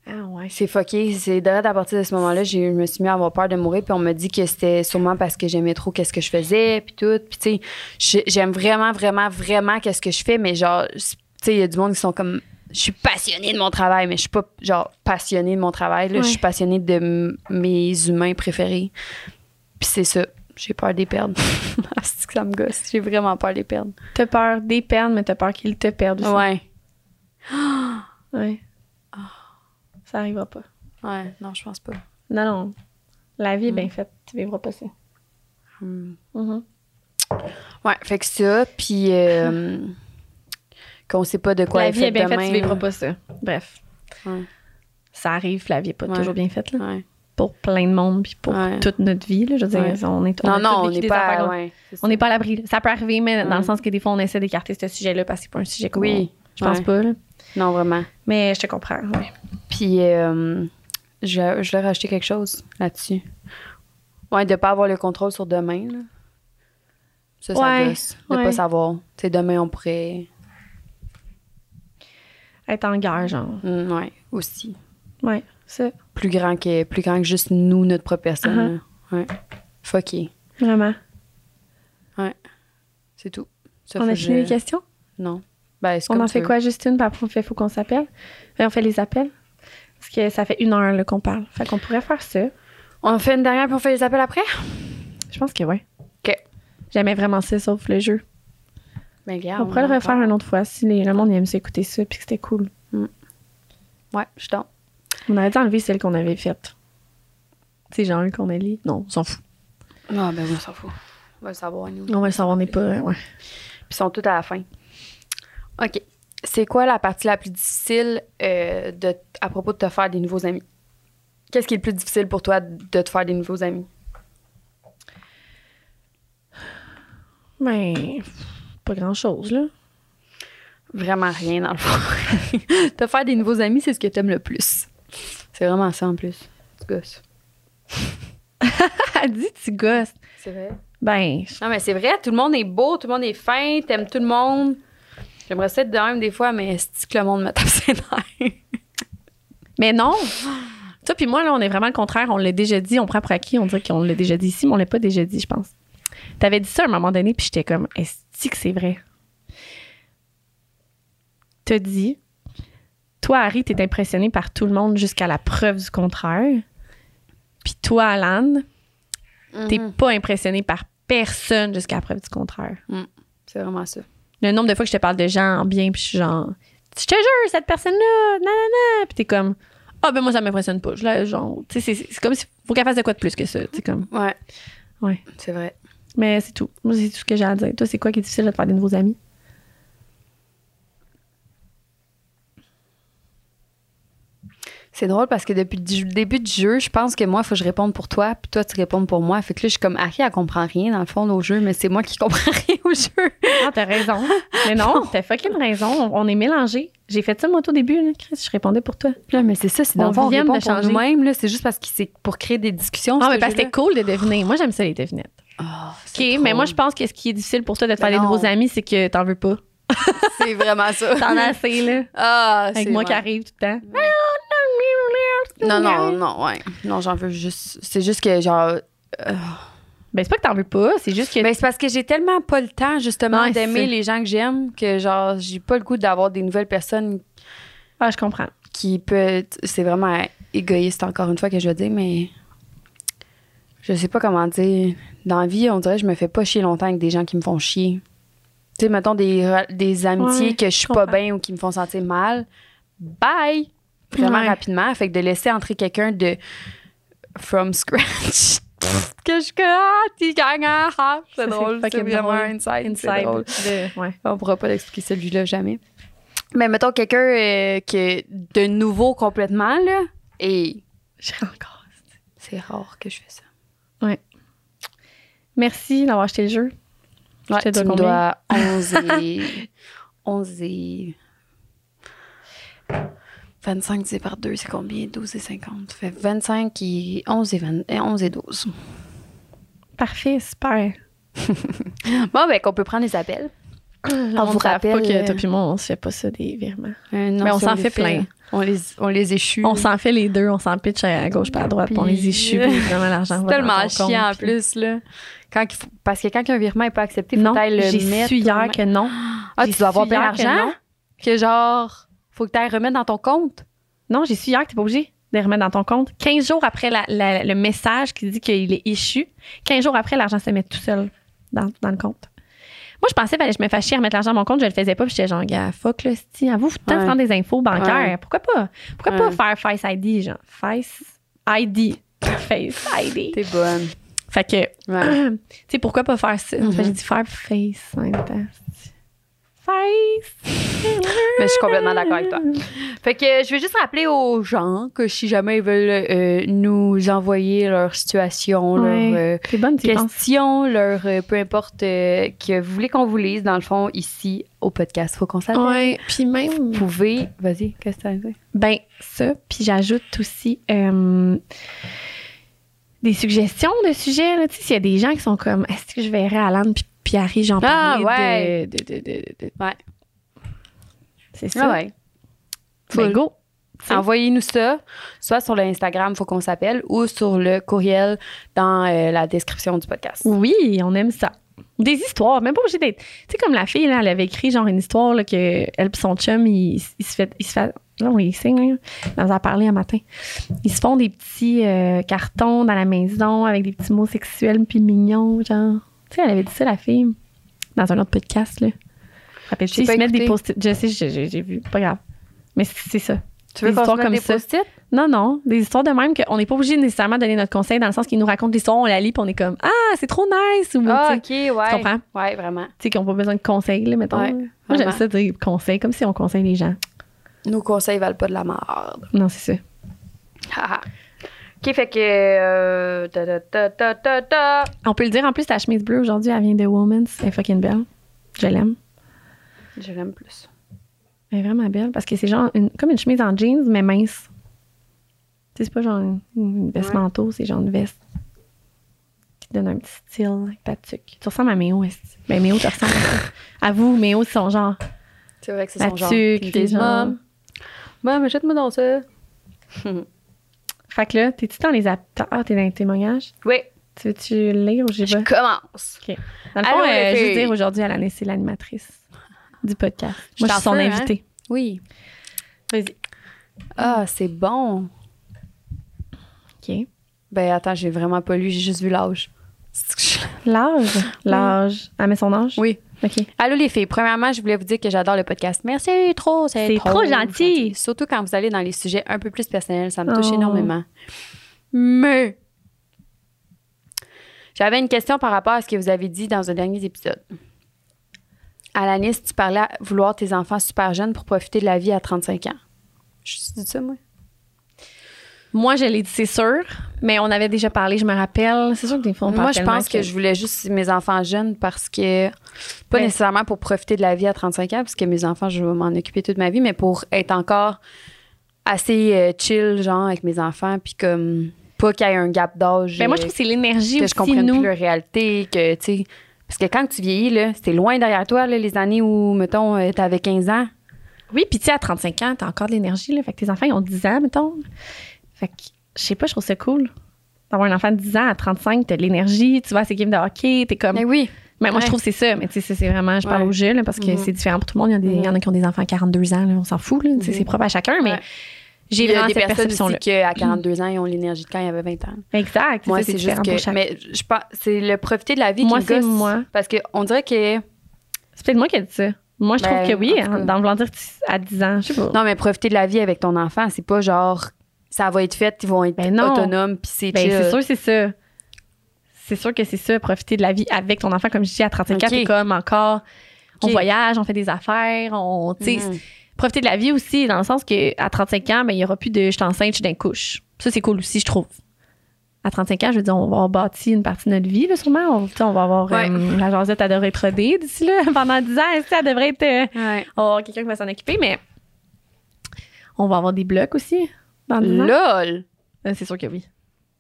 [SPEAKER 2] Ah ouais.
[SPEAKER 1] C'est fucké, c'est direct à partir de ce moment-là, j'ai- je me suis mis à avoir peur de mourir, puis on m'a dit que c'était sûrement parce que j'aimais trop qu'est-ce que je faisais, puis tout, puis tu sais, j'ai- j'aime vraiment, vraiment, vraiment qu'est-ce que je fais, mais genre, tu sais, il y a du monde qui sont comme, je suis passionnée de mon travail, mais je suis pas, genre, passionnée de mon travail, là, je suis
[SPEAKER 2] Ouais.
[SPEAKER 1] passionnée de m- mes humains préférés, puis c'est ça, j'ai peur de les perdre. Ah, c'est que ça me gosse, j'ai vraiment peur de les perdre.
[SPEAKER 2] T'as peur des pertes, mais t'as peur qu'ils te perdent aussi.
[SPEAKER 1] Ouais,
[SPEAKER 2] Ouais. Ah. Ça arrivera pas.
[SPEAKER 1] ouais, non, je pense pas.
[SPEAKER 2] Non, non. La vie est bien faite. Tu vivras pas ça.
[SPEAKER 1] Hmm.
[SPEAKER 2] Mhm.
[SPEAKER 1] Ouais, fait que ça, puis euh, qu'on sait pas de quoi
[SPEAKER 2] la
[SPEAKER 1] elle
[SPEAKER 2] vie est bien faite,
[SPEAKER 1] demain,
[SPEAKER 2] tu vivras
[SPEAKER 1] là.
[SPEAKER 2] pas ça. Bref.
[SPEAKER 1] Ouais.
[SPEAKER 2] Ça arrive, la vie est pas
[SPEAKER 1] Ouais.
[SPEAKER 2] toujours bien faite. là.
[SPEAKER 1] Ouais.
[SPEAKER 2] Pour plein de monde, puis pour
[SPEAKER 1] Ouais.
[SPEAKER 2] toute notre vie. là. je veux dire,
[SPEAKER 1] Ouais.
[SPEAKER 2] on est, on
[SPEAKER 1] Non,
[SPEAKER 2] a
[SPEAKER 1] non,
[SPEAKER 2] tous
[SPEAKER 1] on
[SPEAKER 2] vécu
[SPEAKER 1] n'est
[SPEAKER 2] des
[SPEAKER 1] pas.
[SPEAKER 2] affaires,
[SPEAKER 1] ouais, c'est ça.
[SPEAKER 2] On n'est pas à l'abri. là. Ça peut arriver, mais dans
[SPEAKER 1] Ouais.
[SPEAKER 2] le sens que des fois, on essaie d'écarter ce sujet-là parce que c'est pas un sujet qu'on...
[SPEAKER 1] Oui,
[SPEAKER 2] Je pense
[SPEAKER 1] ouais.
[SPEAKER 2] pas, là.
[SPEAKER 1] Non, vraiment.
[SPEAKER 2] Mais je te comprends, ouais.
[SPEAKER 1] Puis, euh, je, je leur ai acheté quelque chose là-dessus. Ouais, de pas avoir le contrôle sur demain, là. Ça, ça
[SPEAKER 2] Ouais,
[SPEAKER 1] gosse. De
[SPEAKER 2] ouais.
[SPEAKER 1] pas savoir. Tu sais, demain, on pourrait.
[SPEAKER 2] Être en guerre, genre.
[SPEAKER 1] Mm, ouais, aussi.
[SPEAKER 2] Ouais, ça,
[SPEAKER 1] Plus grand que, plus grand que juste nous, notre propre personne.
[SPEAKER 2] Uh-huh.
[SPEAKER 1] là. Ouais. Fucké.
[SPEAKER 2] vraiment.
[SPEAKER 1] C'est tout. Ça,
[SPEAKER 2] On
[SPEAKER 1] faut
[SPEAKER 2] a
[SPEAKER 1] que
[SPEAKER 2] fini
[SPEAKER 1] je-
[SPEAKER 2] les questions?
[SPEAKER 1] Non. Ben, c'est
[SPEAKER 2] On
[SPEAKER 1] comme
[SPEAKER 2] en
[SPEAKER 1] tu
[SPEAKER 2] fait
[SPEAKER 1] veux.
[SPEAKER 2] quoi, juste une, puis après, on fait faut qu'on s'appelle? Ben, on fait les appels? Parce que ça fait une heure là, qu'on parle. Fait qu'on pourrait faire ça.
[SPEAKER 1] On fait une dernière puis on fait les appels après?
[SPEAKER 2] Je pense que ouais.
[SPEAKER 1] OK.
[SPEAKER 2] J'aimais vraiment ça, sauf le jeu.
[SPEAKER 1] Ben, regarde.
[SPEAKER 2] on pourrait le
[SPEAKER 1] a
[SPEAKER 2] refaire
[SPEAKER 1] encore-
[SPEAKER 2] une autre fois si les- le monde aime s'écouter ça puis que c'était cool.
[SPEAKER 1] Ouais, je suis dans.
[SPEAKER 2] On aurait dû enlever celle qu'on avait faite. C'est genre une qu'on a lu. Non, on s'en fout.
[SPEAKER 1] Non, ben, on s'en fout. On va le savoir, nous.
[SPEAKER 2] On va le savoir, on n'est pas. Ouais.
[SPEAKER 1] Puis ils sont toutes à la fin. OK. C'est quoi la partie la plus difficile euh, de, à propos de te faire des nouveaux amis? Qu'est-ce qui est le plus difficile pour toi de te faire des nouveaux amis?
[SPEAKER 2] Ben, pas grand chose, là.
[SPEAKER 1] Vraiment rien, dans le fond. te faire des nouveaux amis, c'est ce que t'aimes le plus. C'est vraiment ça, en plus. Tu gosses.
[SPEAKER 2] Elle dit, tu gosses.
[SPEAKER 1] C'est vrai?
[SPEAKER 2] Ben,
[SPEAKER 1] Non, mais c'est vrai. Tout le monde est beau, tout le monde est fin, t'aimes tout le monde. J'aimerais ça être de même des fois, mais c'est que le monde me tape ses nerfs.
[SPEAKER 2] Mais non! Toi puis moi, là, on est vraiment le contraire. On l'a déjà dit, on prend pour acquis, on dirait qu'on l'a déjà dit ici, mais on l'a pas déjà dit, je pense. T'avais dit ça à un moment donné, puis j'étais comme, est-ce que c'est vrai? T'as dit, toi, Harry, t'es impressionné par tout le monde jusqu'à la preuve du contraire. Puis toi, Alan, t'es
[SPEAKER 1] Mhm. Mm-hmm.
[SPEAKER 2] pas impressionné par personne jusqu'à la preuve du contraire.
[SPEAKER 1] C'est vraiment ça.
[SPEAKER 2] Le nombre de fois que je te parle de gens en bien, puis je suis genre, je te jure, cette personne-là, nanana, puis t'es comme, ah ben moi ça m'impressionne pas. Je la- genre, tu sais, c'est- c'est comme si, faut qu'elle fasse de quoi de plus que ça, tu sais, comme.
[SPEAKER 1] Ouais.
[SPEAKER 2] Ouais.
[SPEAKER 1] C'est vrai.
[SPEAKER 2] Mais c'est tout. Moi, c'est tout ce que j'ai à dire. Toi, c'est quoi qui est difficile de te faire des nouveaux amis?
[SPEAKER 1] C'est drôle parce que depuis le du- début du jeu, je pense que moi, il faut que je réponde pour toi, puis toi, tu réponds pour moi. Fait que là, je suis comme, Harry, elle comprend rien dans le fond au jeu, mais c'est moi qui comprends rien au jeu.
[SPEAKER 2] Ah, t'as raison. Mais non, t'as fucking raison. On, on est mélangés. J'ai fait ça, moi, tout au début, là, Chris. Je répondais pour toi.
[SPEAKER 1] Là, mais c'est ça, c'est
[SPEAKER 2] On
[SPEAKER 1] dans le fond, on
[SPEAKER 2] vient
[SPEAKER 1] répond
[SPEAKER 2] de
[SPEAKER 1] pour
[SPEAKER 2] changer.
[SPEAKER 1] nous-mêmes, là. C'est juste parce que c'est pour créer des discussions.
[SPEAKER 2] Ah,
[SPEAKER 1] ce
[SPEAKER 2] mais parce que
[SPEAKER 1] jeu-là.
[SPEAKER 2] c'était cool de deviner. Moi, j'aime ça, les devinettes.
[SPEAKER 1] Ah,
[SPEAKER 2] OK,
[SPEAKER 1] c'est
[SPEAKER 2] mais
[SPEAKER 1] drôle.
[SPEAKER 2] moi, je pense que ce qui est difficile pour toi de te
[SPEAKER 1] Mais
[SPEAKER 2] faire des
[SPEAKER 1] non.
[SPEAKER 2] nouveaux amis, c'est que t'en veux pas.
[SPEAKER 1] C'est vraiment ça.
[SPEAKER 2] T'en as assez, là.
[SPEAKER 1] Ah,
[SPEAKER 2] Avec
[SPEAKER 1] c'est
[SPEAKER 2] moi qui
[SPEAKER 1] vrai.
[SPEAKER 2] arrive tout le temps.
[SPEAKER 1] Non, non, non, ouais. Non, j'en veux juste. C'est juste que, genre.
[SPEAKER 2] Ben, c'est pas que t'en veux pas, c'est juste que.
[SPEAKER 1] Ben, c'est parce que j'ai tellement pas le temps, justement,
[SPEAKER 2] Ouais,
[SPEAKER 1] d'aimer
[SPEAKER 2] c'est-
[SPEAKER 1] les gens que j'aime que, genre, j'ai pas le goût d'avoir des nouvelles personnes
[SPEAKER 2] ah, je comprends.
[SPEAKER 1] qui peut être- c'est vraiment égoïste encore une fois que je veux dire mais je sais pas comment dire dans la vie on dirait que je me fais pas chier longtemps avec des gens qui me font chier tu sais mettons des, ra- des amitiés
[SPEAKER 2] Ouais,
[SPEAKER 1] que je suis pas
[SPEAKER 2] comprends.
[SPEAKER 1] bien ou qui me font sentir mal bye vraiment
[SPEAKER 2] Ouais.
[SPEAKER 1] rapidement fait que de laisser entrer quelqu'un de from scratch que je ah, t'es gagnant ah, c'est
[SPEAKER 2] Ça, c'est
[SPEAKER 1] drôle c'est
[SPEAKER 2] fucking
[SPEAKER 1] vraiment
[SPEAKER 2] drôle.
[SPEAKER 1] un insight, c'est
[SPEAKER 2] Inside.
[SPEAKER 1] drôle
[SPEAKER 2] de- ouais.
[SPEAKER 1] on pourra pas l'expliquer celui-là jamais. Mais mettons quelqu'un euh, que de nouveau complètement là et
[SPEAKER 2] J'ai encore.
[SPEAKER 1] c'est rare que je fais ça.
[SPEAKER 2] Merci d'avoir acheté le jeu. Je te dois
[SPEAKER 1] tu me
[SPEAKER 2] combien?
[SPEAKER 1] dois 11 et 11 et 25 divisé par 2, c'est combien 12 et 50. Fait 25 et 11 et 20 et 11 et 12.
[SPEAKER 2] Parfait, super.
[SPEAKER 1] Bon ben qu'on peut prendre les appels.
[SPEAKER 2] On
[SPEAKER 1] vous
[SPEAKER 2] vous rappelle pas
[SPEAKER 1] rappelle,
[SPEAKER 2] que
[SPEAKER 1] euh,
[SPEAKER 2] toi puis moi, on se fait pas ça des virements.
[SPEAKER 1] Euh, non,
[SPEAKER 2] Mais on
[SPEAKER 1] ça,
[SPEAKER 2] s'en
[SPEAKER 1] les
[SPEAKER 2] fait plein.
[SPEAKER 1] On les on les échue.
[SPEAKER 2] On s'en fait les deux, on s'en pitch à gauche pas à droite, puis on les échoue, puis évidemment l'argent
[SPEAKER 1] C'est
[SPEAKER 2] va dans
[SPEAKER 1] tellement
[SPEAKER 2] ton compte,
[SPEAKER 1] chiant en
[SPEAKER 2] puis-
[SPEAKER 1] plus, là. Quand il faut- Parce que quand un virement n'est pas accepté, faut
[SPEAKER 2] Non,
[SPEAKER 1] que t'ailles le
[SPEAKER 2] j'ai
[SPEAKER 1] mettre.
[SPEAKER 2] su hier que non.
[SPEAKER 1] Ah,
[SPEAKER 2] j'ai
[SPEAKER 1] tu dois avoir
[SPEAKER 2] su
[SPEAKER 1] plein
[SPEAKER 2] hier que
[SPEAKER 1] d'argent?
[SPEAKER 2] non.
[SPEAKER 1] Que, genre, faut que t'ailles remettre dans ton compte.
[SPEAKER 2] Non, j'ai su hier que t'es pas obligé de les remettre dans ton compte. 15 jours après la- la- le message qui dit qu'il est échu, 15 jours après, l'argent se met tout seul dans, dans le compte. Moi, je pensais que je me fâchais chier à remettre l'argent dans mon compte, je le faisais pas, puis j'étais genre, gars, fuck, là, si, à vous, vous tentez de
[SPEAKER 1] Ouais.
[SPEAKER 2] prendre des infos bancaires.
[SPEAKER 1] Ouais.
[SPEAKER 2] Pourquoi pas? Pourquoi pas
[SPEAKER 1] Ouais.
[SPEAKER 2] faire Face ID, genre? Face ID. Face ID.
[SPEAKER 1] T'es bonne.
[SPEAKER 2] Fait que,
[SPEAKER 1] Ouais.
[SPEAKER 2] tu sais, pourquoi pas faire ça?
[SPEAKER 1] Mhm.
[SPEAKER 2] Fait que J'ai dit faire Face en même temps. Face.
[SPEAKER 1] Mais je suis complètement d'accord avec toi. Fait que euh, je vais juste rappeler aux gens que si jamais ils veulent euh, nous envoyer leur situation,
[SPEAKER 2] Ouais.
[SPEAKER 1] leur. euh,
[SPEAKER 2] C'est bonne, tu y penses.
[SPEAKER 1] questions, leur euh, peu importe euh, que vous voulez qu'on vous lise, dans le fond, ici au podcast. Faut qu'on s'appelle.
[SPEAKER 2] Ouais, puis même.
[SPEAKER 1] Vous pouvez. Vas-y, qu'est-ce que t'as à dire?
[SPEAKER 2] Ben, ça, puis j'ajoute aussi, euh, des suggestions de sujets. là. Tu sais, S'il y a des gens qui sont comme Est-ce que je verrais Alan puis Pierre j'en
[SPEAKER 1] Ah,
[SPEAKER 2] parlais
[SPEAKER 1] ouais.
[SPEAKER 2] de, de, de, de- de-
[SPEAKER 1] Ouais.
[SPEAKER 2] C'est ça.
[SPEAKER 1] Ah ouais.
[SPEAKER 2] Ben,
[SPEAKER 1] Full.
[SPEAKER 2] go. T'sais.
[SPEAKER 1] Envoyez-nous ça, soit sur le Instagram, faut qu'on s'appelle, ou sur le courriel dans euh, la description du podcast.
[SPEAKER 2] Oui, on aime ça. Des histoires, même pas obligé d'être. Tu sais, comme la fille, là, elle avait écrit genre une histoire là, que elle et son chum, il, il se fait. Il se fait là, on les signe, là. Elle nous en a parlé un matin. Ils se font des petits euh, cartons dans la maison avec des petits mots sexuels puis mignons, genre. Tu sais, elle avait dit ça, la fille, dans un autre podcast, là. Rappelle-tu,
[SPEAKER 1] J'ai
[SPEAKER 2] ils
[SPEAKER 1] pas
[SPEAKER 2] se mettent des
[SPEAKER 1] écouté.
[SPEAKER 2] post-it. Je sais, j'ai- j'ai j'ai vu. Pas grave. Mais c'est c'est ça.
[SPEAKER 1] Tu veux
[SPEAKER 2] Des
[SPEAKER 1] qu'on se
[SPEAKER 2] histoires
[SPEAKER 1] mette
[SPEAKER 2] comme
[SPEAKER 1] des
[SPEAKER 2] ça.
[SPEAKER 1] post-it?
[SPEAKER 2] Non, non, des histoires de même qu'on n'est pas obligé nécessairement de donner notre conseil dans le sens qu'ils nous racontent l'histoire, on la lit, puis on est comme Ah, c'est trop nice! Ou,
[SPEAKER 1] Ah,
[SPEAKER 2] tu sais,
[SPEAKER 1] ok, ouais.
[SPEAKER 2] tu comprends?
[SPEAKER 1] Ouais, vraiment.
[SPEAKER 2] Tu sais, qu'ils n'ont pas besoin de conseils, là, mettons.
[SPEAKER 1] Ouais,
[SPEAKER 2] Moi, j'aime
[SPEAKER 1] vraiment.
[SPEAKER 2] ça dire conseils, comme si on conseille les gens.
[SPEAKER 1] Nos conseils valent pas de la merde.
[SPEAKER 2] Non, c'est ça.
[SPEAKER 1] Haha. ok, fait que. euh, ta, ta, ta, ta, ta, ta.
[SPEAKER 2] On peut le dire, en plus, ta chemise bleue aujourd'hui, elle vient de Woman's. Elle est fucking belle. Je l'aime.
[SPEAKER 1] Je l'aime plus.
[SPEAKER 2] Elle est vraiment belle parce que c'est genre une- comme une chemise en jeans, mais mince. Tu sais, c'est pas genre une, une veste
[SPEAKER 1] Ouais.
[SPEAKER 2] manteau, c'est genre une veste qui te donne un petit style avec ta tuque. Tu ressembles à Méo, est Ben, Méo, tu ressembles à ça. À vous, Méo, c'est son genre.
[SPEAKER 1] C'est vrai que c'est
[SPEAKER 2] La
[SPEAKER 1] son genre.
[SPEAKER 2] tuque,
[SPEAKER 1] Puis
[SPEAKER 2] les
[SPEAKER 1] des
[SPEAKER 2] gens.
[SPEAKER 1] mom. Mom, jette-moi dans ça.
[SPEAKER 2] Fait que là, t'es-tu dans les appels? Ah, t'es dans les témoignages?
[SPEAKER 1] Oui,
[SPEAKER 2] Tu veux-tu lire ou j'ai
[SPEAKER 1] je
[SPEAKER 2] pas?
[SPEAKER 1] commence.
[SPEAKER 2] Dans le
[SPEAKER 1] Allô, les
[SPEAKER 2] fond, euh,
[SPEAKER 1] filles.
[SPEAKER 2] juste dire aujourd'hui, Alain, c'est l'animatrice du podcast.
[SPEAKER 1] Je
[SPEAKER 2] Moi,
[SPEAKER 1] t'en
[SPEAKER 2] je suis son
[SPEAKER 1] fais, hein?
[SPEAKER 2] invitée.
[SPEAKER 1] Oui.
[SPEAKER 2] Vas-y.
[SPEAKER 1] Ah, c'est bon.
[SPEAKER 2] hein? OK.
[SPEAKER 1] Ben, attends, j'ai vraiment pas lu, j'ai juste vu l'âge.
[SPEAKER 2] L'âge? L'âge. Elle met son âge?
[SPEAKER 1] Oui.
[SPEAKER 2] OK.
[SPEAKER 1] Allô Ah, les filles, premièrement, je voulais vous dire que j'adore le podcast. Merci trop, c'est
[SPEAKER 2] C'est
[SPEAKER 1] trop,
[SPEAKER 2] trop gentil.
[SPEAKER 1] Surtout quand vous allez dans les sujets un peu plus personnels, ça me touche
[SPEAKER 2] Oh.
[SPEAKER 1] énormément. Mais j'avais une question par rapport à ce que vous avez dit dans un dernier épisode. Alanis, tu parlais à vouloir tes enfants super jeunes pour profiter de la vie à 35 ans. Je dis ça, moi.
[SPEAKER 2] Moi, je l'ai dit, c'est sûr, mais on avait déjà parlé, je me rappelle. C'est sûr que des fois, on parle
[SPEAKER 1] moi, je
[SPEAKER 2] tellement
[SPEAKER 1] pense que... je voulais juste mes enfants jeunes parce que, pas
[SPEAKER 2] Ben-
[SPEAKER 1] nécessairement pour profiter de la vie à 35 ans, parce que mes enfants, je vais m'en occuper toute ma vie, mais pour être encore assez euh, chill, genre, avec mes enfants, puis comme, pas qu'il y ait un gap d'âge.
[SPEAKER 2] Mais Ben, moi, je
[SPEAKER 1] euh,
[SPEAKER 2] trouve que c'est l'énergie
[SPEAKER 1] que je
[SPEAKER 2] aussi,
[SPEAKER 1] comprenne
[SPEAKER 2] nous.
[SPEAKER 1] plus la réalité, que, tu sais. Parce que quand tu vieillis, là, c'était loin derrière toi, là, les années où, mettons, euh, t'avais 15 ans.
[SPEAKER 2] Oui, puis tu sais, à 35 ans, t'as encore de l'énergie, là. Fait que tes enfants, ils ont 10 ans, mettons. Fait que, je sais pas, je trouve ça cool. D'avoir un enfant de 10 ans à 35, t'as de l'énergie, tu vas à ses games de hockey, t'es comme...
[SPEAKER 1] Mais oui.
[SPEAKER 2] Mais moi,
[SPEAKER 1] Ouais.
[SPEAKER 2] je trouve que c'est ça. Mais tu sais, c'est- c'est vraiment, je parle
[SPEAKER 1] Ouais.
[SPEAKER 2] au jeu, là, parce que
[SPEAKER 1] Mhm.
[SPEAKER 2] c'est différent pour tout le monde. Il y, a des- il y en a qui ont des enfants à 42 ans, là, on s'en fout. là. Tu sais,
[SPEAKER 1] Mhm.
[SPEAKER 2] C'est propre à chacun, mais
[SPEAKER 1] Ouais.
[SPEAKER 2] j'ai
[SPEAKER 1] Il y a
[SPEAKER 2] vraiment
[SPEAKER 1] des
[SPEAKER 2] cette
[SPEAKER 1] personnes
[SPEAKER 2] perception-là.
[SPEAKER 1] aussi qu'à 42 ans, ils ont l'énergie de quand ils avaient 20 ans.
[SPEAKER 2] Exact.
[SPEAKER 1] Moi,
[SPEAKER 2] ça,
[SPEAKER 1] c'est juste
[SPEAKER 2] différent pour
[SPEAKER 1] que.
[SPEAKER 2] chacun.
[SPEAKER 1] Mais je pense, c'est le profiter de la vie
[SPEAKER 2] Moi,
[SPEAKER 1] qui me
[SPEAKER 2] c'est
[SPEAKER 1] gosse.
[SPEAKER 2] moi.
[SPEAKER 1] Parce qu'on dirait que.
[SPEAKER 2] C'est peut-être moi qui ai dit ça. Moi, je
[SPEAKER 1] Ben,
[SPEAKER 2] trouve que oui,
[SPEAKER 1] en tout
[SPEAKER 2] hein,
[SPEAKER 1] cas.
[SPEAKER 2] d'en voulant dire tu- à 10 ans, je sais pas.
[SPEAKER 1] Non, mais profiter de la vie avec ton enfant, c'est pas genre. Ça va être fait, ils vont être
[SPEAKER 2] Ben non.
[SPEAKER 1] autonomes, puis c'est
[SPEAKER 2] Ben,
[SPEAKER 1] chill.
[SPEAKER 2] c'est sûr, c'est ça. C'est sûr que c'est ça, profiter de la vie avec ton enfant, comme je dis, à 34,
[SPEAKER 1] Ok.
[SPEAKER 2] t'es comme encore. On
[SPEAKER 1] Ok.
[SPEAKER 2] voyage, on fait des affaires, on. tu sais,
[SPEAKER 1] Mhm.
[SPEAKER 2] Profiter de la vie aussi, dans le sens que à 35 ans, ben, il n'y aura plus de je suis enceinte, je suis d'un couche. Ça, c'est cool aussi, je trouve. À 35 ans, je veux dire, on va avoir bâti une partie de notre vie, là, sûrement. On, tu sais, on va avoir.
[SPEAKER 1] Ouais.
[SPEAKER 2] euh, la jasette, elle devrait être rodée d'ici là. Pendant 10 ans, ça devrait être. euh,
[SPEAKER 1] Ouais.
[SPEAKER 2] on va avoir quelqu'un qui va s'en occuper, mais on va avoir des blocs aussi dans 10 ans.
[SPEAKER 1] LOL!
[SPEAKER 2] Euh, C'est sûr que oui.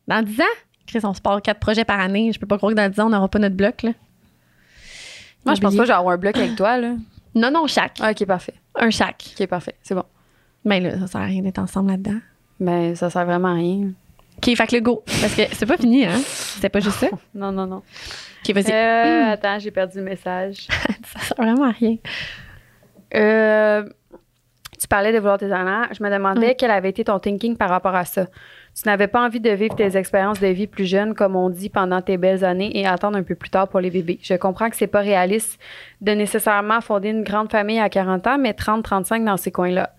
[SPEAKER 2] Dans 10 ans, Chris, on se part 4 projets par année. Je peux pas croire que dans 10 ans, on n'aura pas notre bloc. Là.
[SPEAKER 1] Moi, je pense
[SPEAKER 2] Oublié.
[SPEAKER 1] pas que j'aurai un bloc avec toi, là.
[SPEAKER 2] Non, non, chaque.
[SPEAKER 1] Ah, ok, parfait.
[SPEAKER 2] Un chaque.
[SPEAKER 1] Ok, parfait. C'est bon.
[SPEAKER 2] Ben là, ça sert à rien d'être ensemble là-dedans.
[SPEAKER 1] Ben, ça sert vraiment à rien.
[SPEAKER 2] OK, fait que le go. Parce que c'est pas fini, hein? C'était pas juste ça.
[SPEAKER 1] Non, non, non.
[SPEAKER 2] OK, vas-y. Mm.
[SPEAKER 1] Euh, Attends, j'ai perdu le message.
[SPEAKER 2] Ça sert vraiment à rien.
[SPEAKER 1] Euh, tu parlais de vouloir tes enfants. Je me demandais quel avait été ton thinking par rapport à ça. Tu n'avais pas envie de vivre tes expériences de vie plus jeunes, comme on dit, pendant tes belles années et attendre un peu plus tard pour les bébés. Je comprends que c'est pas réaliste de nécessairement fonder une grande famille à 40 ans, mais 30-35 dans ces coins-là.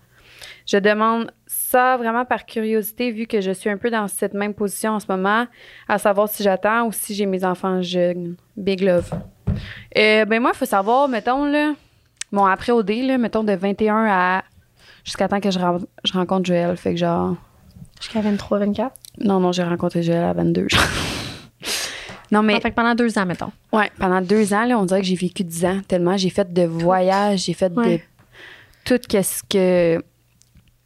[SPEAKER 1] Je demande ça vraiment par curiosité, vu que je suis un peu dans cette même position en ce moment, à savoir si j'attends ou si j'ai mes enfants jeunes. Big love. Euh, ben moi, il faut savoir, mettons, là, Bon, après OD, là, mettons de 21 à. jusqu'à temps que je, ren- je rencontre Joël. Fait que genre.
[SPEAKER 2] Jusqu'à 23, 24.
[SPEAKER 1] Non, non, j'ai rencontré Joël à 22. genre. non, mais.
[SPEAKER 2] Ah, fait que pendant 2 ans, mettons.
[SPEAKER 1] Ouais, pendant deux ans, là, on dirait que j'ai vécu dix ans tellement j'ai fait de voyages, j'ai fait
[SPEAKER 2] Ouais.
[SPEAKER 1] de. tout qu'est-ce que.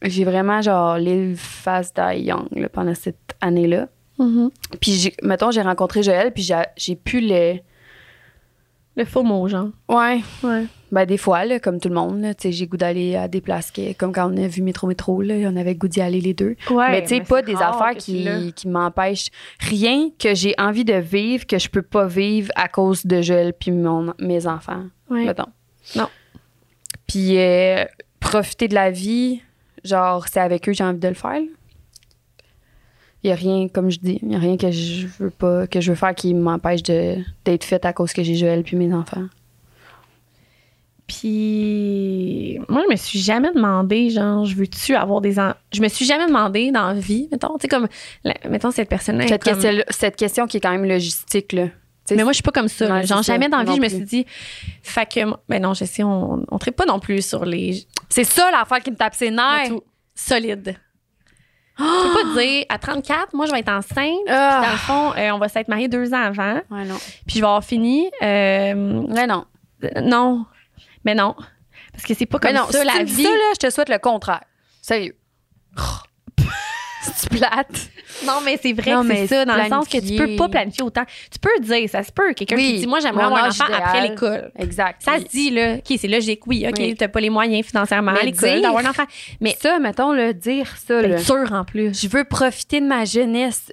[SPEAKER 1] J'ai vraiment, genre, l'île face d'Aïe Young là, pendant cette année-là.
[SPEAKER 2] Mhm.
[SPEAKER 1] Puis, j'ai- mettons, j'ai rencontré Joël, puis j'ai- j'ai pu le.
[SPEAKER 2] Le faux mot, genre.
[SPEAKER 1] Ouais.
[SPEAKER 2] Ouais.
[SPEAKER 1] Ben, des fois, là, comme tout le monde, là, tu sais, j'ai goût d'aller à des places qui- comme quand on a vu Métro Métro, là, on avait goût d'y aller les deux. mais tu sais, pas des affaires qui, qui m'empêchent. Rien que j'ai envie de vivre que je peux pas vivre à cause de Joël puis mon, mes enfants,
[SPEAKER 2] Ouais.
[SPEAKER 1] mettons.
[SPEAKER 2] Non.
[SPEAKER 1] Puis euh, profiter de la vie, genre, c'est avec eux que j'ai envie de le faire. Il y a rien, comme je dis, il y a rien que je veux pas, que je veux faire qui m'empêche de- d'être faite à cause que j'ai Joël puis mes enfants.
[SPEAKER 2] Puis moi, je me suis jamais demandé, genre, je veux-tu avoir des enfants? Je me suis jamais demandé dans la vie, mettons, tu sais, comme, la- mettons, cette personne-là. est
[SPEAKER 1] Cette,
[SPEAKER 2] comme-
[SPEAKER 1] question, cette question qui est quand même logistique, là. Tu sais,
[SPEAKER 2] Mais moi, je suis pas comme ça.
[SPEAKER 1] Non,
[SPEAKER 2] là. genre,
[SPEAKER 1] c'est ça,
[SPEAKER 2] jamais dans la
[SPEAKER 1] non
[SPEAKER 2] vie, je me
[SPEAKER 1] plus.
[SPEAKER 2] suis dit, fait que, ben non, je sais, on, on traite pas non plus sur les.
[SPEAKER 1] c'est ça l'affaire qui me tape ses nerfs.
[SPEAKER 2] tout solide. Je peux pas dire, à 34, moi, je vais être enceinte. Puis Dans
[SPEAKER 1] Ah.
[SPEAKER 2] le fond, euh, on va s'être mariés deux ans avant.
[SPEAKER 1] Ouais, non.
[SPEAKER 2] Puis je vais avoir fini. euh,
[SPEAKER 1] Ouais, non.
[SPEAKER 2] euh, non. Mais non. Parce que c'est pas comme
[SPEAKER 1] Mais non, si
[SPEAKER 2] ça,
[SPEAKER 1] tu
[SPEAKER 2] la
[SPEAKER 1] me dis
[SPEAKER 2] vie.
[SPEAKER 1] ça, là, je te souhaite le contraire. Sérieux. C'est plate.
[SPEAKER 2] Non, mais c'est vrai
[SPEAKER 1] Non,
[SPEAKER 2] que
[SPEAKER 1] mais
[SPEAKER 2] c'est ça, dans le sens que tu
[SPEAKER 1] planifier.
[SPEAKER 2] peux pas planifier autant. Tu peux dire, ça se peut, quelqu'un
[SPEAKER 1] Oui,
[SPEAKER 2] qui dit, moi, j'aimerais
[SPEAKER 1] mon
[SPEAKER 2] avoir un
[SPEAKER 1] âge
[SPEAKER 2] enfant
[SPEAKER 1] idéal.
[SPEAKER 2] après l'école.
[SPEAKER 1] Exact.
[SPEAKER 2] Ça se dit, là, OK, c'est logique, oui, OK,
[SPEAKER 1] Oui.
[SPEAKER 2] t'as pas les moyens financièrement à
[SPEAKER 1] Mais
[SPEAKER 2] l'école
[SPEAKER 1] dire-
[SPEAKER 2] d'avoir un enfant.
[SPEAKER 1] Mais ça, mettons, le dire ça,
[SPEAKER 2] T'es
[SPEAKER 1] là.
[SPEAKER 2] sûr en plus.
[SPEAKER 1] Je veux profiter de ma jeunesse.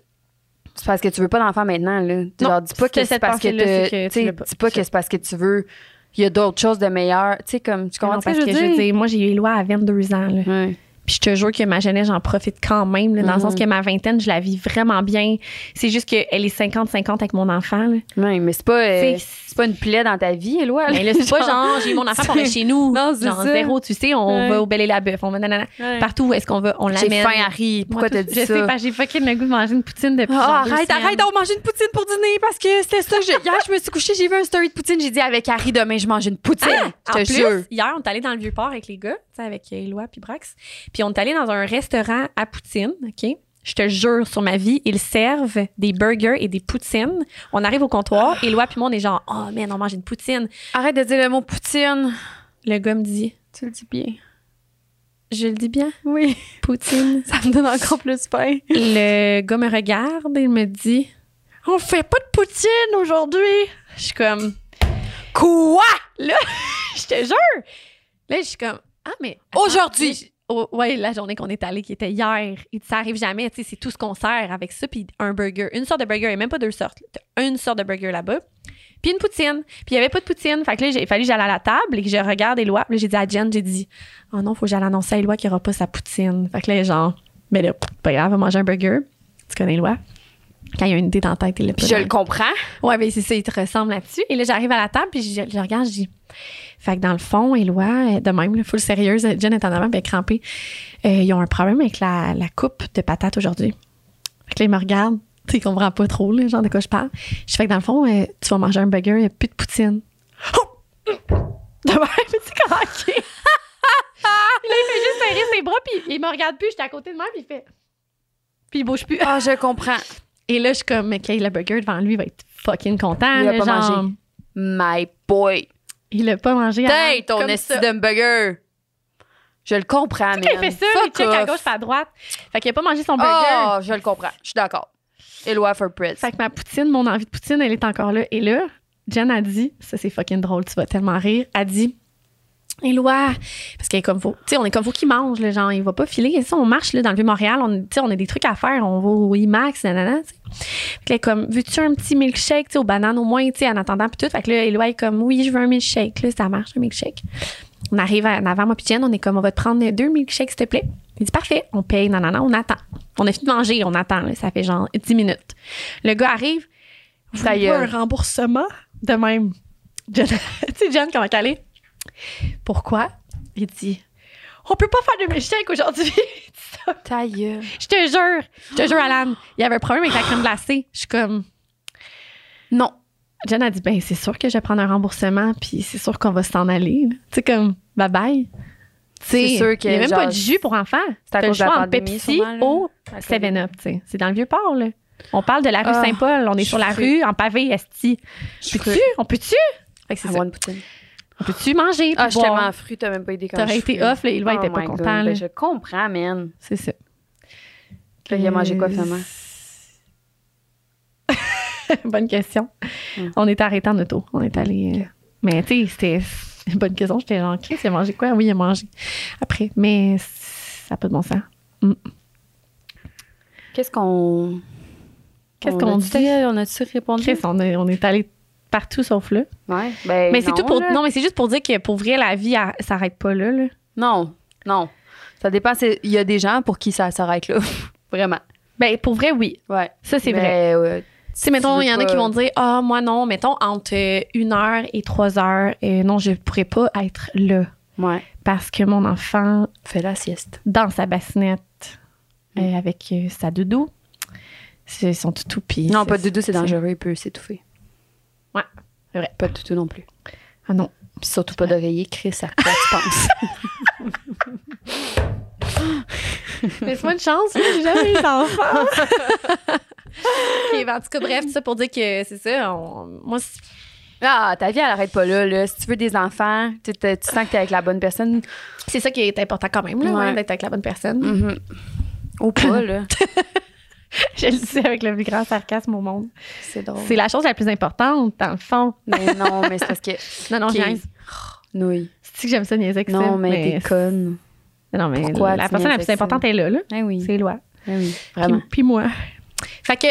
[SPEAKER 1] C'est parce que tu veux pas d'enfant maintenant, là. Tu
[SPEAKER 2] Non,
[SPEAKER 1] leur dis pas que
[SPEAKER 2] c'est
[SPEAKER 1] c'est
[SPEAKER 2] cette
[SPEAKER 1] parce que,
[SPEAKER 2] pensée-là,
[SPEAKER 1] te-
[SPEAKER 2] c'est que tu
[SPEAKER 1] t'sais,
[SPEAKER 2] l'as pas.
[SPEAKER 1] dis pas que c'est parce que tu veux. Il y a d'autres choses de meilleures. Tu sais, comme, tu comprends
[SPEAKER 2] Non,
[SPEAKER 1] ce que je
[SPEAKER 2] parce que,
[SPEAKER 1] veux
[SPEAKER 2] je veux
[SPEAKER 1] dire?
[SPEAKER 2] dire, moi, j'ai eu Éloi à 22 ans, là.
[SPEAKER 1] Ouais.
[SPEAKER 2] Puis je te jure que ma jeunesse, j'en profite quand même, là, dans le sens
[SPEAKER 1] Mhm.
[SPEAKER 2] que ma vingtaine, je la vis vraiment bien. C'est juste qu'elle est 50-50 avec mon enfant, là.
[SPEAKER 1] Ouais, mais c'est pas, euh,
[SPEAKER 2] C'est-
[SPEAKER 1] c'est pas une plaie dans ta vie, Éloi.
[SPEAKER 2] Mais ben là, c'est pas genre, j'ai eu mon enfant, puis on est chez nous.
[SPEAKER 1] Non, c'est
[SPEAKER 2] Genre,
[SPEAKER 1] ça.
[SPEAKER 2] zéro, tu sais, on
[SPEAKER 1] Ouais.
[SPEAKER 2] va au Bel et la Bœuf, on va nanana.
[SPEAKER 1] Ouais.
[SPEAKER 2] Partout où est-ce qu'on va, on
[SPEAKER 1] J'ai
[SPEAKER 2] l'amène.
[SPEAKER 1] faim, Harry. Pourquoi
[SPEAKER 2] Moi,
[SPEAKER 1] t'as
[SPEAKER 2] tout-
[SPEAKER 1] dit
[SPEAKER 2] je
[SPEAKER 1] ça?
[SPEAKER 2] sais pas, j'ai fucking le goût de manger une poutine depuis genre
[SPEAKER 1] Ah,
[SPEAKER 2] deux
[SPEAKER 1] arrête,
[SPEAKER 2] semaines.
[SPEAKER 1] arrête, on mange une poutine pour dîner parce que c'était ça. que j'ai- hier, je me suis couchée, j'ai vu un story de poutine, j'ai dit avec Harry, demain, je mange une poutine.
[SPEAKER 2] Ah! En
[SPEAKER 1] je
[SPEAKER 2] plus,
[SPEAKER 1] te jure.
[SPEAKER 2] hier, on est allé dans le Vieux-Port avec les gars, tu sais, avec Éloi puis Brax. Puis on est allé dans un restaurant à poutine, OK? Je te jure, sur ma vie, ils servent des burgers et des poutines. On arrive au
[SPEAKER 1] Ah!
[SPEAKER 2] comptoir, Éloi puis moi, on est genre « Oh, man, on mange une poutine.
[SPEAKER 1] Arrête de dire le mot poutine. »
[SPEAKER 2] Le gars me dit
[SPEAKER 1] Tu le dis bien.
[SPEAKER 2] « Je le dis bien,
[SPEAKER 1] Oui,
[SPEAKER 2] poutine.
[SPEAKER 1] ça me donne encore plus faim. »
[SPEAKER 2] Le gars me regarde et ben, il me dit « On fait pas de poutine aujourd'hui! » Je suis comme...
[SPEAKER 1] Quoi?
[SPEAKER 2] je te jure! Là, je suis comme, ah, mais. attends,
[SPEAKER 1] Aujourd'hui.
[SPEAKER 2] là, je- oh, ouais, la journée qu'on est allé, qui était hier. Et ça arrive jamais, tu sais, c'est tout ce qu'on sert avec ça, puis un burger. Une sorte de burger, et même pas deux sortes. là. T'as une sorte de burger là-bas, puis une poutine. Puis il y avait pas de poutine. Fait que là, j'ai- il fallait que j'aille à la table et que je regarde Éloi. Puis là, j'ai dit à Jen, j'ai dit, oh non, faut que j'aille annoncer à Éloi qu'il n'y aura pas sa poutine. Fait que là, genre, mais là, pas grave, on va manger un burger. Tu connais Éloi? Quand il y a une idée dans la tête, il l'a
[SPEAKER 1] Puis
[SPEAKER 2] pas
[SPEAKER 1] je
[SPEAKER 2] dans
[SPEAKER 1] le
[SPEAKER 2] la-
[SPEAKER 1] comprends.
[SPEAKER 2] Ouais, mais c'est ça, il te ressemble là-dessus. Et là, j'arrive à la table, puis je, je regarde, je dis. Fait que dans le fond, Éloi, euh, de même, là, full sérieuse, euh, Jen est en avant, bien crampée. Euh, ils ont un problème avec la, la coupe de patates aujourd'hui. Fait que là, ils me regardent. Tu sais, ils comprennent pas trop, là, genre de quoi je parle. Je fais que dans le fond, euh, tu vas manger un burger, il n'y a plus de poutine. Oh! De même, tu sais comment, OK. Puis là, il fait juste serrer ses bras, puis il me regarde plus. J'étais à côté de moi, puis il fait. Puis il bouge plus.
[SPEAKER 1] Ah, je comprends.
[SPEAKER 2] Et là, je suis comme, OK, le burger devant lui va être fucking content.
[SPEAKER 1] Il l'a
[SPEAKER 2] là,
[SPEAKER 1] pas
[SPEAKER 2] genre,
[SPEAKER 1] mangé. My boy.
[SPEAKER 2] Il l'a pas mangé. avant,
[SPEAKER 1] T'es ton
[SPEAKER 2] comme
[SPEAKER 1] esti
[SPEAKER 2] ça.
[SPEAKER 1] d'hamburger. Je le comprends, mais.
[SPEAKER 2] Il fait ça, il check à gauche, à droite. Fait qu'il a pas mangé son burger.
[SPEAKER 1] Ah, je le comprends. Je suis d'accord. Éloi for Prince.
[SPEAKER 2] Fait que ma poutine, mon envie de poutine, elle est encore là. Et là, Jen a dit, ça c'est fucking drôle, tu vas tellement rire, a dit, Éloi, parce qu'elle est comme vous. Tu sais, on est comme vous qui mange, le genre, il va pas filer. Et ça, on marche là, dans le Vieux-Montréal, on, tu sais, on a des trucs à faire, on va au IMAX, nanana, tu sais. Fait que là, comme, veux-tu un petit milkshake, tu sais, aux bananes au moins, tu sais, en attendant, puis tout. Fait que là, Éloi est comme, oui, je veux un milkshake, là, ça marche, un milkshake. On arrive à- en avant, moi, puis Jen, on est comme, on va te prendre deux milkshakes, s'il te plaît. Il dit, parfait, on paye, non, non, non, on attend. On a fini de manger, on attend, là, ça fait genre 10 minutes. Le gars arrive,
[SPEAKER 1] Ta
[SPEAKER 2] voulez-vous
[SPEAKER 1] gueule.
[SPEAKER 2] remboursement de même. John- tu sais, John, comment elle est? Pourquoi? Il dit, on peut pas faire de milkshake aujourd'hui.
[SPEAKER 1] Ta gueule.
[SPEAKER 2] je te jure, je te jure, Alan, il y avait un problème avec la crème glacée. Je suis comme,
[SPEAKER 1] Non.
[SPEAKER 2] John a dit, ben c'est sûr que je vais prendre un remboursement, puis c'est sûr qu'on va s'en aller. là. Tu sais, comme, bye bye. Tu sais,
[SPEAKER 1] C'est sûr que,
[SPEAKER 2] Il n'y a même
[SPEAKER 1] genre,
[SPEAKER 2] pas de jus pour enfants.
[SPEAKER 1] C'est à
[SPEAKER 2] T'as le
[SPEAKER 1] cause de la
[SPEAKER 2] choix entre
[SPEAKER 1] pandémie,
[SPEAKER 2] Pepsi
[SPEAKER 1] sûrement, là.
[SPEAKER 2] ou
[SPEAKER 1] À cause-
[SPEAKER 2] 7-Up, tu sais. C'est dans le vieux port, là. On parle de la rue
[SPEAKER 1] Ah,
[SPEAKER 2] Saint-Paul, on est
[SPEAKER 1] je
[SPEAKER 2] sur la
[SPEAKER 1] ferais-
[SPEAKER 2] rue, en pavé, esti.
[SPEAKER 1] Je
[SPEAKER 2] Peux-tu? On peut-tu? Fait que c'est
[SPEAKER 1] I
[SPEAKER 2] ça.
[SPEAKER 1] want poutine.
[SPEAKER 2] On peut-tu manger?
[SPEAKER 1] Ah, je suis
[SPEAKER 2] boire?
[SPEAKER 1] tellement fru, t'as même pas idée quand Oh
[SPEAKER 2] T'aurais été off, là, Éloi était pas content.
[SPEAKER 1] Ben,
[SPEAKER 2] là.
[SPEAKER 1] je comprends, man.
[SPEAKER 2] C'est ça.
[SPEAKER 1] Fait qu'il a mangé quoi, finalement?
[SPEAKER 2] Euh, Bonne question.
[SPEAKER 1] Mm.
[SPEAKER 2] On est arrêté en auto. On est allé. euh, Mais tu sais, c'était une bonne question. J'étais genre, Chris, il a mangé quoi? Oui, il a mangé. Après, mais ça n'a pas de bon sens.
[SPEAKER 1] Qu'est-ce qu'on.
[SPEAKER 2] Qu'est-ce
[SPEAKER 1] on
[SPEAKER 2] qu'on
[SPEAKER 1] a-tu-
[SPEAKER 2] dit?
[SPEAKER 1] On a-tu répondu?
[SPEAKER 2] Chris, on, est- on est allé partout sauf là.
[SPEAKER 1] Ouais, ben,
[SPEAKER 2] mais c'est
[SPEAKER 1] non,
[SPEAKER 2] tout pour.
[SPEAKER 1] là.
[SPEAKER 2] Non, mais c'est juste pour dire que pour vrai, la vie, elle s'arrête pas là. là.
[SPEAKER 1] Non, non. Ça dépend. c'est- Il y a des gens pour qui ça s'arrête là. Vraiment.
[SPEAKER 2] Ben, pour vrai, oui.
[SPEAKER 1] Ouais.
[SPEAKER 2] Ça, c'est
[SPEAKER 1] Mais,
[SPEAKER 2] vrai.
[SPEAKER 1] ouais.
[SPEAKER 2] Tu sais, mettons,
[SPEAKER 1] veux
[SPEAKER 2] il y en a
[SPEAKER 1] pas-
[SPEAKER 2] qui vont dire Ah, moi non, mettons, entre euh, une heure et trois heures, euh, non, je pourrais pas être là
[SPEAKER 1] ouais.
[SPEAKER 2] parce que mon enfant
[SPEAKER 1] Fais la sieste.
[SPEAKER 2] dans sa bassinette euh,
[SPEAKER 1] Mm.
[SPEAKER 2] avec euh, sa doudou. C'est son toutou pis.
[SPEAKER 1] Non,
[SPEAKER 2] c'est-
[SPEAKER 1] pas de doudou, c'est dangereux. Il peut s'étouffer.
[SPEAKER 2] Ouais, c'est vrai.
[SPEAKER 1] Pas de doudou non plus.
[SPEAKER 2] Ah non.
[SPEAKER 1] Puis surtout pas d'oreiller. Chris, à quoi tu penses?
[SPEAKER 2] Laisse-moi une chance, moi, j'ai jamais eu d'enfant. Ok, ben, en tout cas, bref, tout ça pour dire que c'est ça. on- moi, c'est-
[SPEAKER 1] Ah, ta vie, elle arrête pas là. là. Si tu veux des enfants, tu, te- tu sens que t'es avec la bonne personne
[SPEAKER 2] c'est ça qui est important quand même, là,
[SPEAKER 1] Ouais. Mm.
[SPEAKER 2] ouais, d'être avec la bonne personne.
[SPEAKER 1] Mm-hmm. ou pas, là.
[SPEAKER 2] Je le dis avec le plus grand sarcasme au monde.
[SPEAKER 1] C'est drôle.
[SPEAKER 2] Oh. C'est la chose la plus importante, dans le fond.
[SPEAKER 1] Mais non, mais c'est parce que.
[SPEAKER 2] Non, non,
[SPEAKER 1] Ok.
[SPEAKER 2] je niaise.
[SPEAKER 1] Nouille.
[SPEAKER 2] C'est que j'aime ça niaiser avec ça,
[SPEAKER 1] Non, mais, t'es conne.
[SPEAKER 2] Non, mais
[SPEAKER 1] Pourquoi
[SPEAKER 2] la
[SPEAKER 1] tu
[SPEAKER 2] personne la
[SPEAKER 1] niaises avec
[SPEAKER 2] plus
[SPEAKER 1] ça?
[SPEAKER 2] importante est là, là.
[SPEAKER 1] Eh oui.
[SPEAKER 2] C'est Loi.
[SPEAKER 1] Eh oui.
[SPEAKER 2] Puis,
[SPEAKER 1] Vraiment.
[SPEAKER 2] puis moi. Fait que,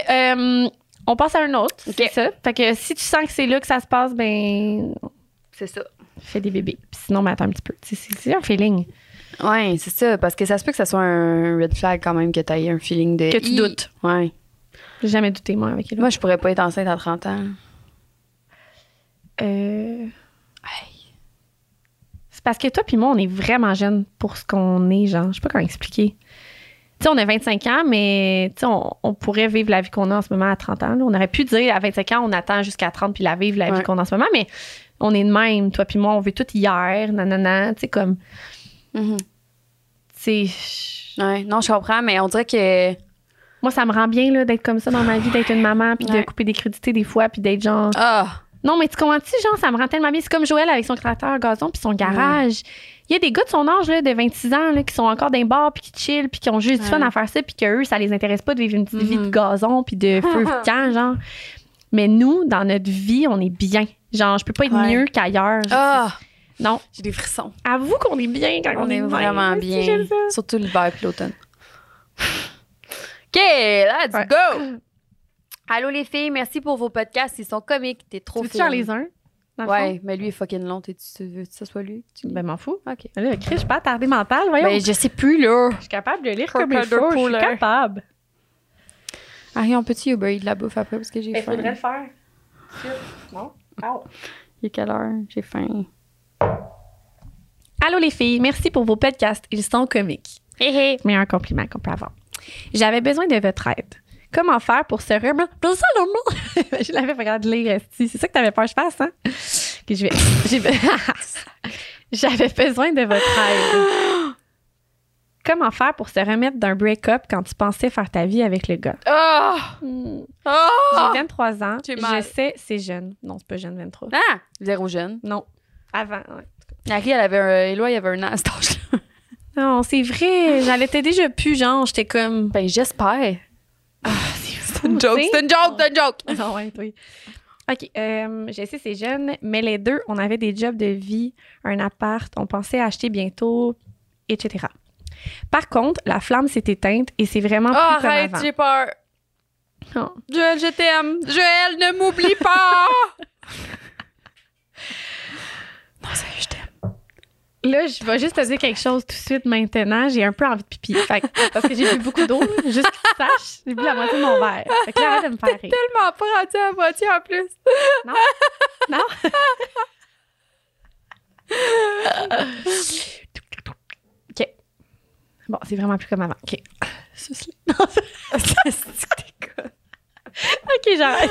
[SPEAKER 2] euh, on passe à un autre.
[SPEAKER 1] Ok.
[SPEAKER 2] C'est ça. Fait que si tu sens que c'est là que ça se passe, ben,
[SPEAKER 1] C'est ça.
[SPEAKER 2] fais des bébés. Puis sinon, ben, attends un petit peu. C'est- C'est c'est un feeling.
[SPEAKER 1] Ouais, c'est ça. Parce que ça se peut que ça soit un red flag quand même, que t'aies un feeling de.
[SPEAKER 2] Que tu
[SPEAKER 1] Hi.
[SPEAKER 2] doutes.
[SPEAKER 1] Ouais.
[SPEAKER 2] J'ai jamais douté, moi, avec Eloi.
[SPEAKER 1] Moi, je pourrais pas être enceinte à 30 ans.
[SPEAKER 2] Euh, aïe. C'est parce que toi puis moi, on est vraiment jeunes pour ce qu'on est, genre. Je sais pas comment expliquer. Tu sais, on a 25 ans, mais tu sais, on, on pourrait vivre la vie qu'on a en ce moment à 30 ans. là. On aurait pu dire à 25 ans, on attend jusqu'à 30 puis la vivre la vie
[SPEAKER 1] Ouais.
[SPEAKER 2] qu'on a en ce moment, mais on est de même. Toi puis moi, on veut tout hier, nanana. Tu sais, comme, Mhm. tu sais, je-
[SPEAKER 1] Ouais. Non, je comprends, mais on dirait que.
[SPEAKER 2] moi, ça me rend bien là, d'être comme ça dans ma vie, d'être une maman, puis de
[SPEAKER 1] Ouais.
[SPEAKER 2] couper des crudités des fois, puis d'être genre.
[SPEAKER 1] Ah!
[SPEAKER 2] Non, mais tu comprends-tu, genre, ça me rend tellement bien. C'est comme Joël avec son tracteur gazon puis son garage. Il y a des gars de son âge, là, de 26 ans, là, qui sont encore d'un bar puis qui chillent puis qui ont juste du fun
[SPEAKER 1] Ouais.
[SPEAKER 2] à faire ça puis que eux, ça les intéresse pas de vivre une petite vie de
[SPEAKER 1] Mhm.
[SPEAKER 2] gazon puis de feu de camp, genre. Mais nous, dans notre vie, on est bien. Genre, je peux pas être
[SPEAKER 1] Ouais.
[SPEAKER 2] mieux qu'ailleurs.
[SPEAKER 1] Ah!
[SPEAKER 2] Non,
[SPEAKER 1] J'ai des frissons.
[SPEAKER 2] avoue qu'on est bien quand on,
[SPEAKER 1] On est
[SPEAKER 2] de même.
[SPEAKER 1] vraiment
[SPEAKER 2] Si, j'aime
[SPEAKER 1] bien.
[SPEAKER 2] ça.
[SPEAKER 1] Surtout l'hiver et l'automne. OK, let's
[SPEAKER 2] Ouais.
[SPEAKER 1] go! Allô les filles, merci pour vos podcasts. Ils sont comiques. T'es trop
[SPEAKER 2] Tu veux-tu faire
[SPEAKER 1] fine.
[SPEAKER 2] les uns? dans le
[SPEAKER 1] Ouais, mais lui est fucking long. T'es- Tu veux que ce soit lui? que tu
[SPEAKER 2] fond?
[SPEAKER 1] lis?
[SPEAKER 2] Ben, m'en fous.
[SPEAKER 1] OK.
[SPEAKER 2] Là, Chris, je suis pas attardée mentale, voyons.
[SPEAKER 1] Ben, je sais plus, là.
[SPEAKER 2] je suis capable de lire comme il
[SPEAKER 1] Crocodile
[SPEAKER 2] faut. Je suis
[SPEAKER 1] Polar.
[SPEAKER 2] capable.
[SPEAKER 1] Ariane, peux-tu Uber Eats de la bouffe après parce que j'ai
[SPEAKER 2] Il
[SPEAKER 1] faim?
[SPEAKER 2] faudrait le faire. Non?
[SPEAKER 1] Il est quelle heure? J'ai faim.
[SPEAKER 2] Allô les filles, merci pour vos podcasts, ils sont comiques.
[SPEAKER 1] Hé hé!
[SPEAKER 2] Mais un compliment qu'on peut avoir. J'avais besoin de votre aide. Comment faire pour se remettre dans ça le monde? Je l'avais pas regardé lire, esti. c'est ça que t'avais peur que je fasse, hein? Que je vais. j'ai be- J'avais besoin de votre aide. Comment faire pour se remettre d'un break-up quand tu pensais faire ta vie avec le gars?
[SPEAKER 1] Oh!
[SPEAKER 2] J'ai
[SPEAKER 1] Oh!
[SPEAKER 2] 23 ans.
[SPEAKER 1] J'ai
[SPEAKER 2] Je
[SPEAKER 1] mal.
[SPEAKER 2] sais, c'est jeune. Non, c'est pas jeune, 23.
[SPEAKER 1] Ah! Zéro jeune.
[SPEAKER 2] Non. Avant, ouais.
[SPEAKER 1] Harry, elle avait un... Éloi, il avait un an à cet âge-là.
[SPEAKER 2] Non, c'est vrai. J'allais t'aider, déjà plus, genre, j'étais comme.
[SPEAKER 1] Ben, j'espère.
[SPEAKER 2] c'est
[SPEAKER 1] C'est une joke, c'est une joke, c'est une joke!
[SPEAKER 2] Non, Ah ouais, oui. OK. Euh, je sais, c'est jeune, mais les deux, on avait des jobs de vie, un appart, on pensait acheter bientôt, etc. Par contre, la flamme s'est éteinte et c'est vraiment plus comme
[SPEAKER 1] Arrête,
[SPEAKER 2] avant.
[SPEAKER 1] j'ai peur.
[SPEAKER 2] Oh.
[SPEAKER 1] Joël, je t'aime. Joël, ne m'oublie pas. non, sérieux, je t'aime.
[SPEAKER 2] Là, je vais juste te dire quelque chose tout de suite maintenant. J'ai un peu envie de pipi. Fait que- parce que j'ai bu beaucoup d'eau, juste que tu saches. J'ai bu la moitié de mon verre. Fait que là, arrête de me faire rire.
[SPEAKER 1] Tellement pas rendu à moitié en plus.
[SPEAKER 2] Non? OK. Bon, c'est vraiment plus comme avant. OK. Suce-le. Non, OK, j'arrête.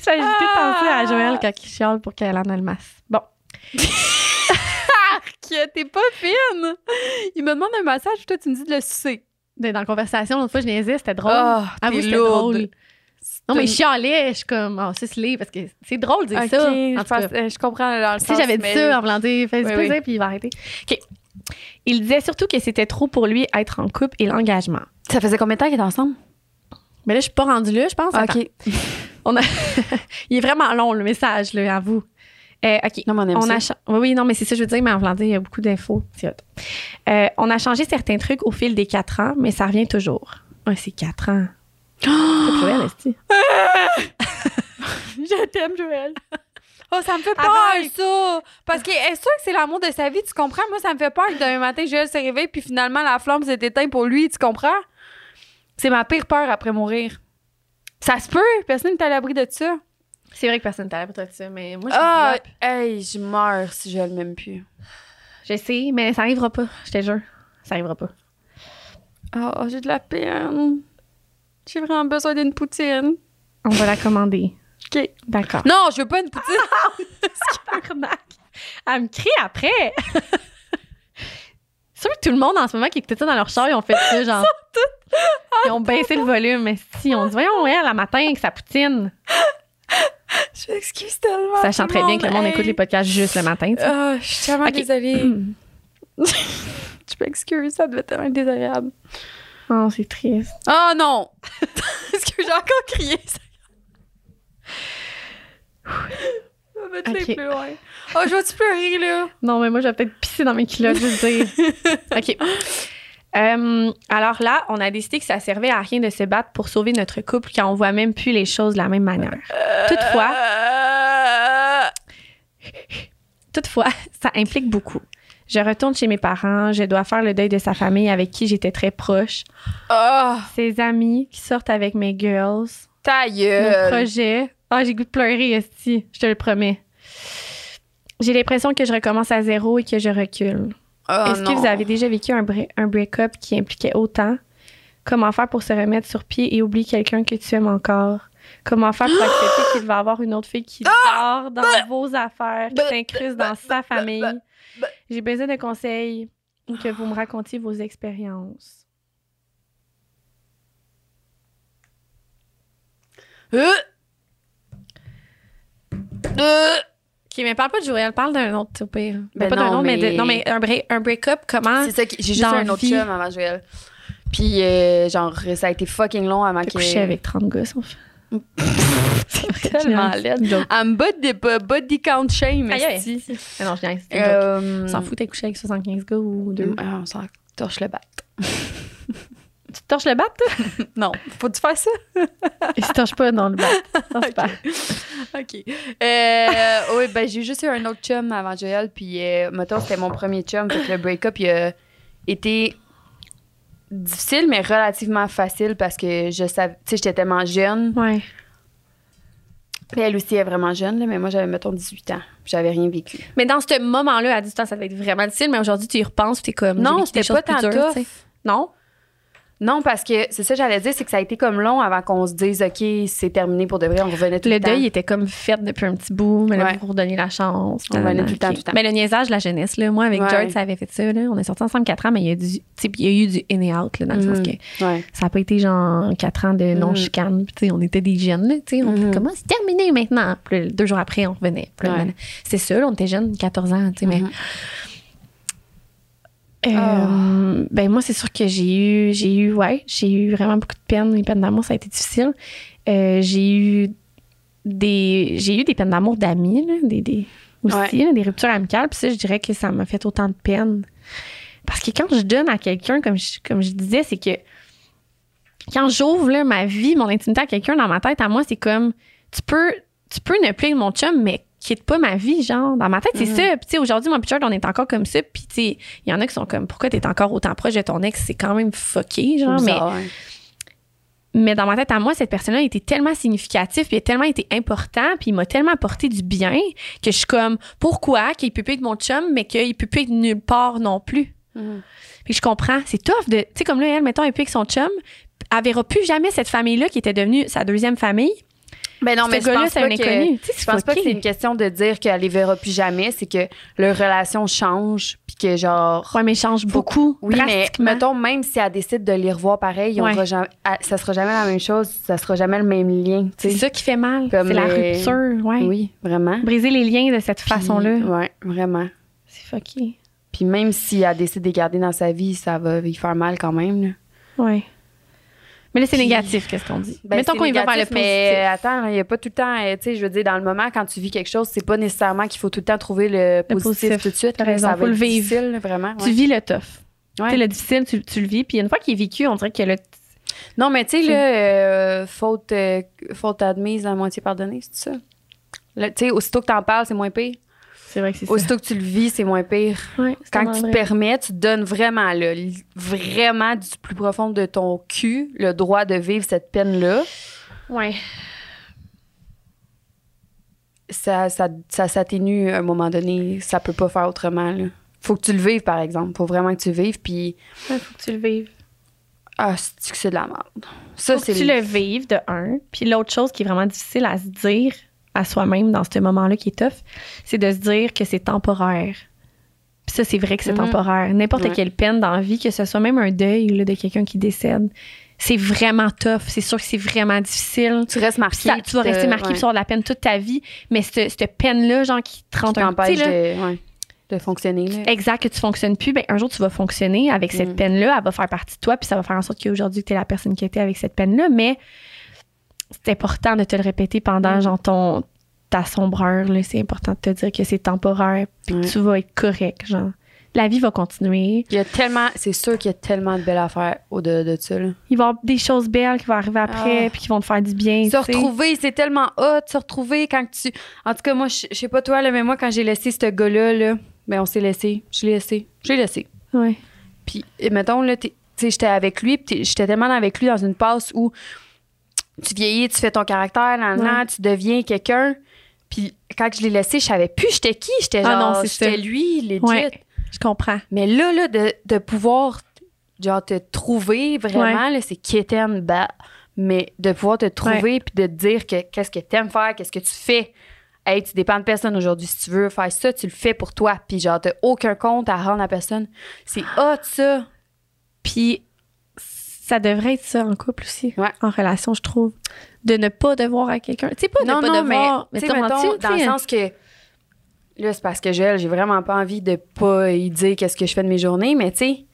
[SPEAKER 2] Ça j'ai tout pensé à Joël quand il chiale pour qu'elle en ait le masque. Bon.
[SPEAKER 1] Arc, t'es pas fine. Il me demande un massage, toi, tu me dis de le sucer.
[SPEAKER 2] Mais Dans la conversation, l'autre fois, je niaisais, c'était drôle.
[SPEAKER 1] Ah,
[SPEAKER 2] Ah oui,
[SPEAKER 1] t'es
[SPEAKER 2] c'était
[SPEAKER 1] lourde.
[SPEAKER 2] drôle. Non, mais
[SPEAKER 1] une-
[SPEAKER 2] je chialais. Je suis comme, oh, suce-le, parce que c'est drôle de dire
[SPEAKER 1] Ok,
[SPEAKER 2] ça. En
[SPEAKER 1] je,
[SPEAKER 2] tout
[SPEAKER 1] pense-
[SPEAKER 2] cas.
[SPEAKER 1] euh, je comprends dans le
[SPEAKER 2] Si
[SPEAKER 1] sens,
[SPEAKER 2] j'avais dit
[SPEAKER 1] mais-
[SPEAKER 2] ça en voulant dire, fais
[SPEAKER 1] Oui,
[SPEAKER 2] plaisir,
[SPEAKER 1] oui.
[SPEAKER 2] hein, puis il va arrêter. OK. Il disait surtout que c'était trop pour lui être en couple et l'engagement.
[SPEAKER 1] Ça faisait combien de temps qu'ils étaient ensemble?
[SPEAKER 2] Ah, Mais là, je suis pas rendue là, je pense. Attends.
[SPEAKER 1] OK.
[SPEAKER 2] On a... Il est vraiment long, le message, là, à vous. Euh, OK.
[SPEAKER 1] Non, mais on aime
[SPEAKER 2] On
[SPEAKER 1] ça.
[SPEAKER 2] a cha- oui, oui, non, mais c'est ça, que je veux dire, mais en Vlandais, il y a beaucoup d'infos. C'est hot. Euh, on a changé certains trucs au fil des quatre ans, mais ça revient toujours. Ouais, c'est quatre ans. C'est cruel, esti.
[SPEAKER 1] Je t'aime, Joël. Oh, ça me fait peur,
[SPEAKER 2] Arrête.
[SPEAKER 1] ça! Parce que est-ce que c'est l'amour de sa vie, tu comprends? Moi, ça me fait peur que demain matin, Joël s'est réveillé, puis finalement, la flamme s'est éteinte pour lui, tu comprends? C'est ma pire peur après mourir. Ça se peut, personne n'est à l'abri de ça.
[SPEAKER 2] C'est vrai que personne ne t'arrête pour toi de ça, mais moi, je
[SPEAKER 1] Ah,
[SPEAKER 2] le vois.
[SPEAKER 1] hey, je meurs si je le m'aime plus.
[SPEAKER 2] ah, Je sais, mais ça arrivera pas, je te jure. Ça arrivera pas.
[SPEAKER 1] Oh, j'ai de la peine. J'ai vraiment besoin d'une poutine.
[SPEAKER 2] On va la commander.
[SPEAKER 1] OK.
[SPEAKER 2] D'accord.
[SPEAKER 1] Non, je veux pas une poutine.
[SPEAKER 2] Tabarnak. Elle me crie après. C'est sûr que tout le monde en ce moment qui écoutait ça dans leur char, ils Ah, ont fait ça, genre. Ils ont baissé le volume. Mais si, on dit, voyons, elle, la matin, avec sa poutine.
[SPEAKER 1] je m'excuse tellement.
[SPEAKER 2] Sachant
[SPEAKER 1] tout
[SPEAKER 2] très bien que le monde
[SPEAKER 1] hey.
[SPEAKER 2] écoute les podcasts juste le matin, tu sais.
[SPEAKER 1] Ah, je suis tellement
[SPEAKER 2] Ok.
[SPEAKER 1] désolée. Je m'excuse, ça devait être tellement désagréable.
[SPEAKER 2] Oh, c'est triste.
[SPEAKER 1] Oh non! Est-ce que j'ai encore crié? ça? Je vais mettre
[SPEAKER 2] Ok.
[SPEAKER 1] les plus loin. Oh, je vais-tu pleurer, là?
[SPEAKER 2] Non, mais moi, je vais peut-être pisser dans mes culottes, je veux dire. OK. Euh, alors là, on a décidé que ça servait à rien de se battre pour sauver notre couple quand on voit même plus les choses de la même manière. Toutefois,
[SPEAKER 1] Euh,
[SPEAKER 2] Toutefois, ça implique beaucoup. Je retourne chez mes parents, je dois faire le deuil de sa famille avec qui j'étais très proche,
[SPEAKER 1] Oh,
[SPEAKER 2] ses amis qui sortent avec mes girls,
[SPEAKER 1] ta
[SPEAKER 2] le
[SPEAKER 1] gueule!
[SPEAKER 2] projet. Ah, j'ai goût de pleurer, Esti, je te le promets. J'ai l'impression que je recommence à zéro et que je recule.
[SPEAKER 1] Oh,
[SPEAKER 2] Est-ce que
[SPEAKER 1] non.
[SPEAKER 2] vous avez déjà vécu un, bre- un break-up qui impliquait autant? Comment faire pour se remettre sur pied et oublier quelqu'un que tu aimes encore? Comment faire pour accepter qu'il va avoir une autre fille qui dort dans vos affaires, qui
[SPEAKER 1] Ah! Bah,
[SPEAKER 2] s'incruste dans sa famille?
[SPEAKER 1] bah, bah.
[SPEAKER 2] J'ai besoin de conseils ou que vous me racontiez vos expériences.
[SPEAKER 1] Euh. Euh.
[SPEAKER 2] OK, mais parle pas de Joël, parle d'un autre, au pire.
[SPEAKER 1] Ben
[SPEAKER 2] pas d'un
[SPEAKER 1] non,
[SPEAKER 2] autre, mais, de-
[SPEAKER 1] mais-
[SPEAKER 2] non, mais un, break- un break-up, comment...
[SPEAKER 1] C'est ça, qui- j'ai juste
[SPEAKER 2] dans
[SPEAKER 1] eu un autre
[SPEAKER 2] vie.
[SPEAKER 1] chum avant Joël. Puis, euh, genre, ça a été fucking long avant
[SPEAKER 2] T'as
[SPEAKER 1] que...
[SPEAKER 2] couché avec 30 gosses, en fait. C'est
[SPEAKER 1] tellement laid. Elle me botte des bo- body count shame,
[SPEAKER 2] Aïe, aïe.
[SPEAKER 1] esti.
[SPEAKER 2] Mais Ah non, je viens. c'est une joke.
[SPEAKER 1] Euh,
[SPEAKER 2] On s'en fout, t'as couché avec 75 gars ou deux.
[SPEAKER 1] euh, on s'en torche le bat.
[SPEAKER 2] Tu te torches le bat, toi?
[SPEAKER 1] Non, faut-tu faire ça?
[SPEAKER 2] Et tu te torches pas dans le bat. Non, c'est pas.
[SPEAKER 1] OK. Euh, oui, ben j'ai juste eu un autre chum avant Joël, puis euh, mettons, c'était mon premier chum, fait que le break-up, il a été difficile, mais relativement facile, parce que je savais, tu sais, j'étais tellement jeune,
[SPEAKER 2] Ouais.
[SPEAKER 1] Puis elle aussi est vraiment jeune, là, mais moi, j'avais, mettons, 18 ans, puis j'avais rien vécu.
[SPEAKER 2] Mais dans ce moment-là, à distance, ça va être vraiment difficile, mais aujourd'hui, tu y repenses, tu es comme. j'ai
[SPEAKER 1] Non,
[SPEAKER 2] vécu
[SPEAKER 1] c'était
[SPEAKER 2] des choses
[SPEAKER 1] pas
[SPEAKER 2] plus
[SPEAKER 1] tant
[SPEAKER 2] dures,
[SPEAKER 1] tough.
[SPEAKER 2] tu sais. Non?
[SPEAKER 1] Non, parce que c'est ça que j'allais dire, c'est que ça a été comme long avant qu'on se dise, OK, c'est terminé pour de vrai, on revenait tout le,
[SPEAKER 2] Le
[SPEAKER 1] temps.
[SPEAKER 2] deuil était comme fait depuis un petit bout, mais là,
[SPEAKER 1] Ouais.
[SPEAKER 2] pour donner la chance.
[SPEAKER 1] On
[SPEAKER 2] nanana,
[SPEAKER 1] venait tout le temps,
[SPEAKER 2] ok.
[SPEAKER 1] tout le temps.
[SPEAKER 2] Mais le niaisage de la jeunesse, là, moi, avec
[SPEAKER 1] Ouais.
[SPEAKER 2] Jared, ça avait fait ça. Là. On est sortis ensemble 4 ans, mais il y a, du, tu sais, il y a eu du in et out, là, dans le sens
[SPEAKER 1] Mhm.
[SPEAKER 2] que
[SPEAKER 1] Ouais. Mm.
[SPEAKER 2] ça n'a pas été genre 4 ans de non-chicane. Puis, tu sais, On était des jeunes, là, tu sais, on
[SPEAKER 1] Mhm.
[SPEAKER 2] était comme, Ah, c'est terminé maintenant. Puis, là, deux jours après, on revenait. Puis là,
[SPEAKER 1] Ouais.
[SPEAKER 2] nanana. C'était ça, là, on était jeunes, 14 ans. tu sais, mais,
[SPEAKER 1] Mhm. Ah.
[SPEAKER 2] Euh, Ben moi, c'est sûr que j'ai eu, j'ai eu, ouais, j'ai eu vraiment beaucoup de peine. Les peines d'amour, ça a été difficile. Euh, j'ai eu des, j'ai eu des peines d'amour d'amis, là, des, des, aussi,
[SPEAKER 1] Ouais.
[SPEAKER 2] là, des ruptures amicales. Puis ça, je dirais que ça m'a fait autant de peine. Parce que quand je donne à quelqu'un, comme je, comme je disais, c'est que quand j'ouvre là, ma vie, mon intimité à quelqu'un dans ma tête, à moi, c'est comme tu peux, tu peux ne plus être mon chum, mais quitte pas ma vie, genre. Dans ma tête, c'est
[SPEAKER 1] Mhm.
[SPEAKER 2] ça. Puis, tu sais, aujourd'hui, mon pitcher, on est encore comme ça. Puis, tu sais, il y en a qui sont comme, pourquoi t'es encore autant proche de ton ex? C'est quand même fucké, genre. Mais,
[SPEAKER 1] Bizarre, hein. ouais.
[SPEAKER 2] mais dans ma tête, à moi, cette personne-là était tellement significative, puis il a tellement été important, puis il m'a tellement apporté du bien que je suis comme, pourquoi qu'il peut plus être mon chum, mais qu'il peut plus être nulle part non plus?
[SPEAKER 1] Mhm.
[SPEAKER 2] Puis je comprends, c'est tough de. Tu sais, comme là, elle, mettons, elle est plus avec son chum, elle verra plus jamais cette famille-là qui était devenue sa deuxième famille.
[SPEAKER 1] Ben non,
[SPEAKER 2] Ce
[SPEAKER 1] mais je
[SPEAKER 2] gars-là,
[SPEAKER 1] pense
[SPEAKER 2] c'est
[SPEAKER 1] pas
[SPEAKER 2] un
[SPEAKER 1] que-
[SPEAKER 2] inconnu. Tu sais,
[SPEAKER 1] Je pense pas que c'est une question de dire qu'elle les verra plus jamais, c'est que leur relation change, puis que genre.
[SPEAKER 2] Ouais, mais change beaucoup.
[SPEAKER 1] Oui, mais
[SPEAKER 2] drastiquement.
[SPEAKER 1] mettons, même si elle décide de les revoir pareil, ils
[SPEAKER 2] Ouais.
[SPEAKER 1] auront jamais- ah, ça sera jamais la même chose, ça sera jamais le même lien. tu
[SPEAKER 2] C'est
[SPEAKER 1] sais.
[SPEAKER 2] ça qui fait mal.
[SPEAKER 1] Comme
[SPEAKER 2] C'est la
[SPEAKER 1] les-
[SPEAKER 2] rupture, ouais.
[SPEAKER 1] Oui, vraiment.
[SPEAKER 2] Briser les liens de cette
[SPEAKER 1] Puis-
[SPEAKER 2] façon-là,
[SPEAKER 1] Ouais, vraiment.
[SPEAKER 2] c'est fucké.
[SPEAKER 1] Puis même si elle décide de les garder dans sa vie, ça va lui faire mal quand même. là.
[SPEAKER 2] Ouais. Mais là, c'est
[SPEAKER 1] Puis-
[SPEAKER 2] négatif, qu'est-ce qu'on dit.
[SPEAKER 1] Ben,
[SPEAKER 2] Mettons
[SPEAKER 1] c'est
[SPEAKER 2] qu'on y va
[SPEAKER 1] négatif,
[SPEAKER 2] vers le positif.
[SPEAKER 1] Mais attends, il n'y a pas tout le temps, euh, tu sais, je veux dire, dans le moment, quand tu vis quelque chose, c'est pas nécessairement qu'il faut tout le temps trouver le
[SPEAKER 2] Le
[SPEAKER 1] positif,
[SPEAKER 2] positif.
[SPEAKER 1] tout de suite.
[SPEAKER 2] T'as
[SPEAKER 1] là,
[SPEAKER 2] raison,
[SPEAKER 1] ça
[SPEAKER 2] faut
[SPEAKER 1] va
[SPEAKER 2] le
[SPEAKER 1] être
[SPEAKER 2] vivre.
[SPEAKER 1] difficile, vraiment.
[SPEAKER 2] Tu
[SPEAKER 1] ouais.
[SPEAKER 2] vis le tough.
[SPEAKER 1] Ouais.
[SPEAKER 2] Tu sais, le difficile, tu, tu le vis. Puis une fois qu'il est vécu, on dirait que le.
[SPEAKER 1] Non, mais tu sais,
[SPEAKER 2] Tu-
[SPEAKER 1] là, euh, faute, euh, faute admise à moitié pardonnée, c'est ça? Là, Tu sais, aussitôt que t'en parles, c'est moins pire.
[SPEAKER 2] C'est vrai que c'est ça.
[SPEAKER 1] Aussitôt que tu le vis, c'est moins pire.
[SPEAKER 2] Ouais, c'est
[SPEAKER 1] Quand
[SPEAKER 2] tellement
[SPEAKER 1] tu te
[SPEAKER 2] vrai.
[SPEAKER 1] permets, tu te donnes vraiment, là, li- vraiment du plus profond de ton cul, le droit de vivre cette peine-là,
[SPEAKER 2] Ouais.
[SPEAKER 1] ça, ça, ça s'atténue à un moment donné. Ça peut pas faire autrement, là. Faut que tu le vives, par exemple. Faut vraiment que tu le vives, puis
[SPEAKER 2] Ouais, faut que tu le vives.
[SPEAKER 1] ah, c'est que c'est de la merde. Ça,
[SPEAKER 2] Faut que
[SPEAKER 1] c'est
[SPEAKER 2] tu le vives de un. Puis l'autre chose qui est vraiment difficile à se dire à soi-même dans ce moment-là qui est tough, c'est de se dire que c'est temporaire. Puis ça, c'est vrai que c'est
[SPEAKER 1] Mhm.
[SPEAKER 2] temporaire. N'importe
[SPEAKER 1] Ouais.
[SPEAKER 2] quelle peine dans la vie, que ce soit même un deuil là, de quelqu'un qui décède, c'est vraiment tough. C'est sûr que c'est vraiment difficile.
[SPEAKER 1] Tu restes
[SPEAKER 2] Puis
[SPEAKER 1] marqué.
[SPEAKER 2] ça- tu vas
[SPEAKER 1] te-
[SPEAKER 2] rester marqué
[SPEAKER 1] ouais,
[SPEAKER 2] puis tu vas avoir de la peine toute ta vie, mais ce- cette peine-là, genre, qui te rend
[SPEAKER 1] qui
[SPEAKER 2] un
[SPEAKER 1] t'empêche
[SPEAKER 2] tu sais, là,
[SPEAKER 1] de, ouais, de fonctionner, là.
[SPEAKER 2] Exact, que tu fonctionnes plus, ben, un jour, tu vas fonctionner avec cette
[SPEAKER 1] Mm.
[SPEAKER 2] peine-là. Elle va faire partie de toi, puis ça va faire en sorte qu'aujourd'hui, tu es la personne qui était avec cette peine-là. Mais c'est important de te le répéter pendant,
[SPEAKER 1] Mm.
[SPEAKER 2] genre, ton, ta sombreur. là. C'est important de te dire que c'est temporaire, puis
[SPEAKER 1] Ouais.
[SPEAKER 2] que tu vas être correct, genre. La vie va continuer.
[SPEAKER 1] Il y a tellement, c'est sûr qu'il y a tellement de belles affaires au-delà de ça. là.
[SPEAKER 2] Il va y avoir des choses belles qui vont arriver après,
[SPEAKER 1] Ah.
[SPEAKER 2] puis qui vont te faire du bien.
[SPEAKER 1] Se
[SPEAKER 2] tu sais.
[SPEAKER 1] retrouver, c'est tellement hot, se retrouver quand tu. En tout cas, moi, je je sais pas toi, là, mais moi, quand j'ai laissé ce gars-là, là, ben, on s'est laissé. Je l'ai laissé. Je l'ai laissé.
[SPEAKER 2] Ouais.
[SPEAKER 1] Puis, et mettons, là, t'es- tu sais, j'étais avec lui, puis t'es- j'étais tellement avec lui dans une passe où tu vieillis, tu fais ton caractère, nan, nan, tu deviens quelqu'un. Puis, quand je l'ai laissé, je savais plus j'étais qui. J'étais
[SPEAKER 2] Ah
[SPEAKER 1] genre,
[SPEAKER 2] non, c'est
[SPEAKER 1] j'étais
[SPEAKER 2] ça.
[SPEAKER 1] lui, legit.
[SPEAKER 2] Ouais. Je comprends.
[SPEAKER 1] Mais là, là, de, de pouvoir genre te trouver vraiment, là, c'est kitten bah. Mais de pouvoir te trouver puis de te dire que qu'est-ce que t'aimes faire, qu'est-ce que tu fais. Hey, tu dépends de personne aujourd'hui. Si tu veux faire ça, tu le fais pour toi. Puis genre, t'as aucun compte à rendre à personne. C'est hot, ça.
[SPEAKER 2] Puis ça devrait être ça en couple aussi,
[SPEAKER 1] Ouais.
[SPEAKER 2] en relation, je trouve. De ne pas devoir à quelqu'un. Tu sais, pas de
[SPEAKER 1] non,
[SPEAKER 2] pas
[SPEAKER 1] non,
[SPEAKER 2] devoir.
[SPEAKER 1] mais, hein. tu sais,
[SPEAKER 2] comment
[SPEAKER 1] mettons,
[SPEAKER 2] tu-
[SPEAKER 1] dans le
[SPEAKER 2] tu sais,
[SPEAKER 1] sens que là, c'est parce que Joël, j'ai vraiment pas envie de pas y dire qu'est-ce que je fais de mes journées, mais tu sais,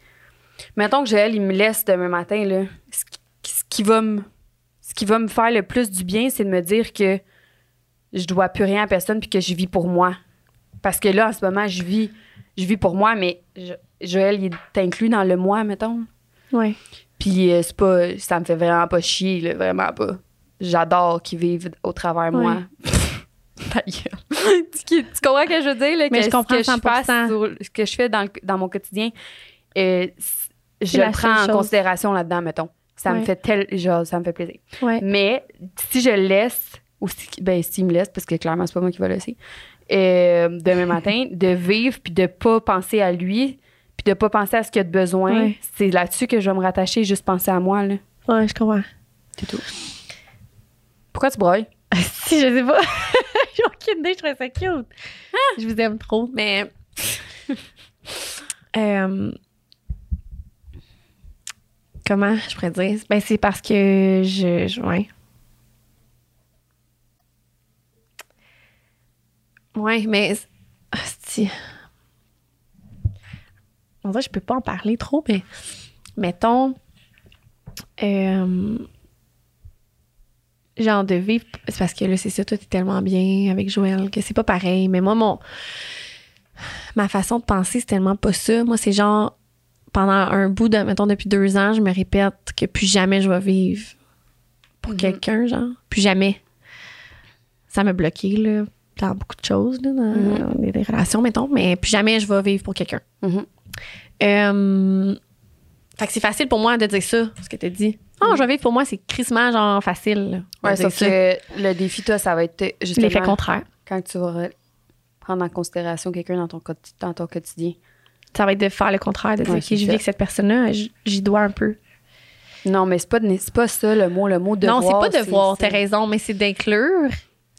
[SPEAKER 1] mettons que Joël, il me laisse demain matin, là, ce qui- ce qui va me ce qui va me faire le plus du bien, c'est de me dire que je dois plus rien à personne puis que je vis pour moi. Parce que là, en ce moment, je vis, je vis pour moi, mais Jo- Joël, il est inclus dans le moi, mettons.
[SPEAKER 2] Ouais.
[SPEAKER 1] Puis euh, c'est pas, ça me fait vraiment pas chier, là, vraiment pas. J'adore qu'ils vivent au travers de moi. Ta gueule. tu, tu comprends ce que je veux dire? Là,
[SPEAKER 2] Mais
[SPEAKER 1] que
[SPEAKER 2] je comprends
[SPEAKER 1] ce que je
[SPEAKER 2] 100%.
[SPEAKER 1] fasse sur- ce que je fais dans, le- dans mon quotidien, euh, c- je
[SPEAKER 2] la
[SPEAKER 1] le prends
[SPEAKER 2] seule
[SPEAKER 1] en
[SPEAKER 2] chose.
[SPEAKER 1] considération là-dedans, mettons. Ça me
[SPEAKER 2] Ouais.
[SPEAKER 1] fait tel, genre, ça me fait plaisir.
[SPEAKER 2] Ouais.
[SPEAKER 1] Mais si je le laisse, ou si, ben, s'il me laisse, parce que clairement, c'est pas moi qui vais le laisser, euh, demain matin, de vivre puis de pas penser à lui, puis de pas penser à ce qu'il a de besoin,
[SPEAKER 2] Ouais.
[SPEAKER 1] c'est là-dessus que je vais me rattacher, juste penser à moi, là.
[SPEAKER 2] Ouais, je comprends.
[SPEAKER 1] C'est tout. Pourquoi tu broyes?
[SPEAKER 2] si, je sais pas. J'ai aucune idée, je trouvais ça cute. Je vous aime trop, mais. Euh, Comment je pourrais dire? Ben, c'est parce que je. je- ouais. Ouais, mais. Hostie. En vrai, je peux pas en parler trop, mais. Mettons. euh, genre de vivre. C'est parce que là, c'est ça, toi, t'es tellement bien avec Joël que c'est pas pareil. Mais moi, mon. Ma façon de penser, c'est tellement pas ça. Moi, c'est genre. Pendant un bout de. Mettons, depuis deux ans, je me répète que plus jamais je vais vivre pour
[SPEAKER 1] Mhm.
[SPEAKER 2] quelqu'un, genre. Plus jamais. Ça m'a bloqué, là, dans beaucoup de choses, là, dans
[SPEAKER 1] Mhm.
[SPEAKER 2] les- les relations, mettons. Mais plus jamais je vais vivre pour quelqu'un.
[SPEAKER 1] Mhm.
[SPEAKER 2] Euh, fait que c'est facile pour moi de dire ça, ce que tu dit. Ah, je vais vivre pour moi, c'est crissement genre facile. là, de
[SPEAKER 1] Ouais,
[SPEAKER 2] dire
[SPEAKER 1] sauf que le défi, toi, ça va être justement
[SPEAKER 2] L'effet contraire.
[SPEAKER 1] quand tu vas prendre en considération quelqu'un dans ton, quotidi- dans ton quotidien.
[SPEAKER 2] Ça va être de faire le contraire, de dire,
[SPEAKER 1] Ouais,
[SPEAKER 2] OK, je
[SPEAKER 1] c'est
[SPEAKER 2] vis
[SPEAKER 1] ça.
[SPEAKER 2] avec cette personne-là, j- j'y dois un peu.
[SPEAKER 1] Non, mais c'est pas, de- c'est pas ça le mot. Le mot devoir.
[SPEAKER 2] non, c'est pas de voir,
[SPEAKER 1] c'est-
[SPEAKER 2] t'as raison, mais c'est d'inclure.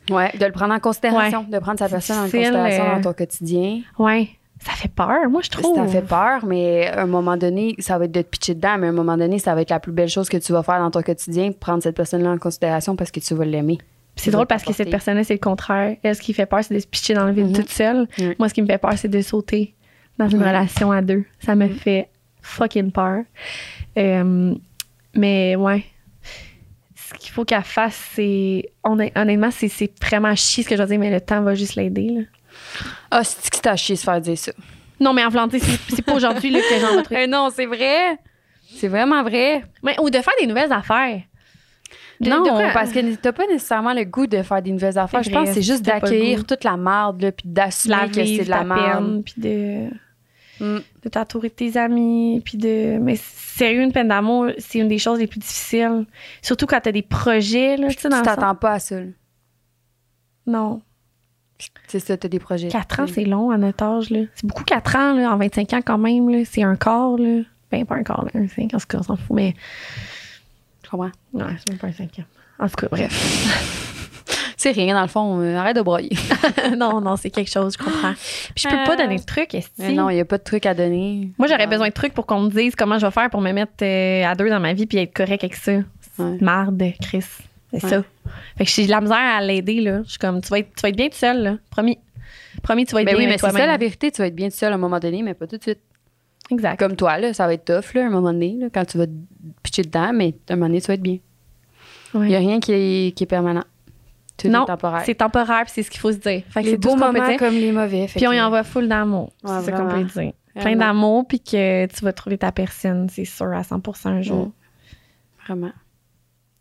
[SPEAKER 1] Ouais, de le prendre en considération, de prendre sa
[SPEAKER 2] C'est
[SPEAKER 1] personne en
[SPEAKER 2] difficile,
[SPEAKER 1] considération
[SPEAKER 2] euh,
[SPEAKER 1] dans ton quotidien.
[SPEAKER 2] Ouais. Ça fait peur, moi, je trouve.
[SPEAKER 1] Ça fait peur, mais à un moment donné, ça va être de te pitcher dedans, mais à un moment donné, ça va être la plus belle chose que tu vas faire dans ton quotidien, prendre cette personne-là en considération parce que tu vas l'aimer.
[SPEAKER 2] C'est drôle parce que
[SPEAKER 1] Apporter.
[SPEAKER 2] cette personne-là, c'est le contraire. Elle, ce qui fait peur, c'est de se pitcher dans le vide
[SPEAKER 1] Mhm.
[SPEAKER 2] toute seule.
[SPEAKER 1] Oui.
[SPEAKER 2] Moi, ce qui me fait peur, c'est de sauter dans une
[SPEAKER 1] Oui.
[SPEAKER 2] relation
[SPEAKER 1] Mm.
[SPEAKER 2] à deux. Ça me fait fucking peur. Euh, mais ouais, ce qu'il faut qu'elle fasse, c'est. honn- Honnêtement, c'est- c'est vraiment chier ce que je veux dire, mais le temps va juste l'aider. là.
[SPEAKER 1] Ah, c'est que c'est à chier se faire dire ça.
[SPEAKER 2] Non, mais en voulant dire, c'est c'est pas aujourd'hui là, que les gens vont trouver.
[SPEAKER 1] Eh non, c'est vrai. C'est vraiment vrai.
[SPEAKER 2] Mais- Ou de faire des nouvelles affaires. De-
[SPEAKER 1] non,
[SPEAKER 2] de quoi-
[SPEAKER 1] parce que t'as pas nécessairement le goût de faire des nouvelles affaires.
[SPEAKER 2] C'est
[SPEAKER 1] Je pense que
[SPEAKER 2] vrai,
[SPEAKER 1] c'est juste
[SPEAKER 2] t'as pas le goût.
[SPEAKER 1] d'accueillir toute la merde, là, puis
[SPEAKER 2] de la
[SPEAKER 1] d'assumer que
[SPEAKER 2] vivre,
[SPEAKER 1] c'est de la
[SPEAKER 2] ta
[SPEAKER 1] merde.
[SPEAKER 2] peine, puis de,
[SPEAKER 1] Mm.
[SPEAKER 2] de t'entourer de tes amis, puis de... Mais sérieux, une peine d'amour, c'est une des choses les plus difficiles. Surtout quand t'as des projets, là, tu sais,
[SPEAKER 1] Tu
[SPEAKER 2] dans le sens-
[SPEAKER 1] t'attends pas à ça. là.
[SPEAKER 2] Non.
[SPEAKER 1] C'est ça, t'as des projets. Mm.
[SPEAKER 2] 4 ans, c'est long à notre âge, là. C'est beaucoup 4 ans, là, en 25 ans quand même, là. C'est un quart, là. Ben, pas un quart, là, un 5, en tout cas, on s'en fout, mais...
[SPEAKER 1] Je comprends.
[SPEAKER 2] Ouais, c'est même pas un 5 ans. En tout cas, bref.
[SPEAKER 1] C'est rien, dans le fond. euh, arrête de broyer.
[SPEAKER 2] non, non, c'est quelque chose, je comprends. Puis je peux pas
[SPEAKER 1] Euh,
[SPEAKER 2] donner de trucs,
[SPEAKER 1] Mais
[SPEAKER 2] est
[SPEAKER 1] non, il n'y a pas de truc à donner.
[SPEAKER 2] Moi, j'aurais besoin de trucs pour qu'on me dise comment je vais faire pour me mettre euh, à deux dans ma vie puis être correct avec ça.
[SPEAKER 1] Ouais.
[SPEAKER 2] Marde, Chris. C'est ça. Fait que j'ai de la misère à l'aider, là. Je suis comme, tu vas être, tu vas être bien tout seul, là. Promis. Promis, tu vas être
[SPEAKER 1] Ben
[SPEAKER 2] bien
[SPEAKER 1] oui, mais
[SPEAKER 2] avec
[SPEAKER 1] c'est ça
[SPEAKER 2] toi-même.
[SPEAKER 1] la vérité. Tu vas être bien tout seul à un moment donné, mais pas tout de suite.
[SPEAKER 2] Exact.
[SPEAKER 1] Comme toi, là, ça va être tough, là, à un moment donné, là, quand tu vas te pitcher dedans, mais à un moment donné, tu vas être bien. Il
[SPEAKER 2] Ouais.
[SPEAKER 1] n'y a rien qui est, qui est permanent. Tout
[SPEAKER 2] Non,
[SPEAKER 1] est temporaire.
[SPEAKER 2] C'est temporaire, puis c'est ce qu'il faut se dire. Fait que
[SPEAKER 1] les
[SPEAKER 2] c'est tout
[SPEAKER 1] beaux
[SPEAKER 2] ce qu'on peut
[SPEAKER 1] moments
[SPEAKER 2] dire.
[SPEAKER 1] comme les mauvais. fait
[SPEAKER 2] Puis on y
[SPEAKER 1] que-
[SPEAKER 2] envoie full d'amour.
[SPEAKER 1] Ouais,
[SPEAKER 2] c'est ça qu'on peut
[SPEAKER 1] vraiment.
[SPEAKER 2] dire. Plein
[SPEAKER 1] Vraiment.
[SPEAKER 2] d'amour, puis que tu vas trouver ta personne, c'est sûr, à 100 un jour.
[SPEAKER 1] Mm. Vraiment.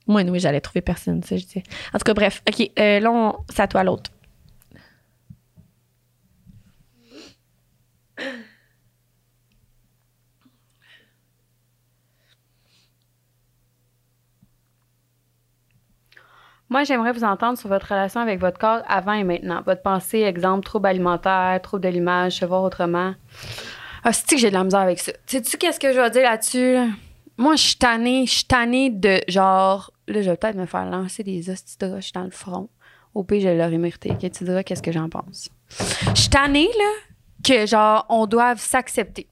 [SPEAKER 2] Moi, oui, j'allais trouver personne, ça, je dis. En tout cas, bref. OK, euh, là, on- c'est à toi l'autre.
[SPEAKER 1] Moi, j'aimerais vous entendre sur votre relation avec votre corps avant et maintenant. Votre pensée, exemple, trouble alimentaire, trouble de l'image, se voir autrement. Ah, c'est que j'ai de la misère avec ça. Sais-tu qu'est-ce que je vais dire là-dessus? là? Moi, je suis tannée, je suis tannée de genre. Là, je vais peut-être me faire lancer des hosties de roches dans le front. Au pire, je l'aurais mérité. Que tu diras qu'est-ce que j'en pense. Je suis tannée, là, que genre, on doive s'accepter.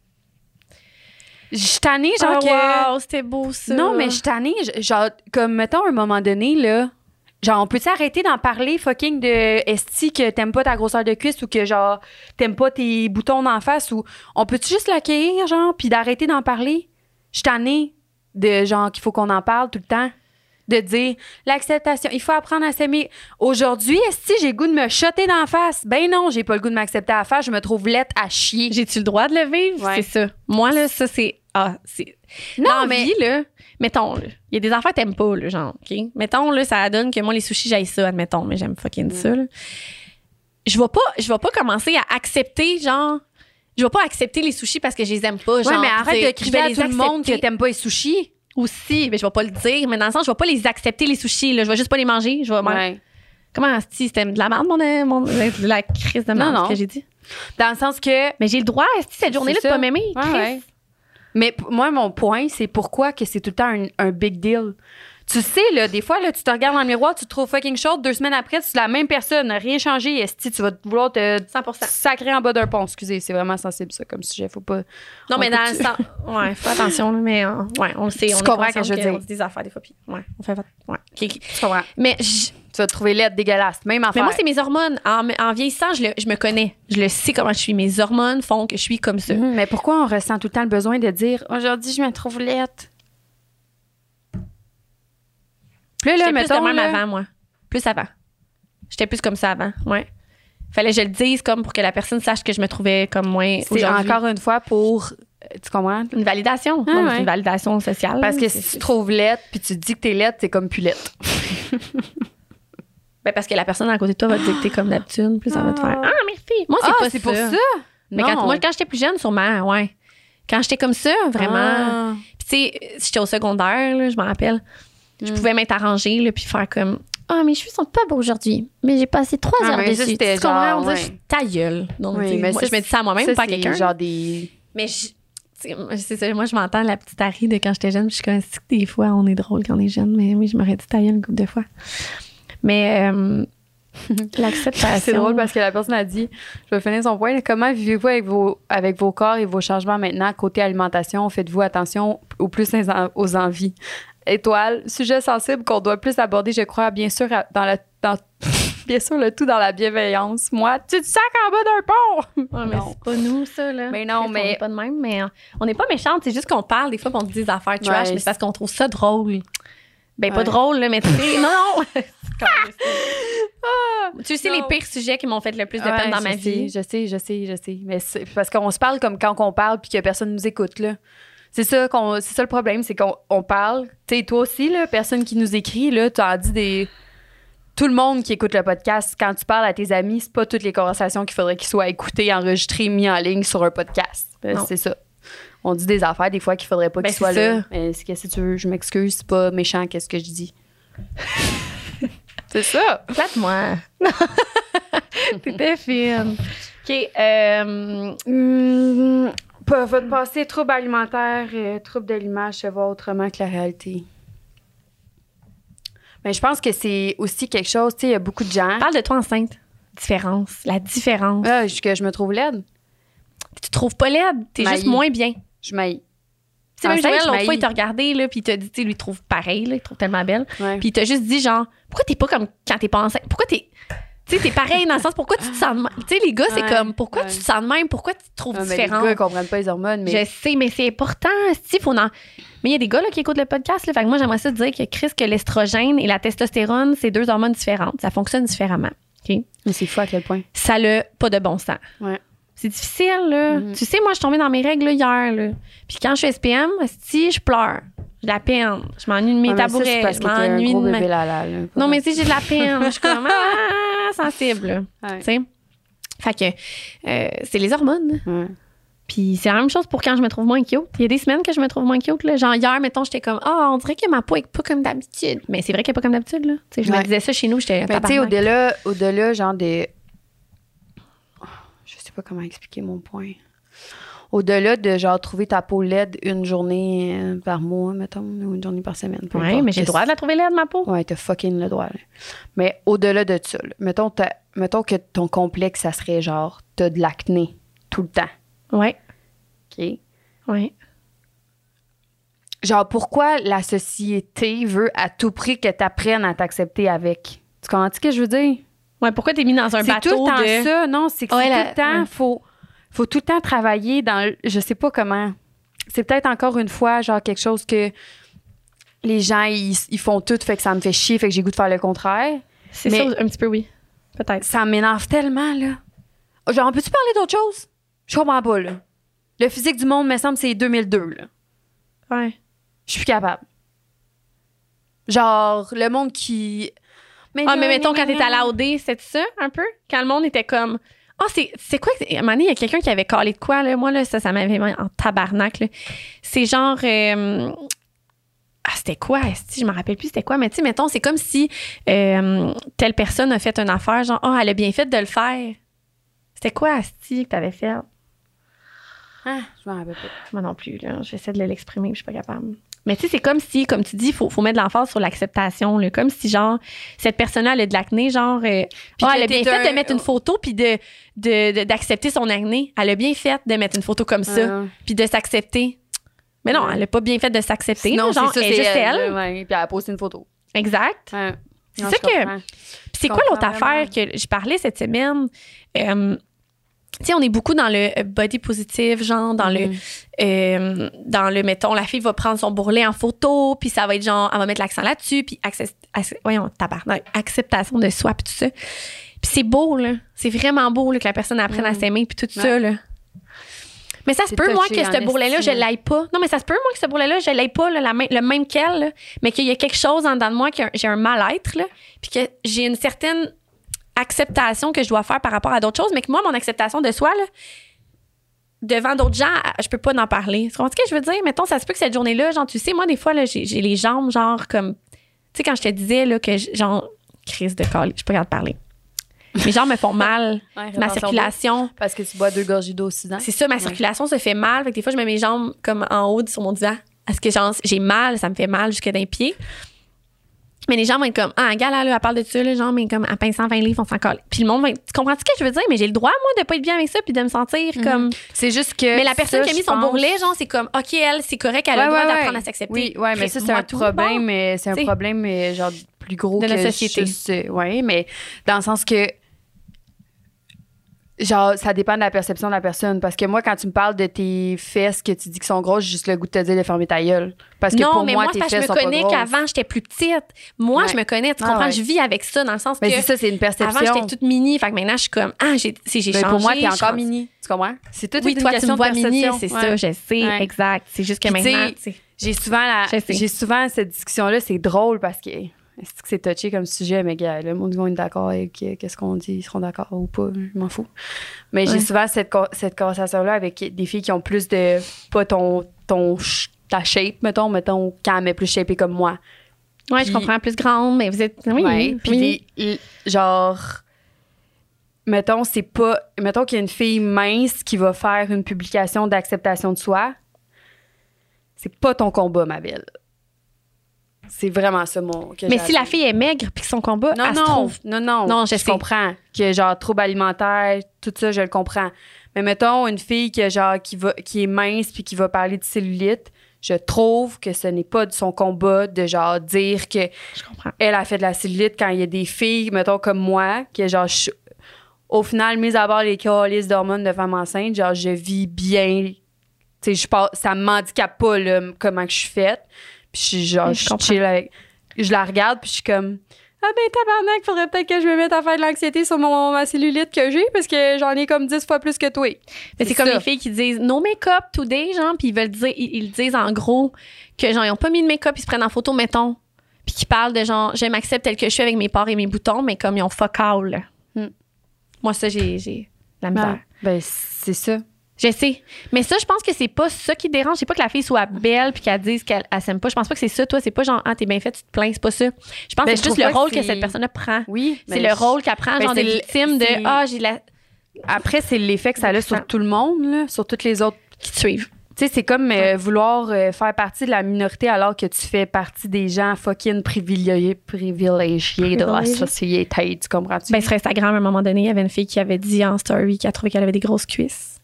[SPEAKER 1] Je suis tannée, genre, que.
[SPEAKER 2] Ah, wow, c'était beau ça.
[SPEAKER 1] Non, mais je suis tannée. je- Genre, comme, mettons, à un moment donné, là, genre, on peut-tu arrêter d'en parler, fucking, de esti que t'aimes pas ta grosseur de cuisse ou que, genre, t'aimes pas tes boutons d'en face ou... On peut-tu juste l'accueillir, genre, puis d'arrêter d'en parler? Je suis tannée de, genre, qu'il faut qu'on en parle tout le temps. De dire, l'acceptation, il faut apprendre à s'aimer. Aujourd'hui, esti, j'ai le goût de me shotter d'en face. Ben non, j'ai pas le goût de m'accepter à la face, je me trouve lette à chier.
[SPEAKER 2] J'ai-tu le droit de le vivre?
[SPEAKER 1] Ouais.
[SPEAKER 2] C'est ça. Moi, là, ça, c'est. Ah, c'est.
[SPEAKER 1] Non,
[SPEAKER 2] Dans la
[SPEAKER 1] mais-
[SPEAKER 2] vie, là, mettons, là, il y a des affaires que t'aimes pas, là, genre, OK? Mettons, là, ça donne que moi, les sushis, j'aille ça, admettons, mais j'aime fucking
[SPEAKER 1] Mm.
[SPEAKER 2] ça, là. Je vais pas, je vais pas commencer à accepter, genre. Je vais pas accepter les sushis parce que je les aime pas, genre.
[SPEAKER 1] Ouais, mais
[SPEAKER 2] tu
[SPEAKER 1] arrête
[SPEAKER 2] sais,
[SPEAKER 1] de
[SPEAKER 2] je
[SPEAKER 1] crier
[SPEAKER 2] vais
[SPEAKER 1] à
[SPEAKER 2] les
[SPEAKER 1] tout le monde que
[SPEAKER 2] accepter
[SPEAKER 1] t'aimes pas les sushis.
[SPEAKER 2] Aussi, mais je vais pas le dire, mais dans le sens, je vais pas les accepter, les sushis, là. Je vais juste pas les manger. Je vais. Comment, si c'était de la merde, mon. euh, mon de la crise de merde,
[SPEAKER 1] Non,
[SPEAKER 2] ce que
[SPEAKER 1] non.
[SPEAKER 2] j'ai dit?
[SPEAKER 1] Dans le sens que
[SPEAKER 2] Mais j'ai le droit, est-ce que cette journée-là, de
[SPEAKER 1] C'est
[SPEAKER 2] pas
[SPEAKER 1] ça.
[SPEAKER 2] m'aimer?
[SPEAKER 1] Ouais,
[SPEAKER 2] Chris?
[SPEAKER 1] ouais. Mais p- moi, mon point, c'est pourquoi que c'est tout le temps un, un big deal. Tu sais, là, des fois, là, tu te regardes dans le miroir, tu te trouves fucking chaude. Deux semaines après, tu es la même personne. Rien changé. Esti, tu vas te vouloir te
[SPEAKER 2] 100%.
[SPEAKER 1] sacrer en bas d'un pont. Excusez, c'est vraiment sensible, ça, comme sujet. Faut pas.
[SPEAKER 2] Non,
[SPEAKER 1] On
[SPEAKER 2] mais dans le
[SPEAKER 1] peut-tu-
[SPEAKER 2] sens. Ouais, fais attention, là, mais euh, ouais, on le sait.
[SPEAKER 1] Tu
[SPEAKER 2] on est
[SPEAKER 1] comprends
[SPEAKER 2] consciente
[SPEAKER 1] que je veux
[SPEAKER 2] qu'on
[SPEAKER 1] dire.
[SPEAKER 2] dit des affaires des fois, puis ouais, on fait. Ouais. ok, ok.
[SPEAKER 1] Tu comprends?
[SPEAKER 2] Mais, je-
[SPEAKER 1] Tu vas te trouver laide, dégueulasse. Même affaire.
[SPEAKER 2] mais moi, c'est mes hormones. En, en vieillissant, je, le- je me connais. Je le sais comment je suis. Mes hormones font que je suis comme ça.
[SPEAKER 1] Mhm, Mais pourquoi on ressent tout le temps le besoin de dire aujourd'hui, je me trouve laide? Plus là,
[SPEAKER 2] J'étais plus
[SPEAKER 1] mettons.
[SPEAKER 2] de même
[SPEAKER 1] là-
[SPEAKER 2] avant, moi. Plus avant. J'étais plus comme ça avant, ouais. Fallait que je le dise comme pour que la personne sache que je me trouvais comme moins.
[SPEAKER 1] c'est
[SPEAKER 2] aujourd'hui.
[SPEAKER 1] encore une fois pour. euh, Tu comprends?
[SPEAKER 2] une validation.
[SPEAKER 1] Ah,
[SPEAKER 2] Non, mais
[SPEAKER 1] ouais.
[SPEAKER 2] c'est Une validation sociale.
[SPEAKER 1] Parce que
[SPEAKER 2] C'est-
[SPEAKER 1] si
[SPEAKER 2] c'est-
[SPEAKER 1] tu trouves lettre puis tu dis que t'es lettre, t'es comme plus lettre.
[SPEAKER 2] Ben, parce que la personne à côté de toi va te dicter comme d'habitude, plus ça va te faire Ah, merci. Moi, c'est pas Mais quand, moi, quand j'étais plus jeune, sûrement, ouais. Quand j'étais comme ça, vraiment.
[SPEAKER 1] Ah.
[SPEAKER 2] Puis, tu sais, euh, j'étais au secondaire, là, je me rappelle.
[SPEAKER 1] Hmm.
[SPEAKER 2] Je pouvais m'être arrangée, là, puis faire comme Ah, mes cheveux sont pas beaux aujourd'hui, mais j'ai passé trois
[SPEAKER 1] Ah,
[SPEAKER 2] heures
[SPEAKER 1] mais ça,
[SPEAKER 2] dessus.
[SPEAKER 1] c'était
[SPEAKER 2] Tu comprends?
[SPEAKER 1] genre,
[SPEAKER 2] On dirait,
[SPEAKER 1] ouais.
[SPEAKER 2] je suis ta gueule. Donc,
[SPEAKER 1] Oui,
[SPEAKER 2] tu sais,
[SPEAKER 1] mais
[SPEAKER 2] moi,
[SPEAKER 1] ça,
[SPEAKER 2] je me dis ça à moi-même,
[SPEAKER 1] ça,
[SPEAKER 2] pas à
[SPEAKER 1] c'est
[SPEAKER 2] quelqu'un.
[SPEAKER 1] genre des.
[SPEAKER 2] Mais je. tu sais, moi, C'est ça, moi je m'entends la petite Harry de quand j'étais jeune, puis je suis comme si des fois on est drôle quand on est jeune, mais oui, je m'aurais dit taille une couple de fois. Mais euh, l'acceptation.
[SPEAKER 1] C'est drôle parce que la personne a dit, je vais finir son point, là, comment vivez-vous avec vos, avec vos corps et vos changements maintenant côté alimentation? Faites-vous attention au plus aux en- aux envies? Étoile, sujet sensible qu'on doit plus aborder, je crois, bien sûr, à- dans la, dans- bien sûr, le tout dans la bienveillance. Moi, tu te sacs en bas d'un pont!
[SPEAKER 2] Ouais, mais
[SPEAKER 1] Non.
[SPEAKER 2] c'est pas nous, ça, là.
[SPEAKER 1] Mais non,
[SPEAKER 2] Chris, On
[SPEAKER 1] mais-
[SPEAKER 2] est pas de même, mais euh, on n'est pas méchante. C'est juste qu'on parle des fois, puis on dit des affaires trash,
[SPEAKER 1] Ouais,
[SPEAKER 2] mais c'est parce qu'on trouve ça drôle. Ben, pas
[SPEAKER 1] Ouais.
[SPEAKER 2] drôle, là, mais tu sais, non, non! tu sais, les
[SPEAKER 1] Non.
[SPEAKER 2] pires sujets qui m'ont fait le plus de peine
[SPEAKER 1] Ouais,
[SPEAKER 2] dans
[SPEAKER 1] je
[SPEAKER 2] ma vie.
[SPEAKER 1] sais, je sais, je sais, je sais. Mais c'est parce qu'on se parle comme quand on parle puis que personne nous écoute, là. C'est ça, qu'on, c'est ça le problème, c'est qu'on on parle. Tu sais, toi aussi, là, personne qui nous écrit, là, tu as dit des. Tout le monde qui écoute le podcast, quand tu parles à tes amis, c'est pas toutes les conversations qu'il faudrait qu'ils soient écoutées, enregistrées, mises en ligne sur un podcast. Ben,
[SPEAKER 2] Non.
[SPEAKER 1] c'est ça. On dit des affaires des fois qu'il faudrait pas
[SPEAKER 2] Ben,
[SPEAKER 1] qu'ils soient
[SPEAKER 2] c'est
[SPEAKER 1] là.
[SPEAKER 2] ça.
[SPEAKER 1] Mais c'est- qu'est-ce que tu veux? Je m'excuse, c'est pas méchant, qu'est-ce que je dis. c'est ça.
[SPEAKER 2] Plate-moi. T'étais fine. OK. euh,
[SPEAKER 1] Hmm, votre passé, trouble alimentaire, euh, trouble de l'image se voit autrement que la réalité. Mais je pense que c'est aussi quelque chose, tu sais, il y a beaucoup de gens.
[SPEAKER 2] parle de toi enceinte. Différence. La différence.
[SPEAKER 1] Ah, je- que je me trouve laide.
[SPEAKER 2] Tu te trouves pas laide. T'es
[SPEAKER 1] Maïe.
[SPEAKER 2] juste moins bien.
[SPEAKER 1] Je m'aille.
[SPEAKER 2] Tu sais, même
[SPEAKER 1] Enceinte,
[SPEAKER 2] Joël, l'autre
[SPEAKER 1] je
[SPEAKER 2] fois, il
[SPEAKER 1] maillis.
[SPEAKER 2] t'a regardé, là, puis il t'a dit, tu sais, lui, il trouve pareil, là, il trouve tellement belle.
[SPEAKER 1] Ouais.
[SPEAKER 2] Puis il t'a juste dit, genre, pourquoi t'es pas comme quand t'es pas enceinte? Pourquoi t'es. Tu sais, t'es pareil dans le sens, pourquoi tu te sens de même? Tu sais, les gars, c'est
[SPEAKER 1] Ouais,
[SPEAKER 2] comme, pourquoi
[SPEAKER 1] ouais.
[SPEAKER 2] tu te sens de même? Pourquoi tu te trouves
[SPEAKER 1] Ah, mais les
[SPEAKER 2] différent?
[SPEAKER 1] gars, ils comprennent pas les hormones, mais
[SPEAKER 2] Je sais, mais c'est important. Si, faut en- Mais il y a des gars là, qui écoutent le podcast. Là, fait que moi, j'aimerais ça te dire que Chris, que l'estrogène et la testostérone, c'est deux hormones différentes. Ça fonctionne différemment.
[SPEAKER 1] Mais c'est fou à quel point.
[SPEAKER 2] Ça n'a pas de bon sens.
[SPEAKER 1] Ouais.
[SPEAKER 2] C'est difficile, là.
[SPEAKER 1] Mhm.
[SPEAKER 2] Tu sais, moi, je suis tombée dans mes règles là, hier. Là. Puis quand je suis SPM, si je pleure, j'ai de la peine. Je m'ennuie de mes
[SPEAKER 1] Ouais, Ah, mais ça,
[SPEAKER 2] tabourets.
[SPEAKER 1] c'est parce
[SPEAKER 2] je
[SPEAKER 1] que t'es un
[SPEAKER 2] m'ennuie de
[SPEAKER 1] gros
[SPEAKER 2] ma-
[SPEAKER 1] bébé lala, là.
[SPEAKER 2] Non, mais si j'ai de la peine. je suis comme, ah, sensible. là.
[SPEAKER 1] Ouais.
[SPEAKER 2] Tu sais? Fait que euh, c'est les hormones.
[SPEAKER 1] Ouais.
[SPEAKER 2] Puis c'est la même chose pour quand je me trouve moins cute. Il y a des semaines que je me trouve moins cute. Là. Genre hier, mettons, j'étais comme, ah, on dirait que ma peau est pas comme d'habitude. Mais c'est vrai qu'elle est pas comme d'habitude. Là. Tu sais, Je me
[SPEAKER 1] Ouais. Ben,
[SPEAKER 2] disais ça chez nous, j'étais
[SPEAKER 1] Mais tu sais,
[SPEAKER 2] tabarnak.
[SPEAKER 1] au-delà, au-delà, genre des. Je sais pas comment expliquer mon point. Au-delà de genre trouver ta peau laide une journée euh, par mois, mettons, ou une journée par semaine. peu
[SPEAKER 2] Ouais,
[SPEAKER 1] importe.
[SPEAKER 2] mais j'ai le droit de la trouver laide, ma peau.
[SPEAKER 1] Ouais, t'as fucking le droit. là. Mais au-delà de ça, là, mettons, t'as- mettons que ton complexe, ça serait genre, t'as de l'acné tout le temps.
[SPEAKER 2] Ouais,
[SPEAKER 1] OK?
[SPEAKER 2] ouais.
[SPEAKER 1] Genre, pourquoi la société veut à tout prix que t'apprennes à t'accepter avec? Tu comprends ce que je veux dire?
[SPEAKER 2] Ouais, pourquoi t'es mis dans un
[SPEAKER 1] C'est
[SPEAKER 2] bateau
[SPEAKER 1] tout le temps
[SPEAKER 2] de...
[SPEAKER 1] ça, non? C'est que
[SPEAKER 2] Ouais,
[SPEAKER 1] c'est
[SPEAKER 2] la-
[SPEAKER 1] tout le temps,
[SPEAKER 2] ouais.
[SPEAKER 1] faut, faut tout le temps travailler dans. le- Je sais pas comment. C'est peut-être encore une fois, genre, quelque chose que les gens, ils, ils font tout, fait que ça me fait chier, fait que j'ai goût de faire le contraire.
[SPEAKER 2] C'est
[SPEAKER 1] Mais-
[SPEAKER 2] ça, un petit peu, oui. Peut-être.
[SPEAKER 1] Ça m'énerve tellement, là. Genre, peux-tu parler d'autre chose? Je comprends pas, là. Le physique du monde, me semble, c'est 2002, là.
[SPEAKER 2] Ouais.
[SPEAKER 1] Je suis plus capable. Genre, le monde qui.
[SPEAKER 2] Ah, mais mettons, quand t'étais à la OD, c'était ça, un peu? Quand le monde était comme... Ah, c'est c'est quoi? que- À un moment donné, il y a quelqu'un qui avait calé de quoi, là? Moi, là, ça, ça m'avait mis en tabarnak, là. C'est genre... euh, Ah, c'était quoi? esti? Je me rappelle plus c'était quoi, mais tu sais, mettons, c'est comme si euh, telle personne a fait une affaire, genre, ah, elle a bien fait de le faire. C'était quoi, Asti, que t'avais fait?
[SPEAKER 1] Ah, je m'en rappelle pas.
[SPEAKER 2] Moi non plus, là. J'essaie de l'exprimer, mais je suis pas capable. Mais tu sais, c'est comme si, comme tu dis, il faut, faut mettre de l'emphase sur l'acceptation. là. Comme si, genre, cette personne-là, elle a de l'acné, genre, euh,
[SPEAKER 1] Puis
[SPEAKER 2] ah,
[SPEAKER 1] que
[SPEAKER 2] elle a bien
[SPEAKER 1] t'es
[SPEAKER 2] fait
[SPEAKER 1] un-
[SPEAKER 2] de mettre une photo puis de, de- de- d'accepter son acné. Elle a bien fait de mettre une photo comme ça
[SPEAKER 1] Ah.
[SPEAKER 2] puis de s'accepter. Mais non,
[SPEAKER 1] Ouais.
[SPEAKER 2] elle a pas bien fait de s'accepter.
[SPEAKER 1] Sinon,
[SPEAKER 2] là, genre,
[SPEAKER 1] c'est ça,
[SPEAKER 2] elle est
[SPEAKER 1] c'est
[SPEAKER 2] juste elle.
[SPEAKER 1] là, ouais, puis elle a posté une photo.
[SPEAKER 2] Exact.
[SPEAKER 1] Ouais.
[SPEAKER 2] C'est
[SPEAKER 1] Non,
[SPEAKER 2] ça
[SPEAKER 1] je
[SPEAKER 2] que-
[SPEAKER 1] comprends.
[SPEAKER 2] Puis c'est quoi
[SPEAKER 1] comprends
[SPEAKER 2] l'autre affaire
[SPEAKER 1] vraiment.
[SPEAKER 2] que je parlais cette semaine? Euh, tu sais, on est beaucoup dans le euh, body positive, genre, dans le
[SPEAKER 1] Mhm.
[SPEAKER 2] euh, dans le mettons la fille va prendre son bourrelet en photo puis ça va être genre elle va mettre l'accent là-dessus puis accep- ac- voyons tabarnak, acceptation de soi puis tout ça puis c'est beau là c'est vraiment beau là, que la personne apprenne à
[SPEAKER 1] Mhm.
[SPEAKER 2] s'aimer puis tout
[SPEAKER 1] Ouais.
[SPEAKER 2] ça là mais ça se
[SPEAKER 1] C'est
[SPEAKER 2] peut moi que
[SPEAKER 1] touché en
[SPEAKER 2] ce bourrelet là je
[SPEAKER 1] estime.
[SPEAKER 2] l'aille pas non mais ça se peut moi que ce bourrelet là je l'aille pas là, la main- le même qu'elle là, mais qu'il y a quelque chose en dedans de moi que j'ai un mal-être là puis que j'ai une certaine acceptation que je dois faire par rapport à d'autres choses, mais que moi, mon acceptation de soi, là, devant d'autres gens, je peux pas en parler. Tu comprends ce que je veux dire? Mettons, ça se peut que cette journée-là, genre, tu sais, moi, des fois, là, j'ai j'ai les jambes, genre, comme. Tu sais, quand je te disais, là, que, j- genre, crise de colis, je suis pas capable de parler. Mes jambes me font mal, ma circulation.
[SPEAKER 1] Parce que tu bois deux gorgées d'eau six ans.
[SPEAKER 2] C'est ça, ma circulation se fait mal. Fait que des fois, je mets mes jambes comme en haut sur mon divan. Parce que genre, j'ai mal, ça me fait mal jusque d'un pied. Mais les gens vont être comme, ah, gars, là, là, elle parle de ça, là, genre, mais comme, à peine 120 livres, on s'en colle. Puis le monde va être, tu comprends ce que je veux dire? Mais j'ai le droit, moi, de pas être bien avec ça, puis de me sentir comme.
[SPEAKER 1] C'est juste que.
[SPEAKER 2] Mais la personne
[SPEAKER 1] Mm-hmm. Euh, ça,
[SPEAKER 2] qui a mis
[SPEAKER 1] je
[SPEAKER 2] son
[SPEAKER 1] pense-
[SPEAKER 2] bourrelet, genre, c'est comme, OK, elle, c'est correct, elle a
[SPEAKER 1] Ouais,
[SPEAKER 2] le droit
[SPEAKER 1] ouais,
[SPEAKER 2] d'apprendre
[SPEAKER 1] ouais.
[SPEAKER 2] à s'accepter.
[SPEAKER 1] Oui, ouais, mais ça, c'est
[SPEAKER 2] Moi,
[SPEAKER 1] un
[SPEAKER 2] tout,
[SPEAKER 1] problème, euh, c'est
[SPEAKER 2] T'sais.
[SPEAKER 1] un problème, euh, genre, plus gros
[SPEAKER 2] De la
[SPEAKER 1] que
[SPEAKER 2] société.
[SPEAKER 1] juste, euh, ouais, mais dans le sens que. Genre, ça dépend de la perception de la personne. Parce que moi, quand tu me parles de tes fesses que tu dis qui sont grosses, j'ai juste le goût de te dire de fermer ta gueule. Parce que
[SPEAKER 2] non,
[SPEAKER 1] pour
[SPEAKER 2] mais
[SPEAKER 1] moi,
[SPEAKER 2] moi,
[SPEAKER 1] tes
[SPEAKER 2] c'est parce que
[SPEAKER 1] fesses
[SPEAKER 2] je
[SPEAKER 1] sont
[SPEAKER 2] me
[SPEAKER 1] pas
[SPEAKER 2] connais
[SPEAKER 1] grosses.
[SPEAKER 2] qu'avant, j'étais plus petite. Moi,
[SPEAKER 1] Ouais.
[SPEAKER 2] je me connais, tu
[SPEAKER 1] Ah
[SPEAKER 2] comprends?
[SPEAKER 1] ouais.
[SPEAKER 2] Je vis avec ça dans le sens
[SPEAKER 1] Mais
[SPEAKER 2] que
[SPEAKER 1] c'est ça, c'est une perception.
[SPEAKER 2] avant, j'étais toute mini. Fait que maintenant, je suis comme, ah, j'ai si j'ai
[SPEAKER 1] Mais
[SPEAKER 2] changé.
[SPEAKER 1] pour moi,
[SPEAKER 2] je
[SPEAKER 1] t'es encore
[SPEAKER 2] pense-
[SPEAKER 1] mini. Tu comprends? C'est toute
[SPEAKER 2] Oui,
[SPEAKER 1] une
[SPEAKER 2] toi, tu
[SPEAKER 1] question
[SPEAKER 2] me vois
[SPEAKER 1] de
[SPEAKER 2] mini,
[SPEAKER 1] perception.
[SPEAKER 2] c'est
[SPEAKER 1] Ouais.
[SPEAKER 2] ça, je sais,
[SPEAKER 1] Ouais.
[SPEAKER 2] exact. C'est juste que
[SPEAKER 1] Puis, tu sais,
[SPEAKER 2] maintenant, tu sais.
[SPEAKER 1] J'ai souvent la,
[SPEAKER 2] Je sais.
[SPEAKER 1] j'ai souvent cette discussion-là, c'est drôle parce que est-ce que c'est touché comme sujet, mais gars, le monde ils vont être d'accord avec euh, qu'est-ce qu'on dit, ils seront d'accord ou pas, je m'en fous. Mais
[SPEAKER 2] Ouais.
[SPEAKER 1] j'ai souvent cette, con- cette conversation-là avec des filles qui ont plus de, pas ton, ton, ch- ta shape, mettons, mettons, quand elle est plus shapée comme moi.
[SPEAKER 2] Ouais, je
[SPEAKER 1] puis-
[SPEAKER 2] comprends plus grande, mais vous êtes. Oui,
[SPEAKER 1] Ouais, Puis,
[SPEAKER 2] oui.
[SPEAKER 1] les- les- genre, mettons, c'est pas. Mettons qu'il y a une fille mince qui va faire une publication d'acceptation de soi. C'est pas ton combat, ma belle. C'est vraiment ça, mon. que
[SPEAKER 2] Mais
[SPEAKER 1] j'ai
[SPEAKER 2] si la
[SPEAKER 1] appris.
[SPEAKER 2] fille est maigre puis que son combat,
[SPEAKER 1] Non,
[SPEAKER 2] elle
[SPEAKER 1] non,
[SPEAKER 2] se trouve.
[SPEAKER 1] non, non,
[SPEAKER 2] Non, je
[SPEAKER 1] je
[SPEAKER 2] sais.
[SPEAKER 1] comprends que genre trouble alimentaire, tout ça, je le comprends. Mais mettons une fille qui genre qui va qui est mince puis qui va parler de cellulite, je trouve que ce n'est pas de son combat de genre dire que
[SPEAKER 2] Je comprends.
[SPEAKER 1] elle a fait de la cellulite quand il y a des filles, mettons comme moi, que genre, je- au final, mis à bord les calices d'hormones de femme enceinte, genre, je vis bien. Tu sais, je passe- ça ne m'handicape pas, là, m- comment que je suis faite. Puis, je, suis genre,
[SPEAKER 2] Ouais, je
[SPEAKER 1] je,
[SPEAKER 2] comprends.
[SPEAKER 1] chill avec- je la regarde, puis je suis comme, ah ben, tabarnak, faudrait peut-être que je me mette à faire de l'anxiété sur mon, ma cellulite que j'ai, parce que j'en ai comme 10 fois plus que toi.
[SPEAKER 2] Mais c'est
[SPEAKER 1] C'est
[SPEAKER 2] comme
[SPEAKER 1] ça.
[SPEAKER 2] les filles qui disent no make-up today, genre, puis ils veulent dire, ils, ils disent en gros que genre ils ont pas mis de make-up, ils se prennent en photo, mettons, puis qui parlent de genre je m'accepte tel que je suis avec mes pores et mes boutons, mais comme ils ont fuck all. là.
[SPEAKER 1] Hmm.
[SPEAKER 2] Moi ça j'ai j'ai la misère.
[SPEAKER 1] Ben, ben, c'est ça.
[SPEAKER 2] Je sais, mais ça je pense que c'est pas ça qui dérange, c'est pas que la fille soit belle puis qu'elle dise qu'elle elle s'aime pas. Je pense pas que c'est ça. Toi c'est pas genre ah t'es bien faite, tu te plains, c'est pas ça. Je
[SPEAKER 1] Ben,
[SPEAKER 2] pense que
[SPEAKER 1] je
[SPEAKER 2] c'est juste
[SPEAKER 1] trouve
[SPEAKER 2] le
[SPEAKER 1] pas que
[SPEAKER 2] rôle que,
[SPEAKER 1] c'est-
[SPEAKER 2] cette personne prend.
[SPEAKER 1] Oui.
[SPEAKER 2] C'est le rôle qu'elle prend,
[SPEAKER 1] ben,
[SPEAKER 2] genre de
[SPEAKER 1] c'est le-
[SPEAKER 2] victime de
[SPEAKER 1] c'est-
[SPEAKER 2] ah j'ai la
[SPEAKER 1] Après, c'est l'effet que ça a sur tout le monde, là, sur toutes les autres
[SPEAKER 2] qui te suivent.
[SPEAKER 1] Tu sais, c'est comme euh, vouloir euh, faire partie de la minorité alors que tu fais partie des gens fucking privilégiés, privilégiés de la
[SPEAKER 2] Privilégiés.
[SPEAKER 1] société. Tu comprends-tu?
[SPEAKER 2] Ben, sur Instagram, à un moment donné, il y avait une fille qui avait dit en story qu'elle trouvait qu'elle avait des grosses cuisses.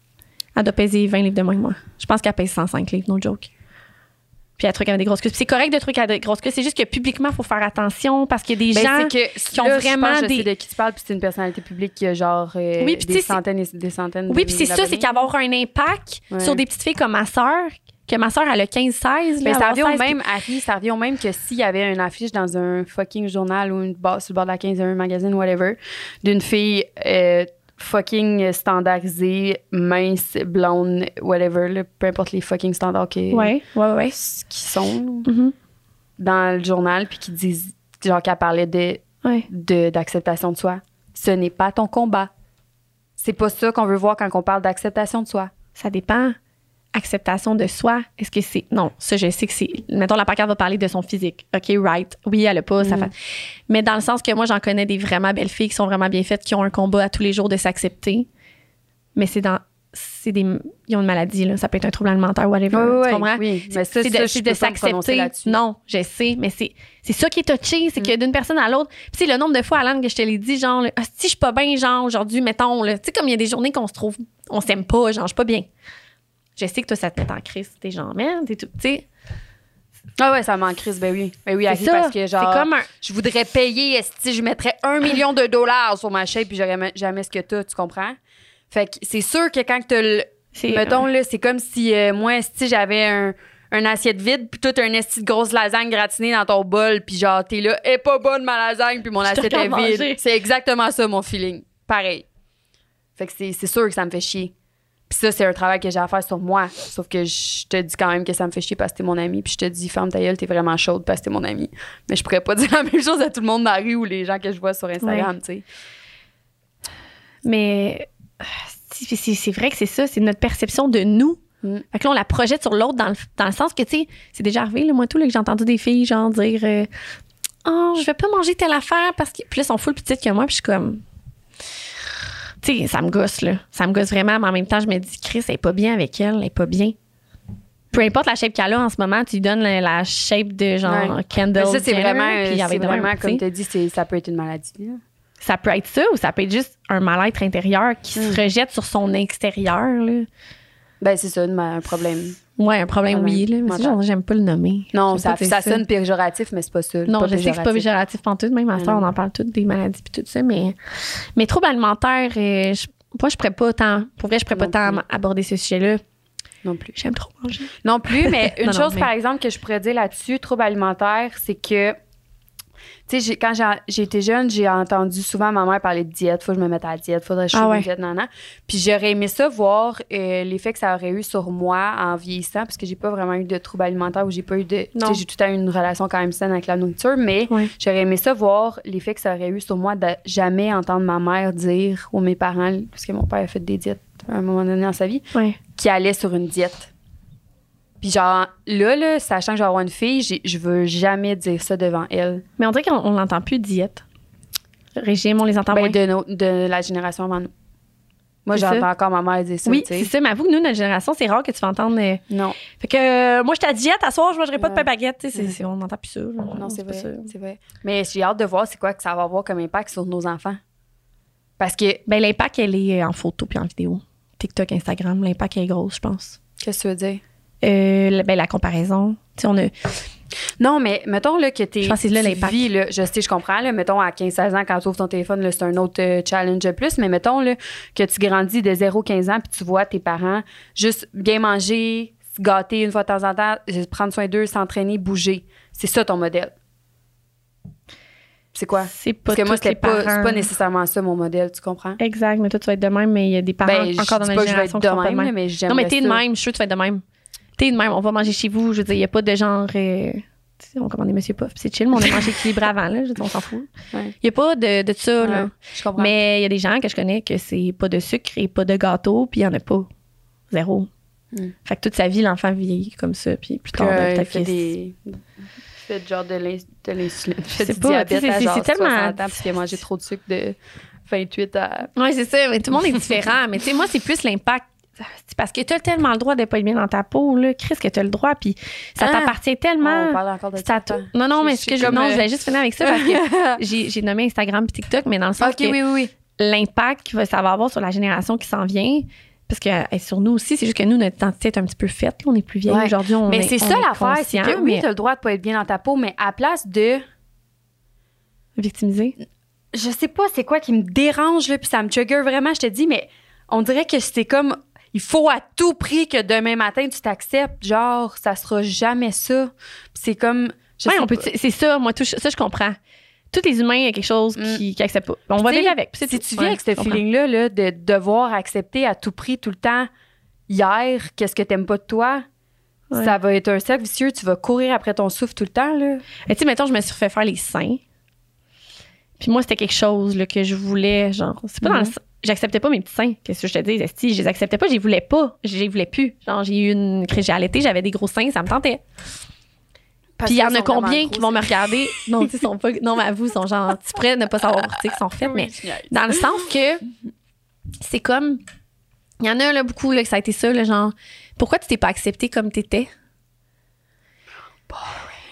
[SPEAKER 2] Elle doit peser 20 livres de moins que moi. Je pense qu'elle pèse 105 livres, no joke. Puis elle trouvait qu'elle avait des grosses cuisses. Puis c'est correct de trouver qu'elle a des grosses cuisses. C'est juste que publiquement, il faut faire attention parce qu'il y a des
[SPEAKER 1] Ben,
[SPEAKER 2] gens.
[SPEAKER 1] c'est que,
[SPEAKER 2] qui ont
[SPEAKER 1] là, je
[SPEAKER 2] vraiment
[SPEAKER 1] pense que je
[SPEAKER 2] des-
[SPEAKER 1] sais de qui tu parles, puis c'est une personnalité publique qui a genre euh,
[SPEAKER 2] Oui, puis tu
[SPEAKER 1] des
[SPEAKER 2] sais, c'est-
[SPEAKER 1] centaines et des centaines
[SPEAKER 2] Oui, puis c'est ça,
[SPEAKER 1] d'abonnés.
[SPEAKER 2] c'est qu'avoir un impact
[SPEAKER 1] Ouais.
[SPEAKER 2] sur des petites filles comme ma sœur, que ma sœur, elle a 15-16.
[SPEAKER 1] Mais Ben,
[SPEAKER 2] là,
[SPEAKER 1] ça
[SPEAKER 2] avoir
[SPEAKER 1] revient au
[SPEAKER 2] 16,
[SPEAKER 1] même, Harry, ça revient au même que s'il y avait une affiche dans un fucking journal ou une ba- sur le bord de la 15, un magazine, whatever, d'une fille euh, fucking standardisée, mince, blonde, whatever, là, peu importe les fucking standards que,
[SPEAKER 2] puis- Ouais, ouais, ouais.
[SPEAKER 1] ce qui sont
[SPEAKER 2] Mhm.
[SPEAKER 1] dans le journal puis qui disent genre qu'elle parlait de
[SPEAKER 2] Ouais.
[SPEAKER 1] de- d'acceptation de, soi. Ce n'est pas ton combat. C'est pas ça qu'on veut voir quand on parle d'acceptation de soi.
[SPEAKER 2] Ça dépend. Acceptation de soi. Est-ce que c'est. Non, ça, je sais que c'est. Mettons, la pancarte va parler de son physique. OK, right. Oui, elle a pas. Ça
[SPEAKER 1] Mm.
[SPEAKER 2] fait... Mais dans le sens que moi, j'en connais des vraiment belles filles qui sont vraiment bien faites, qui ont un combat à tous les jours de s'accepter. Mais c'est dans. C'est des. Ils ont une maladie, là. Ça peut être un trouble alimentaire, whatever. tu comprends?
[SPEAKER 1] oui. Mais ça, ça,
[SPEAKER 2] c'est de,
[SPEAKER 1] je
[SPEAKER 2] c'est
[SPEAKER 1] peux
[SPEAKER 2] de
[SPEAKER 1] pas me prononcer
[SPEAKER 2] s'accepter.
[SPEAKER 1] là-dessus. Mm.
[SPEAKER 2] Non, je sais, mais c'est, c'est ça qui est touché, c'est que d'une personne à l'autre. Puis, tu sais, le nombre de fois, Alan, que je te l'ai dit, genre, le, Ah, si je suis pas bien, genre, aujourd'hui, mettons, là. tu sais, comme il y a des journées qu'on se trouve, on s'aime pas, genre, je suis pas bien. Je sais que toi, ça te met en crise, t'es genre, man, t'es tout, tu sais.
[SPEAKER 1] Ah ouais, ça m'en crise, ben oui. Ben oui,
[SPEAKER 2] C'est
[SPEAKER 1] Harry,
[SPEAKER 2] ça.
[SPEAKER 1] parce que genre,
[SPEAKER 2] c'est comme un.
[SPEAKER 1] je voudrais payer, si je mettrais un million de dollars sur ma chaîne puis j'aurais ma- jamais ce que t'as, tu comprends? Fait que c'est sûr que quand t'as le,
[SPEAKER 2] C'est,
[SPEAKER 1] Mettons, là, c'est comme si euh, moi, si j'avais un, un assiette vide, puis toute une assiette grosse lasagne gratinée dans ton bol, puis genre, t'es là, est pas bonne ma lasagne, puis mon
[SPEAKER 2] Je te
[SPEAKER 1] assiette est
[SPEAKER 2] regarde manger.
[SPEAKER 1] vide. C'est exactement ça, mon feeling. Pareil. Fait que c'est c'est sûr que ça me fait chier. Puis ça, c'est un travail que j'ai à faire sur moi. Sauf que je te dis quand même que ça me fait chier parce que t'es mon ami, puis je te dis, ferme ta gueule, t'es vraiment chaude parce que t'es mon ami. Mais je pourrais pas dire la même chose à tout le monde dans la rue ou les gens que je vois sur Instagram, tu sais.
[SPEAKER 2] Mais euh, c'est, c'est- c'est vrai que c'est ça, c'est notre perception de nous.
[SPEAKER 1] Mm.
[SPEAKER 2] Fait que là, on la projette sur l'autre dans le, dans le sens que, tu sais, c'est déjà arrivé, là, moi, tout, là, que j'ai entendu des filles, genre, dire euh, Oh, je vais pas manger telle affaire parce que. Puis là, elles sont full petites que moi, puis je suis comme. Tu sais, ça me gosse, là. Ça me gosse vraiment, mais en même temps, je me dis, Chris, elle est pas bien avec elle, elle est pas bien. Peu importe la shape qu'elle a en ce moment, tu lui donnes la, la shape de genre
[SPEAKER 1] Ouais.
[SPEAKER 2] Kendall.
[SPEAKER 1] Mais ça, c'est
[SPEAKER 2] Jenner,
[SPEAKER 1] vraiment,
[SPEAKER 2] puis
[SPEAKER 1] euh,
[SPEAKER 2] elle va
[SPEAKER 1] c'est
[SPEAKER 2] être de même,
[SPEAKER 1] vraiment
[SPEAKER 2] tu sais.
[SPEAKER 1] comme t'as dit, c'est- ça peut être une maladie. là.
[SPEAKER 2] Ça peut être ça ou ça peut être juste un mal-être intérieur qui
[SPEAKER 1] Mm.
[SPEAKER 2] se rejette sur son extérieur. Là.
[SPEAKER 1] Ben, c'est ça, une ma- un problème.
[SPEAKER 2] Ouais, un problème,
[SPEAKER 1] Problème
[SPEAKER 2] oui. Là, mais c'est
[SPEAKER 1] mental.
[SPEAKER 2] genre, j'aime pas le nommer.
[SPEAKER 1] Non,
[SPEAKER 2] J'aime
[SPEAKER 1] ça,
[SPEAKER 2] pas dire
[SPEAKER 1] ça sonne péjoratif, mais c'est pas ça.
[SPEAKER 2] Non, je sais que c'est pas péjoratif pantoute. Même ma
[SPEAKER 1] Ah
[SPEAKER 2] soeur, on
[SPEAKER 1] non.
[SPEAKER 2] en parle toutes des maladies puis tout ça. Mais, mais troubles alimentaires, euh, je- Moi, je pourrais pas tant. Pour vrai, je pourrais pas
[SPEAKER 1] Non
[SPEAKER 2] tant
[SPEAKER 1] plus.
[SPEAKER 2] aborder ce sujet-là.
[SPEAKER 1] Non plus.
[SPEAKER 2] J'aime trop manger.
[SPEAKER 1] Non plus, mais une
[SPEAKER 2] Non, non,
[SPEAKER 1] chose,
[SPEAKER 2] mais-
[SPEAKER 1] par exemple, que je pourrais dire là-dessus, trouble alimentaire, c'est que, tu sais, j'ai- quand j'ai- j'ai été jeune, j'ai entendu souvent ma mère parler de diète, faut que je me mette à la diète, faudrait que je
[SPEAKER 2] Ah
[SPEAKER 1] fasse une
[SPEAKER 2] ouais.
[SPEAKER 1] diète, nan, nan. Puis j'aurais aimé ça, voir euh, l'effet que ça aurait eu sur moi en vieillissant, parce que j'ai pas vraiment eu de trouble alimentaire ou j'ai pas eu de. Tu
[SPEAKER 2] Non.
[SPEAKER 1] sais, j'ai tout à une relation quand même saine avec la nourriture, mais
[SPEAKER 2] Ouais.
[SPEAKER 1] j'aurais aimé ça, voir l'effet que ça aurait eu sur moi de jamais entendre ma mère dire ou mes parents, parce que mon père a fait des diètes à un moment donné dans sa vie
[SPEAKER 2] Ouais.
[SPEAKER 1] qui allait sur une diète. Puis genre, là, là sachant que je vais avoir une fille, j'ai- je veux jamais dire ça devant elle.
[SPEAKER 2] Mais on dirait qu'on on l'entend plus diète. Régime, on les entend
[SPEAKER 1] Ben,
[SPEAKER 2] moins.
[SPEAKER 1] de, nos- de la génération avant nous. Moi,
[SPEAKER 2] Ah C'est ça.
[SPEAKER 1] j'entends encore ma mère dire ça,
[SPEAKER 2] oui,
[SPEAKER 1] tu
[SPEAKER 2] c'est
[SPEAKER 1] sais.
[SPEAKER 2] ça. Mais avoue que nous, notre génération, c'est rare que tu vas entendre. euh,
[SPEAKER 1] Non,
[SPEAKER 2] Fait que euh, moi, je à diète, à soir, je mangerai pas de
[SPEAKER 1] Ouais.
[SPEAKER 2] pain baguette. tu sais, c'est-
[SPEAKER 1] Ouais.
[SPEAKER 2] c'est- On n'entend plus ça. genre,
[SPEAKER 1] non, c'est
[SPEAKER 2] pas
[SPEAKER 1] vrai,
[SPEAKER 2] ça.
[SPEAKER 1] c'est vrai. Mais j'ai hâte de voir c'est quoi que ça va avoir comme impact sur nos enfants. Parce que,
[SPEAKER 2] Ben, l'impact, elle est euh, en photo puis en vidéo. TikTok, Instagram, l'impact elle est grosse, je pense.
[SPEAKER 1] qu'est-ce que tu veux dire?
[SPEAKER 2] Euh, la- ben, la comparaison. Tu sais, on a.
[SPEAKER 1] Non, mais mettons là, que t'es,
[SPEAKER 2] Je pense que c'est là
[SPEAKER 1] tu
[SPEAKER 2] l'impact.
[SPEAKER 1] vis, là, je sais, je comprends. Là, mettons, à 15-16 ans, quand tu ouvres ton téléphone, là, c'est un autre euh, challenge de plus. Mais mettons là, que tu grandis de 0-15 ans puis tu vois tes parents juste bien manger, se gâter une fois de temps en temps, euh, prendre soin d'eux, s'entraîner, bouger. C'est ça ton modèle. C'est quoi?
[SPEAKER 2] C'est pas
[SPEAKER 1] Ah, Parce que moi,
[SPEAKER 2] tous les
[SPEAKER 1] c'était pas, c'est
[SPEAKER 2] parents.
[SPEAKER 1] pas nécessairement ça mon modèle, tu comprends?
[SPEAKER 2] Exact, mais toi, tu vas être de même, mais il y a des parents
[SPEAKER 1] Ben, je
[SPEAKER 2] encore dans
[SPEAKER 1] dis
[SPEAKER 2] la
[SPEAKER 1] pas que je vais
[SPEAKER 2] génération
[SPEAKER 1] être
[SPEAKER 2] qui sont pas
[SPEAKER 1] de
[SPEAKER 2] de
[SPEAKER 1] même, là,
[SPEAKER 2] même.
[SPEAKER 1] mais
[SPEAKER 2] Non, mais t'es de
[SPEAKER 1] j'aimerais ça.
[SPEAKER 2] même, je suis sûre que tu vas être de même. T'es de même, on va manger chez vous. Je veux dire, il n'y a pas de genre. euh, tu sais, on commande des Monsieur Puff, puis c'est chill, mais on a mangé équilibré avant, là. Je veux dire, on s'en fout. Il
[SPEAKER 1] Ouais.
[SPEAKER 2] n'y a pas de, de ça, là.
[SPEAKER 1] Ouais, je comprends.
[SPEAKER 2] Mais il y a des gens que je connais que c'est pas de sucre et pas de gâteau, puis il n'y en a pas. Zéro.
[SPEAKER 1] Mm.
[SPEAKER 2] Fait que toute sa vie, l'enfant vieillit comme ça, puis plus
[SPEAKER 1] Que,
[SPEAKER 2] tard, ben,
[SPEAKER 1] euh,
[SPEAKER 2] peut-être
[SPEAKER 1] fait
[SPEAKER 2] que c'est-
[SPEAKER 1] des. Fait genre de l'ins- de l'insuline. Fait
[SPEAKER 2] sais
[SPEAKER 1] du
[SPEAKER 2] pas,
[SPEAKER 1] diabète
[SPEAKER 2] tu sais,
[SPEAKER 1] à
[SPEAKER 2] c'est-
[SPEAKER 1] genre
[SPEAKER 2] c'est tellement-
[SPEAKER 1] 60 ans parce qu'il a mangé trop de sucre de 28 à.
[SPEAKER 2] Oui, c'est ça. Mais tout le monde est différent. mais tu sais, moi, c'est plus l'impact. C'est Parce que tu as tellement le droit d'être pas bien dans ta peau, là. Chris, que tu as le droit, puis ça
[SPEAKER 1] Ah!
[SPEAKER 2] t'appartient tellement.
[SPEAKER 1] On parle encore de
[SPEAKER 2] C'est à
[SPEAKER 1] ça.
[SPEAKER 2] toi. Non, non,
[SPEAKER 1] Je-
[SPEAKER 2] mais
[SPEAKER 1] je
[SPEAKER 2] ce
[SPEAKER 1] suis
[SPEAKER 2] que je,
[SPEAKER 1] comme,
[SPEAKER 2] non,
[SPEAKER 1] euh,
[SPEAKER 2] je voulais juste finir avec ça parce que j'ai j'ai nommé Instagram et TikTok, mais dans le sens
[SPEAKER 1] ok,
[SPEAKER 2] que
[SPEAKER 1] oui, oui, oui.
[SPEAKER 2] l'impact que ça va avoir sur la génération qui s'en vient, parce que euh, sur nous aussi, c'est juste que nous, notre identité est un petit peu faite. là. on est plus vieille
[SPEAKER 1] Ouais.
[SPEAKER 2] aujourd'hui. on
[SPEAKER 1] Mais
[SPEAKER 2] est-
[SPEAKER 1] c'est
[SPEAKER 2] on
[SPEAKER 1] ça
[SPEAKER 2] est
[SPEAKER 1] l'affaire, c'est que
[SPEAKER 2] conscient,
[SPEAKER 1] oui,
[SPEAKER 2] mais
[SPEAKER 1] t'as le droit de pas être bien dans ta peau, mais à place de.
[SPEAKER 2] victimisée.
[SPEAKER 1] Je sais pas c'est quoi qui me dérange, là, puis ça me trigger vraiment, je te dis, mais on dirait que c'est comme. Il faut à tout prix que demain matin tu t'acceptes. Genre, ça sera jamais ça. Puis C'est comme. je
[SPEAKER 2] Ouais,
[SPEAKER 1] sais
[SPEAKER 2] on peut-
[SPEAKER 1] pas.
[SPEAKER 2] c'est c'est ça, moi, tout- ça, je comprends. Tous les humains, il y a quelque chose
[SPEAKER 1] Mm.
[SPEAKER 2] qui n'acceptent pas. On va
[SPEAKER 1] Tu sais,
[SPEAKER 2] vivre avec. puis c'est
[SPEAKER 1] Si
[SPEAKER 2] tout.
[SPEAKER 1] tu vis
[SPEAKER 2] Ouais,
[SPEAKER 1] avec ce
[SPEAKER 2] je comprends.
[SPEAKER 1] feeling-là là, de devoir accepter à tout prix, tout le temps, hier, qu'est-ce que t'aimes pas de toi,
[SPEAKER 2] Ouais.
[SPEAKER 1] ça va être un cercle vicieux. Tu vas courir après ton souffle tout le temps. Là.
[SPEAKER 2] Mais tu sais, mettons, je me suis refait faire les seins. Puis moi, c'était quelque chose là, que je voulais, genre, c'est pas dans le
[SPEAKER 1] Mhm.
[SPEAKER 2] se- J'acceptais pas mes petits seins. Qu'est-ce que je te dis? Si je les acceptais pas, je les voulais pas. Je les voulais plus. Genre, j'ai eu une crise, j'ai allaité, j'avais des gros seins, ça me tentait. Puis il y en a combien qui vont me regarder? Non, tu sais, ils sont pas. Non, mais à vous, ils sont genre, tu pourrais ne pas savoir, tu sais, qu'ils sont refaits, mais dans le sens que c'est comme. Il y en a là, beaucoup là, que ça a été ça, là, genre, pourquoi tu t'es pas accepté comme t'étais?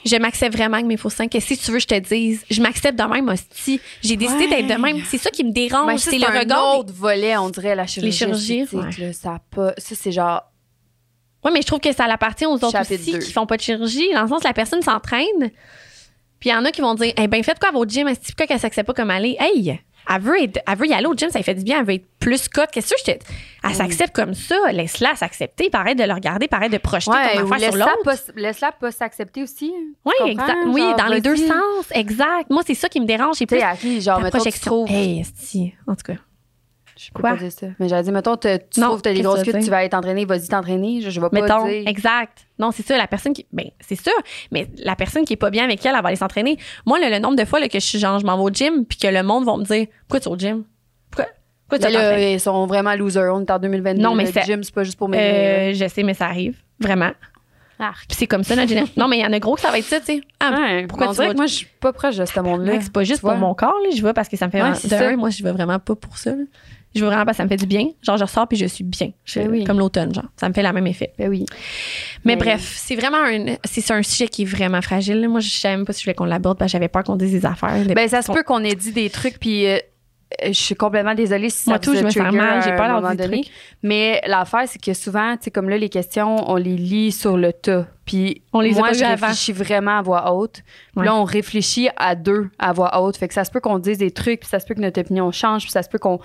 [SPEAKER 2] Je m'accepte vraiment avec mes faux seins. Que si tu veux, je te dise, je m'accepte de même, hostie. J'ai décidé
[SPEAKER 1] Ouais.
[SPEAKER 2] d'être de même. C'est ça qui me dérange.
[SPEAKER 1] Ben, ça,
[SPEAKER 2] c'est le
[SPEAKER 1] un
[SPEAKER 2] regard.
[SPEAKER 1] autre volet, on dirait, la chirurgie.
[SPEAKER 2] chirurgies,
[SPEAKER 1] esthétique, là, ça, a pas- ça, c'est genre.
[SPEAKER 2] Oui, mais je trouve que ça appartient aux autres
[SPEAKER 1] Chapitre
[SPEAKER 2] aussi
[SPEAKER 1] deux.
[SPEAKER 2] qui font pas de chirurgie. Dans le sens, la personne s'entraîne. Puis il y en a qui vont dire, eh ben, faites quoi à votre gym? Est-ce que qu'elle s'accepte pas comme aller? Hey! Elle veut, être- elle veut y aller au gym, ça lui fait du bien, elle veut être plus cote. Qu'est-ce que je te. Elle s'accepte comme ça, laisse-la s'accepter, pareil de le regarder, pareil de projeter
[SPEAKER 1] Ouais,
[SPEAKER 2] ton
[SPEAKER 1] ou
[SPEAKER 2] affaire sur
[SPEAKER 1] laisse-la
[SPEAKER 2] l'autre.
[SPEAKER 1] pas s- laisse-la pas s'accepter aussi. hein.
[SPEAKER 2] Ouais,
[SPEAKER 1] tu
[SPEAKER 2] exact.
[SPEAKER 1] comprends?
[SPEAKER 2] oui,
[SPEAKER 1] Genre,
[SPEAKER 2] dans les deux
[SPEAKER 1] vas-y.
[SPEAKER 2] sens, exact. Moi, c'est ça qui me dérange. J'ai
[SPEAKER 1] Tu
[SPEAKER 2] plus
[SPEAKER 1] sais, à qui, genre,
[SPEAKER 2] ta
[SPEAKER 1] mettons, tu
[SPEAKER 2] projection.
[SPEAKER 1] trouves.
[SPEAKER 2] Hey, esti. en tout cas.
[SPEAKER 1] Je peux
[SPEAKER 2] Quoi?
[SPEAKER 1] pas dire ça. Mais j'allais dire, mettons, te- tu
[SPEAKER 2] Non,
[SPEAKER 1] trouves que t'as des
[SPEAKER 2] qu'est-ce
[SPEAKER 1] grosses
[SPEAKER 2] que tu
[SPEAKER 1] culs,
[SPEAKER 2] veux
[SPEAKER 1] tu
[SPEAKER 2] dire?
[SPEAKER 1] vas aller t'entraîner, vas-y t'entraîner. Je, je vais pas
[SPEAKER 2] Mettons,
[SPEAKER 1] dire.
[SPEAKER 2] exact. Non, c'est ça, la personne qui. Ben, c'est ça. Mais la personne qui est pas bien avec elle, elle va aller s'entraîner. Moi, le, le nombre de fois là, que je suis genre, je m'en vais au gym, puis que le monde va me dire, pourquoi tu es au gym? Pourquoi, pourquoi tu
[SPEAKER 1] Mais
[SPEAKER 2] vas
[SPEAKER 1] là,
[SPEAKER 2] t'entraîner?
[SPEAKER 1] ils sont vraiment losers. On est en 2022.
[SPEAKER 2] Non, mais
[SPEAKER 1] le
[SPEAKER 2] c'est-
[SPEAKER 1] gym, c'est pas juste pour mes.
[SPEAKER 2] Euh, je sais, mais ça arrive. Vraiment.
[SPEAKER 1] Arc.
[SPEAKER 2] Puis c'est comme ça, notre génération. Non, mais il y en a gros que ça va être ça, tu sais. Ah,
[SPEAKER 1] on
[SPEAKER 2] pourquoi tu
[SPEAKER 1] dirait
[SPEAKER 2] vas-
[SPEAKER 1] que moi, je suis pas proche de ce monde-là.
[SPEAKER 2] Mec, c'est pas juste
[SPEAKER 1] tu vois.
[SPEAKER 2] pour mon corps, là, je vais parce que ça me fait
[SPEAKER 1] Ouais,
[SPEAKER 2] un-
[SPEAKER 1] c'est
[SPEAKER 2] de
[SPEAKER 1] ça.
[SPEAKER 2] un, moi je vais vraiment pas pour ça. là. Je veux vraiment parce que ça me fait du bien. Genre je ressors puis je suis bien. Je-
[SPEAKER 1] Ben oui.
[SPEAKER 2] Comme l'automne, genre. Ça me fait le même effet.
[SPEAKER 1] Ben oui.
[SPEAKER 2] Mais,
[SPEAKER 1] Mais-
[SPEAKER 2] bref, c'est vraiment un c'est c'est un sujet qui est vraiment fragile. là. Moi je savais même pas si je voulais qu'on l'aborde parce que j'avais peur qu'on dise des affaires. des-
[SPEAKER 1] Ben, ça se
[SPEAKER 2] qu'on-
[SPEAKER 1] peut qu'on ait dit des trucs, puis euh, euh, je suis complètement désolée si ça
[SPEAKER 2] Moi,
[SPEAKER 1] vous
[SPEAKER 2] tout,
[SPEAKER 1] a
[SPEAKER 2] je me sens
[SPEAKER 1] trigger
[SPEAKER 2] mal,
[SPEAKER 1] à
[SPEAKER 2] j'ai
[SPEAKER 1] un
[SPEAKER 2] pas l'air
[SPEAKER 1] moment
[SPEAKER 2] du
[SPEAKER 1] donné.
[SPEAKER 2] truc.
[SPEAKER 1] Mais l'affaire, c'est que souvent, tu sais, comme là, les questions, on les lit sur le tas. Puis
[SPEAKER 2] On les a
[SPEAKER 1] moi,
[SPEAKER 2] pas
[SPEAKER 1] je
[SPEAKER 2] vues avant.
[SPEAKER 1] réfléchis vraiment à voix haute. Puis
[SPEAKER 2] Ouais.
[SPEAKER 1] Là, on réfléchit à deux à voix haute. Fait que ça se peut qu'on dise des trucs, puis ça se peut que notre opinion change, puis ça se peut qu'on.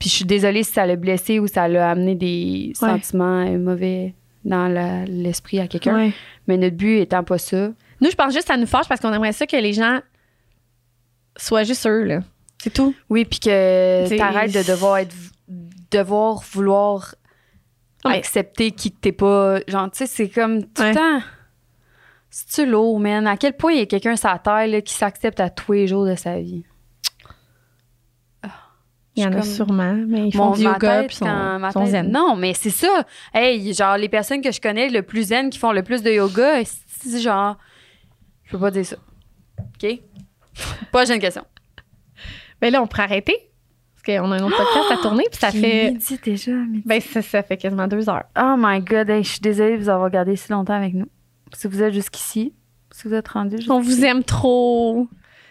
[SPEAKER 1] Puis je suis désolée si ça l'a blessé ou ça l'a amené des
[SPEAKER 2] Ouais.
[SPEAKER 1] sentiments euh, mauvais dans la- l'esprit à quelqu'un.
[SPEAKER 2] Ouais.
[SPEAKER 1] Mais notre but étant pas ça.
[SPEAKER 2] Nous, je pense juste que ça nous fâche parce qu'on aimerait ça que les gens soient juste eux, là. C'est tout.
[SPEAKER 1] Oui, puis que
[SPEAKER 2] T'sais-
[SPEAKER 1] t'arrêtes de devoir être. devoir vouloir
[SPEAKER 2] Ouais.
[SPEAKER 1] accepter qui que t'es pas. Genre, tu sais, c'est comme tout
[SPEAKER 2] Ouais.
[SPEAKER 1] le temps. C'est-tu lourd, man? À quel point il y a quelqu'un sur la terre là, qui s'accepte à tous les jours de sa vie?
[SPEAKER 2] Il y en a
[SPEAKER 1] comme-
[SPEAKER 2] sûrement, mais ils font
[SPEAKER 1] Mon-
[SPEAKER 2] du
[SPEAKER 1] ma
[SPEAKER 2] yoga
[SPEAKER 1] tête,
[SPEAKER 2] puis sont,
[SPEAKER 1] quand- ma
[SPEAKER 2] sont
[SPEAKER 1] tête-
[SPEAKER 2] zen.
[SPEAKER 1] Non, mais c'est ça. Hey, genre, les personnes que je connais le plus zen, qui font le plus de yoga, c'est genre. Je peux pas dire ça. OK? Pas une question.
[SPEAKER 2] Mais Ben là, on pourrait arrêter parce qu'on a un autre podcast à tourner puis ça fait,
[SPEAKER 1] midi déjà, midi.
[SPEAKER 2] ben, ça, ça fait quasiment deux heures.
[SPEAKER 1] Oh my god, hey, je suis désolée de vous avoir gardé si longtemps avec nous. Si vous êtes jusqu'ici, si vous êtes rendu
[SPEAKER 2] On vous aime trop.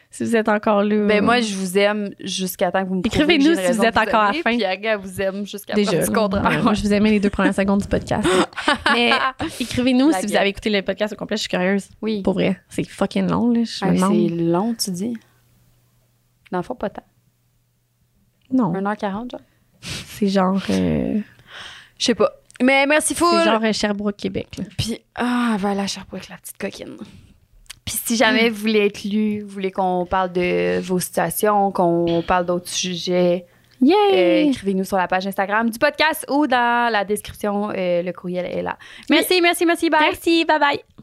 [SPEAKER 2] Si vous êtes encore là.
[SPEAKER 1] Ben moi, je vous aime jusqu'à temps que vous me prouvez
[SPEAKER 2] Écrivez-nous
[SPEAKER 1] que j'ai une raison
[SPEAKER 2] si vous êtes
[SPEAKER 1] de
[SPEAKER 2] encore à
[SPEAKER 1] aimer,
[SPEAKER 2] la fin.
[SPEAKER 1] Puis Aga vous aime jusqu'à
[SPEAKER 2] déjà.
[SPEAKER 1] preuve du contraire.
[SPEAKER 2] là. Moi, je vous aimais les deux premières secondes du podcast. Mais écrivez-nous
[SPEAKER 1] La
[SPEAKER 2] si vous
[SPEAKER 1] gueule.
[SPEAKER 2] avez écouté le podcast au complet. Je suis curieuse.
[SPEAKER 1] Oui.
[SPEAKER 2] Pour vrai, c'est fucking long, là. Je me
[SPEAKER 1] Hey, c'est
[SPEAKER 2] demande.
[SPEAKER 1] long, tu dis. Dans le fond, pas tant.
[SPEAKER 2] Non,
[SPEAKER 1] 1h40, genre.
[SPEAKER 2] c'est genre, euh,
[SPEAKER 1] Je sais pas. Mais merci
[SPEAKER 2] c'est
[SPEAKER 1] full.
[SPEAKER 2] genre euh, Sherbrooke, Québec. là.
[SPEAKER 1] Puis, ah, elle va aller à Sherbrooke, la petite coquine. Puis si jamais vous voulez être lu, vous voulez qu'on parle de vos situations, qu'on parle d'autres sujets, Euh,
[SPEAKER 2] Yay!
[SPEAKER 1] Écrivez-nous sur la page Instagram du podcast ou dans la description. euh, le courriel est là. Merci, merci, merci. Bye.
[SPEAKER 2] Merci, bye bye.